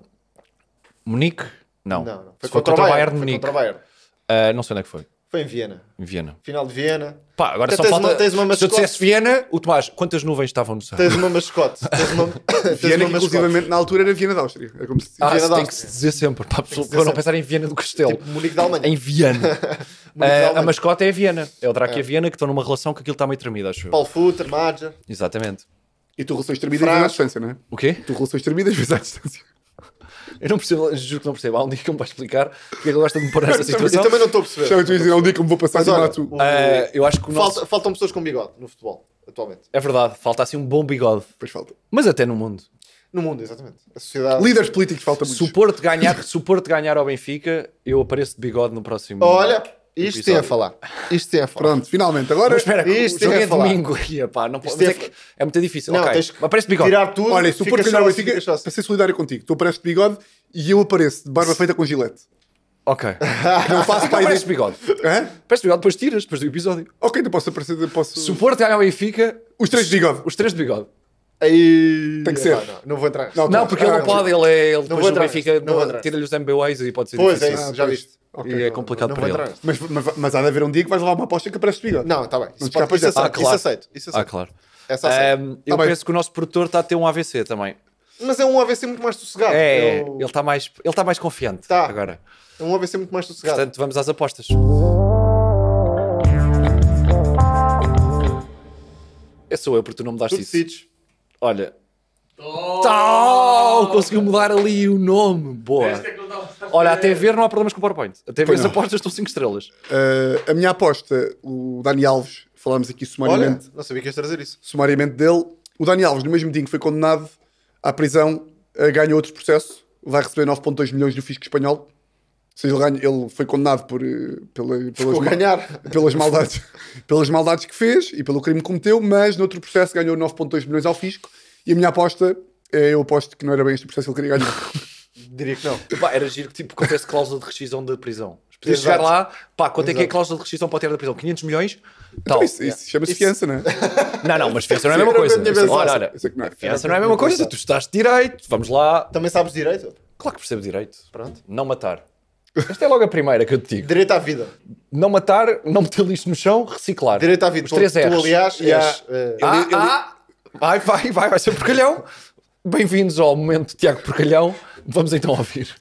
[SPEAKER 3] Munique? Não.
[SPEAKER 4] Não, não.
[SPEAKER 3] Se Foi contra o Bayern de
[SPEAKER 4] foi
[SPEAKER 3] Munique.
[SPEAKER 4] contra o Bayern.
[SPEAKER 3] Ah, não sei onde é que foi.
[SPEAKER 4] Foi em Viena.
[SPEAKER 3] Em Viena.
[SPEAKER 4] Final de Viena.
[SPEAKER 3] Pá, agora
[SPEAKER 4] Até
[SPEAKER 3] só
[SPEAKER 4] tens
[SPEAKER 3] falta.
[SPEAKER 4] uma- tens uma
[SPEAKER 3] Se eu
[SPEAKER 4] mascote.
[SPEAKER 3] dissesse Viena, o Tomás, quantas nuvens estavam no céu?
[SPEAKER 4] Tens uma mascote. Tens uma,
[SPEAKER 1] Viena,
[SPEAKER 4] tens uma
[SPEAKER 1] que,
[SPEAKER 4] mascote.
[SPEAKER 1] inclusivamente, na altura era Viena da Áustria. É como se...
[SPEAKER 3] Ah,
[SPEAKER 4] Viena
[SPEAKER 3] isso
[SPEAKER 4] da
[SPEAKER 3] tem
[SPEAKER 4] Áustria.
[SPEAKER 3] que se dizer sempre, para, a pessoa-
[SPEAKER 4] se
[SPEAKER 3] para
[SPEAKER 4] dizer
[SPEAKER 3] não pensar em Viena do Castelo.
[SPEAKER 4] Tipo Munique da Alemanha.
[SPEAKER 3] Em Viena.
[SPEAKER 4] Munique da
[SPEAKER 3] Ah, a
[SPEAKER 4] Alemanha.
[SPEAKER 3] mascota é a Viena. É o Draki e a Viena que estão numa relação que aquilo está meio tremido, acho eu.
[SPEAKER 4] Paulo Futter, Madja.
[SPEAKER 3] Exatamente.
[SPEAKER 1] E tu relações termidas à
[SPEAKER 4] Frasco.
[SPEAKER 1] distância, não é?
[SPEAKER 3] O quê?
[SPEAKER 1] Tu relações termidas vezes à distância.
[SPEAKER 3] Eu não percebo, juro que não percebo. Há um dia que eu me vai explicar porque é que ele gosta de me pôr nessa
[SPEAKER 4] Eu
[SPEAKER 3] situação.
[SPEAKER 4] também não estou a perceber.
[SPEAKER 1] Já eu te dizia, é um dia que me vou passar
[SPEAKER 4] Mas
[SPEAKER 1] de
[SPEAKER 4] olha, um-
[SPEAKER 1] mato.
[SPEAKER 4] o-
[SPEAKER 3] Ah, eu acho que o nosso...
[SPEAKER 4] Falta- faltam pessoas com bigode no futebol, atualmente.
[SPEAKER 3] É verdade, falta assim um bom bigode.
[SPEAKER 1] Pois falta.
[SPEAKER 3] Mas até no mundo.
[SPEAKER 4] No mundo, exatamente. A sociedade.
[SPEAKER 1] Líderes políticos
[SPEAKER 4] É
[SPEAKER 1] falta muito.
[SPEAKER 3] Se o Porto ganhar, se o Porto ganhar ao Benfica, eu apareço de bigode no próximo.
[SPEAKER 4] Olha, isto tem a
[SPEAKER 3] episódio.
[SPEAKER 4] falar. Isto tem a falar.
[SPEAKER 1] Pronto, finalmente. Agora,
[SPEAKER 3] Mas espera,
[SPEAKER 4] Isto
[SPEAKER 3] o jogo
[SPEAKER 4] tem a
[SPEAKER 3] é
[SPEAKER 4] falar.
[SPEAKER 3] domingo. E, epá, não pode,
[SPEAKER 4] Isto
[SPEAKER 3] mas
[SPEAKER 4] tem
[SPEAKER 3] é,
[SPEAKER 4] a
[SPEAKER 3] que é muito difícil.
[SPEAKER 4] Não,
[SPEAKER 3] ok,
[SPEAKER 4] tens que
[SPEAKER 3] aparece de bigode.
[SPEAKER 4] tirar tudo.
[SPEAKER 1] olha, se o
[SPEAKER 4] fica
[SPEAKER 1] Porto
[SPEAKER 4] só
[SPEAKER 1] ganhar o
[SPEAKER 4] assim,
[SPEAKER 1] Benfica,
[SPEAKER 4] fica só
[SPEAKER 1] para
[SPEAKER 4] assim.
[SPEAKER 1] ser solidário contigo, tu apareces de bigode e eu apareço de barba feita com gilete.
[SPEAKER 3] Ok.
[SPEAKER 1] Que Não faço
[SPEAKER 3] Então
[SPEAKER 1] para
[SPEAKER 3] aparece de
[SPEAKER 1] aí.
[SPEAKER 3] bigode.
[SPEAKER 1] Hã?
[SPEAKER 3] Aparece de bigode, depois tiras, depois do episódio.
[SPEAKER 1] Ok, então posso aparecer. Posso...
[SPEAKER 3] Se o Porto ganhar ao Benfica,
[SPEAKER 1] Os três de bigode.
[SPEAKER 3] os três de bigode.
[SPEAKER 4] Aí...
[SPEAKER 1] Tem que ser.
[SPEAKER 4] Não, não, não vou entrar.
[SPEAKER 1] Não,
[SPEAKER 3] Não, porque ele
[SPEAKER 1] Ah,
[SPEAKER 3] não pode, ele, é, ele depois
[SPEAKER 4] vou
[SPEAKER 3] do
[SPEAKER 4] entrar
[SPEAKER 3] Benfica
[SPEAKER 4] nisso, não vou entrar
[SPEAKER 3] tira-lhe os MBAs e pode ser
[SPEAKER 4] Pois, é
[SPEAKER 3] difícil.
[SPEAKER 4] isso,
[SPEAKER 1] Ah,
[SPEAKER 4] já
[SPEAKER 1] pois.
[SPEAKER 4] viste.
[SPEAKER 1] Ok,
[SPEAKER 3] e é
[SPEAKER 1] não,
[SPEAKER 3] complicado
[SPEAKER 4] não
[SPEAKER 3] para
[SPEAKER 4] vou
[SPEAKER 3] ele.
[SPEAKER 4] entrar nisso.
[SPEAKER 1] Mas, mas, mas há de haver um dia que vais levar uma aposta que aparece de bigode.
[SPEAKER 4] Não, está bem. Isso,
[SPEAKER 1] Não te escapas
[SPEAKER 4] pode,
[SPEAKER 1] dessa.
[SPEAKER 4] isso, aceito,
[SPEAKER 3] Ah, claro.
[SPEAKER 4] isso aceito. Isso
[SPEAKER 3] Ah,
[SPEAKER 4] aceito.
[SPEAKER 3] claro.
[SPEAKER 4] Essa aceito.
[SPEAKER 3] Ahm, eu
[SPEAKER 1] Tá bem.
[SPEAKER 3] penso que o nosso produtor está a ter um AVC também.
[SPEAKER 4] Mas é um AVC muito mais sossegado.
[SPEAKER 3] É,
[SPEAKER 4] Eu-
[SPEAKER 3] ele está mais, ele está mais confiante
[SPEAKER 4] Tá.
[SPEAKER 3] agora.
[SPEAKER 4] É um AVC muito mais sossegado.
[SPEAKER 3] Portanto, vamos às apostas. Eu sou eu porque tu não me
[SPEAKER 4] tu
[SPEAKER 3] daste isso.
[SPEAKER 4] decides.
[SPEAKER 3] Olha.
[SPEAKER 2] Tom!
[SPEAKER 3] Tá. Tal! Conseguiu mudar ali o nome. Boa.
[SPEAKER 2] Esta é que não dá para
[SPEAKER 3] Olha, até
[SPEAKER 2] fazer.
[SPEAKER 3] ver não há problemas com o PowerPoint. Até ver
[SPEAKER 1] Pois
[SPEAKER 3] as
[SPEAKER 1] não.
[SPEAKER 3] apostas estão 5 estrelas.
[SPEAKER 1] Ah, a minha aposta, o Dani Alves, falámos aqui
[SPEAKER 4] Olha,
[SPEAKER 1] sumariamente,
[SPEAKER 4] não sabia que ias trazer isso.
[SPEAKER 1] sumariamente dele. O Dani Alves, no mesmo dia em que foi condenado à prisão, ah, ganha outro processo. Vai receber 9,2 milhões do fisco espanhol. Ou seja, ele, ganha- ele foi condenado por, eh, pela, pelas,
[SPEAKER 4] Vou
[SPEAKER 1] ma-
[SPEAKER 4] ganhar.
[SPEAKER 1] pelas maldades, pelas maldades que fez e pelo crime que cometeu, mas noutro processo ganhou 9,2 milhões ao fisco. E a minha aposta, eh, eu aposto que não era bem este processo que ele queria ganhar.
[SPEAKER 4] Diria que não.
[SPEAKER 3] Pá, era giro que tipo, acontece cláusula de rescisão da prisão. Se podias
[SPEAKER 4] Exato.
[SPEAKER 3] chegar lá, pá, quanto é que é a
[SPEAKER 4] Exato.
[SPEAKER 3] cláusula de rescisão para ter da prisão? 500 milhões? Tal.
[SPEAKER 1] Isso, isso chama-se fiança, não é?
[SPEAKER 3] Não, não, mas fiança não é a
[SPEAKER 4] Era o
[SPEAKER 3] mesma
[SPEAKER 4] que eu
[SPEAKER 3] coisa.
[SPEAKER 4] tinha pensado.
[SPEAKER 3] Ora, ora.
[SPEAKER 1] Eu sei que não é.
[SPEAKER 3] Fiança não é a mesma coisa, tu estás de direito, vamos lá.
[SPEAKER 4] Também sabes direito?
[SPEAKER 3] Claro que percebo direito.
[SPEAKER 4] Pronto.
[SPEAKER 3] Não matar. Esta é logo a primeira que eu te digo.
[SPEAKER 4] Direito à vida.
[SPEAKER 3] Não matar, não meter lixo no chão, reciclar.
[SPEAKER 4] Direito à vida.
[SPEAKER 3] Os três
[SPEAKER 4] tu,
[SPEAKER 3] R's.
[SPEAKER 4] tu, aliás,
[SPEAKER 1] E há-
[SPEAKER 4] és, eh,
[SPEAKER 3] Ah,
[SPEAKER 1] Ele- ele-
[SPEAKER 3] ah, vai, vai, vai, vai ser porcalhão. Bem-vindos ao momento Tiago Porcalhão. Vamos então ouvir.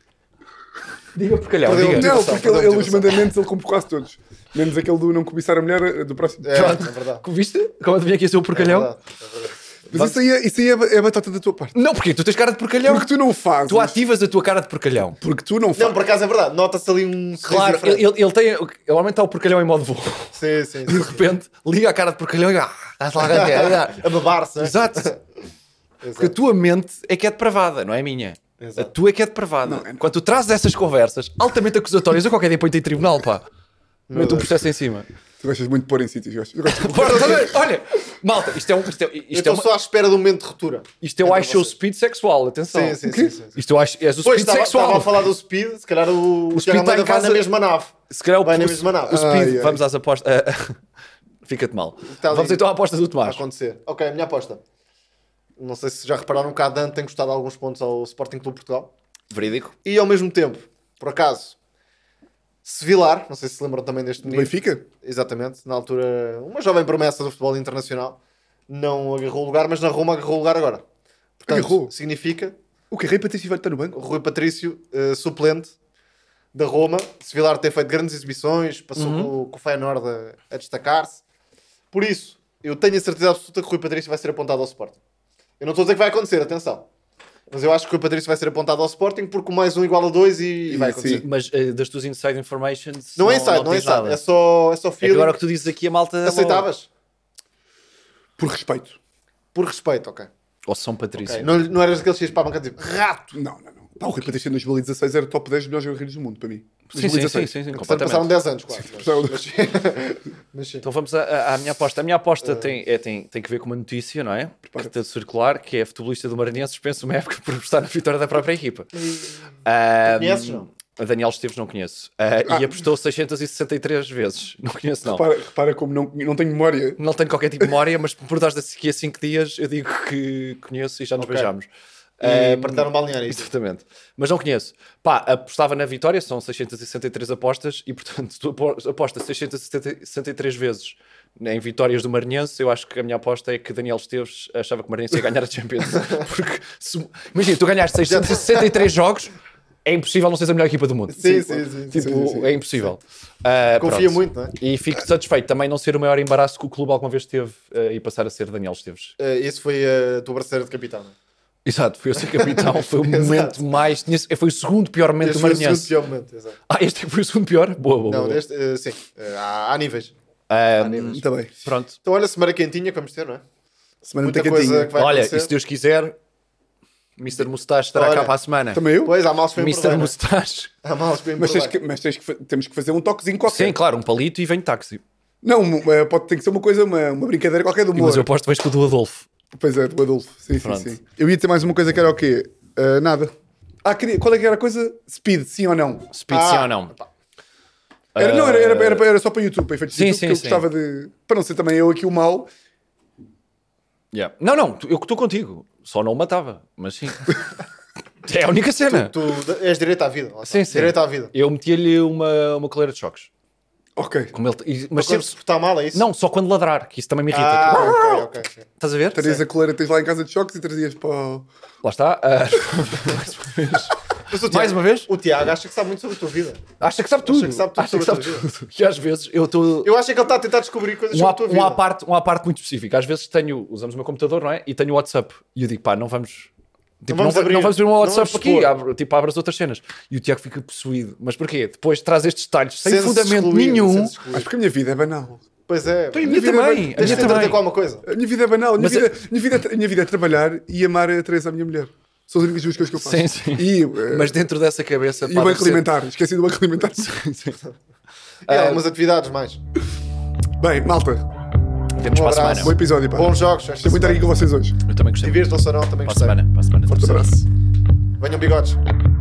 [SPEAKER 3] Diga porcalhão,
[SPEAKER 4] Perdeu-
[SPEAKER 3] diga.
[SPEAKER 1] Não,
[SPEAKER 4] Motivação,
[SPEAKER 1] porque
[SPEAKER 4] perdão,
[SPEAKER 1] ele, ele os
[SPEAKER 4] motivação.
[SPEAKER 1] mandamentos ele cumpre quase todos. Menos aquele do não cobiçar a mulher eh, do próximo.
[SPEAKER 4] é, é verdade.
[SPEAKER 3] Que Viste? Como eu adivinha que ia ser o
[SPEAKER 4] É
[SPEAKER 3] porcalhão?
[SPEAKER 4] verdade. é verdade.
[SPEAKER 1] Mas isso aí, é- isso aí é, ba- é batata da tua parte.
[SPEAKER 3] não, porque tu tens cara de porcalhão.
[SPEAKER 1] Porque tu não fazes.
[SPEAKER 3] Tu ativas a tua cara de porcalhão.
[SPEAKER 1] Porque tu não
[SPEAKER 4] Não,
[SPEAKER 1] fazes.
[SPEAKER 4] por acaso é verdade. Nota-se ali um sorriso
[SPEAKER 3] Claro,
[SPEAKER 4] diferente.
[SPEAKER 3] ele, ele, ele tem. ele Normalmente está o porcalhão em modo voo.
[SPEAKER 4] Sim, sim.
[SPEAKER 3] E de
[SPEAKER 4] sim.
[SPEAKER 3] repente liga a cara de porcalhão e. Ah, estás lá a ganhar.
[SPEAKER 4] a babar-se, né?
[SPEAKER 3] Exato. Porque a tua mente é que é depravada, não é a minha.
[SPEAKER 4] Exato.
[SPEAKER 3] A tua é que é depravada. Quando tu trazes essas conversas altamente acusatórias, eu qualquer dia ponho-te em tribunal, pá. Mete um processo em cima.
[SPEAKER 1] Tu gostas muito de pôr em sítios. Gostas, gostas de-
[SPEAKER 3] Bora, olha, olha, malta, isto é, um, isto é,
[SPEAKER 4] Eu
[SPEAKER 3] isto é,
[SPEAKER 4] estou
[SPEAKER 3] uma,
[SPEAKER 4] Então só à espera do momento de ruptura.
[SPEAKER 3] isto é o I show speed sexual, atenção.
[SPEAKER 4] Sim, sim,
[SPEAKER 3] O quê?
[SPEAKER 4] sim, sim, sim.
[SPEAKER 3] Isto é o I- és o speed
[SPEAKER 4] Pois, estava,
[SPEAKER 3] sexual.
[SPEAKER 4] estava a falar do Speed, se calhar o, o
[SPEAKER 3] Speed
[SPEAKER 4] Tiago
[SPEAKER 3] está em
[SPEAKER 4] Almeida vai
[SPEAKER 3] casa-
[SPEAKER 4] na mesma nave.
[SPEAKER 3] Se calhar é o,
[SPEAKER 4] Vai na
[SPEAKER 3] o-
[SPEAKER 4] mesma nave.
[SPEAKER 3] o speed,
[SPEAKER 1] Ai, ai.
[SPEAKER 3] vamos às apostas. ah, Fica-te mal.
[SPEAKER 4] Está Tá ali.
[SPEAKER 3] vamos então à aposta do
[SPEAKER 4] a
[SPEAKER 3] Tomás.
[SPEAKER 4] acontecer. Ok, a minha aposta. Não sei se já repararam que a Dan tem custado alguns pontos ao Sporting Clube de Portugal.
[SPEAKER 3] Verídico.
[SPEAKER 4] E ao mesmo tempo, por acaso, Sevilar, não sei se se lembram também deste menino.
[SPEAKER 1] Benfica?
[SPEAKER 4] Exatamente, na altura, uma jovem promessa do futebol internacional. Não agarrou o lugar, mas na Roma agarrou o lugar agora. Portanto,
[SPEAKER 1] Agarrou?
[SPEAKER 4] significa
[SPEAKER 1] O que? Rei Patrício vai estar no banco?
[SPEAKER 4] Rui Patrício, eh, suplente da Roma. Sevilar tem feito grandes exibições, passou
[SPEAKER 1] Uhum.
[SPEAKER 4] com, com o Feyenoord a, a destacar-se. Por isso, eu tenho a certeza absoluta que Rui Patrício vai ser apontado ao Sporting. Eu não estou a dizer que vai acontecer, atenção. Mas eu acho que Rui Patrício vai ser apontado ao Sporting porque o mais um igual a dois e, e vai
[SPEAKER 1] Sim.
[SPEAKER 4] acontecer.
[SPEAKER 3] Mas ah, das tuas inside informations.
[SPEAKER 4] Não é inside, não, é
[SPEAKER 3] diz
[SPEAKER 4] inside.
[SPEAKER 3] nada.
[SPEAKER 4] É só, é só
[SPEAKER 3] É que
[SPEAKER 4] feeling.
[SPEAKER 3] agora o que tu é dizes aqui a malta.
[SPEAKER 4] Aceitavas?
[SPEAKER 1] Por respeito.
[SPEAKER 4] Por respeito, ok.
[SPEAKER 3] Ou São
[SPEAKER 4] Ok,
[SPEAKER 3] Patrício.
[SPEAKER 4] Não, não eras daqueles que ias para a banca tipo, rato.
[SPEAKER 1] Não, não, não. Pá, o Rei Patrício em 2016 era o top 10 dos melhores guerreiros do mundo, para mim.
[SPEAKER 3] Sim, sim, sim, sim, sim,
[SPEAKER 4] Portanto, passaram
[SPEAKER 3] completamente.
[SPEAKER 4] 10 anos quase. mas-
[SPEAKER 1] passaram-
[SPEAKER 4] mas- mas sim.
[SPEAKER 3] Então vamos à- à, à minha aposta. A minha aposta tem, é, tem, tem que ver com uma notícia, não é? Que está a circular, que é futebolista do Maranhense suspenso uma época por apostar na vitória da própria equipa. Ah,
[SPEAKER 4] Conheces, não?
[SPEAKER 3] A Daniel Esteves não conheço. Eh, E
[SPEAKER 1] Ah.
[SPEAKER 3] apostou 663 vezes. Não conheço, não.
[SPEAKER 1] Repara, repara como não, não tenho memória.
[SPEAKER 3] Não tenho qualquer tipo de memória, mas por dar daqui a 5 dias eu digo que conheço e já nos Ah,
[SPEAKER 4] Ok.
[SPEAKER 3] beijámos.
[SPEAKER 4] E
[SPEAKER 3] Ahm,
[SPEAKER 4] partilharam balneário. isso.
[SPEAKER 3] Exatamente. Mas não conheço. Pá, apostava na vitória, são 663 apostas e, portanto, tu apo- apostas 663 vezes em vitórias do Maranhense. Eu acho que a minha aposta é que Daniel Esteves achava que o Maranhense ia ganhar a Champions. Porque, se- imagina, tu ganhaste 663 jogos, é impossível não seres a melhor equipa do mundo.
[SPEAKER 4] Sim, sim, sim.
[SPEAKER 3] Tipo,
[SPEAKER 4] sim, sim.
[SPEAKER 3] é impossível. Ah,
[SPEAKER 4] Confia
[SPEAKER 3] pronto.
[SPEAKER 4] muito, não é?
[SPEAKER 3] E fico satisfeito também não ser o maior embaraço que o clube alguma vez teve eh, e passar a ser Daniel Esteves.
[SPEAKER 4] Eh, Esse foi eh, a tua braceira de capitão. não é?
[SPEAKER 3] Exato, foi assim eu ser capitão, foi o momento
[SPEAKER 4] Exato.
[SPEAKER 3] mais. tinha- Foi o segundo pior momento
[SPEAKER 4] Esse
[SPEAKER 3] do
[SPEAKER 4] foi o segundo
[SPEAKER 3] Maranhense.
[SPEAKER 4] pior momento, exato.
[SPEAKER 3] Ah, este foi o segundo pior? Boa, boa.
[SPEAKER 4] Não,
[SPEAKER 3] boa.
[SPEAKER 4] deste, eh, sim, Eh, há, há níveis.
[SPEAKER 3] Ah,
[SPEAKER 1] Muito Tá bem.
[SPEAKER 3] pronto.
[SPEAKER 4] Então, olha, semana quentinha que vamos ter, não é?
[SPEAKER 1] Semana
[SPEAKER 4] Muita
[SPEAKER 1] muito
[SPEAKER 4] coisa
[SPEAKER 1] quentinha.
[SPEAKER 4] que vai
[SPEAKER 3] Olha,
[SPEAKER 4] acontecer.
[SPEAKER 3] e se Deus quiser, Mr. Mustache estará
[SPEAKER 4] Olha,
[SPEAKER 3] cá para a semana.
[SPEAKER 1] Também eu?
[SPEAKER 4] Pois, há males para
[SPEAKER 3] Mr.
[SPEAKER 4] empurrar, não é?
[SPEAKER 3] Mustache.
[SPEAKER 4] Há males para
[SPEAKER 1] Mas, tens
[SPEAKER 4] empurrar.
[SPEAKER 1] que, mas tens que fa- temos que fazer um toquezinho qualquer.
[SPEAKER 3] Sim, claro, um palito e vem de táxi.
[SPEAKER 1] Não, eh, pode, tem que ser uma coisa, uma, uma brincadeira qualquer do humor.
[SPEAKER 3] Mas eu aposto que vais com o do Adolfo.
[SPEAKER 1] Pois é, do Adolfo. Sim,
[SPEAKER 3] Pronto.
[SPEAKER 1] sim, sim. Eu ia ter mais uma coisa que era o quê? Ah, nada. Ah, queria, qual é que era a coisa? Speed, sim ou não?
[SPEAKER 3] Speed,
[SPEAKER 4] Ah,
[SPEAKER 3] sim ou não?
[SPEAKER 1] Era,
[SPEAKER 3] Ah,
[SPEAKER 1] não, era, era, era- era só para YouTube, para efeitos de
[SPEAKER 3] Sim,
[SPEAKER 1] YouTube,
[SPEAKER 3] sim,
[SPEAKER 1] que eu
[SPEAKER 3] sim.
[SPEAKER 1] gostava de. Para não ser também eu aqui o mal.
[SPEAKER 3] yeah. Não, não, tu- eu que estou contigo. Só não o matava, mas sim. é a única cena.
[SPEAKER 4] Tu da- és direito à vida. lá está.
[SPEAKER 3] Sim, sim.
[SPEAKER 4] Direito à vida.
[SPEAKER 3] Eu metia-lhe uma, uma coleira de choques.
[SPEAKER 1] Ok.
[SPEAKER 3] Como ele, e-
[SPEAKER 4] Mas
[SPEAKER 3] mas
[SPEAKER 4] quando
[SPEAKER 3] sempre,
[SPEAKER 4] se portar mal, é isso?
[SPEAKER 3] não, só quando ladrar, que isso também me irrita.
[SPEAKER 4] Ah,
[SPEAKER 3] Tipo,
[SPEAKER 4] ok, ok, ok.
[SPEAKER 3] Estás a ver?
[SPEAKER 1] Terias a coleira, tens lá em casa de choques e trazias para. o-
[SPEAKER 3] Lá está. ah,
[SPEAKER 4] Mas o Tiago-
[SPEAKER 3] mais uma vez?
[SPEAKER 4] O Tiago acha que sabe muito sobre a tua vida.
[SPEAKER 3] Acha que sabe tudo.
[SPEAKER 4] Acha que sabe tudo
[SPEAKER 3] Acha que
[SPEAKER 4] sobre
[SPEAKER 3] sabe
[SPEAKER 4] a tua
[SPEAKER 3] tudo. E às vezes eu estou.
[SPEAKER 4] Eu acho é que ele está a tentar descobrir coisas
[SPEAKER 3] Um,
[SPEAKER 4] sobre
[SPEAKER 3] à-
[SPEAKER 4] a tua
[SPEAKER 3] um à
[SPEAKER 4] vida.
[SPEAKER 3] parte, um à parte muito específica. Às vezes tenho, usamos o meu computador, não é? E tenho o WhatsApp. E eu digo, pá, não vamos. Tipo, não,
[SPEAKER 4] vamos
[SPEAKER 3] va-
[SPEAKER 4] abrir.
[SPEAKER 3] não vamos abrir um
[SPEAKER 4] Não
[SPEAKER 3] WhatsApp
[SPEAKER 4] vamos
[SPEAKER 3] aqui,
[SPEAKER 4] expor.
[SPEAKER 3] abre, tipo, abre as outras cenas. E o Tiago fica possuído. Mas porquê? Depois traz estes detalhes sem
[SPEAKER 4] Sente-se
[SPEAKER 3] fundamento
[SPEAKER 4] excluído,
[SPEAKER 3] nenhum.
[SPEAKER 4] sente-se excluído.
[SPEAKER 1] Mas porque a minha vida é banal.
[SPEAKER 4] Pois é.
[SPEAKER 3] A
[SPEAKER 4] Tens
[SPEAKER 3] minha
[SPEAKER 1] vida
[SPEAKER 3] também.
[SPEAKER 1] bem-
[SPEAKER 3] A minha
[SPEAKER 4] de entreter com
[SPEAKER 3] também.
[SPEAKER 4] alguma coisa.
[SPEAKER 1] A minha vida é banal. A minha,
[SPEAKER 3] Mas
[SPEAKER 1] vida, a minha, vida, é tra- a minha vida é trabalhar e amar a Teresa, a minha mulher. São as únicas duas coisas que eu faço.
[SPEAKER 3] Sim, sim.
[SPEAKER 1] E, eh,
[SPEAKER 3] Mas dentro dessa cabeça.
[SPEAKER 1] e
[SPEAKER 3] pá,
[SPEAKER 1] o
[SPEAKER 3] deve
[SPEAKER 1] banco
[SPEAKER 3] ser-
[SPEAKER 1] alimentar. Esqueci do banco alimentar.
[SPEAKER 3] É.
[SPEAKER 4] E algumas atividades mais.
[SPEAKER 1] Bem, malta,
[SPEAKER 3] Temos
[SPEAKER 4] Um
[SPEAKER 3] para a
[SPEAKER 4] abraço.
[SPEAKER 3] semana.
[SPEAKER 1] bom episódio. Pá.
[SPEAKER 4] Bons jogos. esta
[SPEAKER 1] Estou muito
[SPEAKER 4] semana.
[SPEAKER 1] aqui com vocês hoje.
[SPEAKER 3] Eu também gostei.
[SPEAKER 4] Divirtam-se ou não, também
[SPEAKER 3] Para a
[SPEAKER 4] gostei.
[SPEAKER 3] semana. Para a semana.
[SPEAKER 1] Forte abraço.
[SPEAKER 4] Venham bigodes.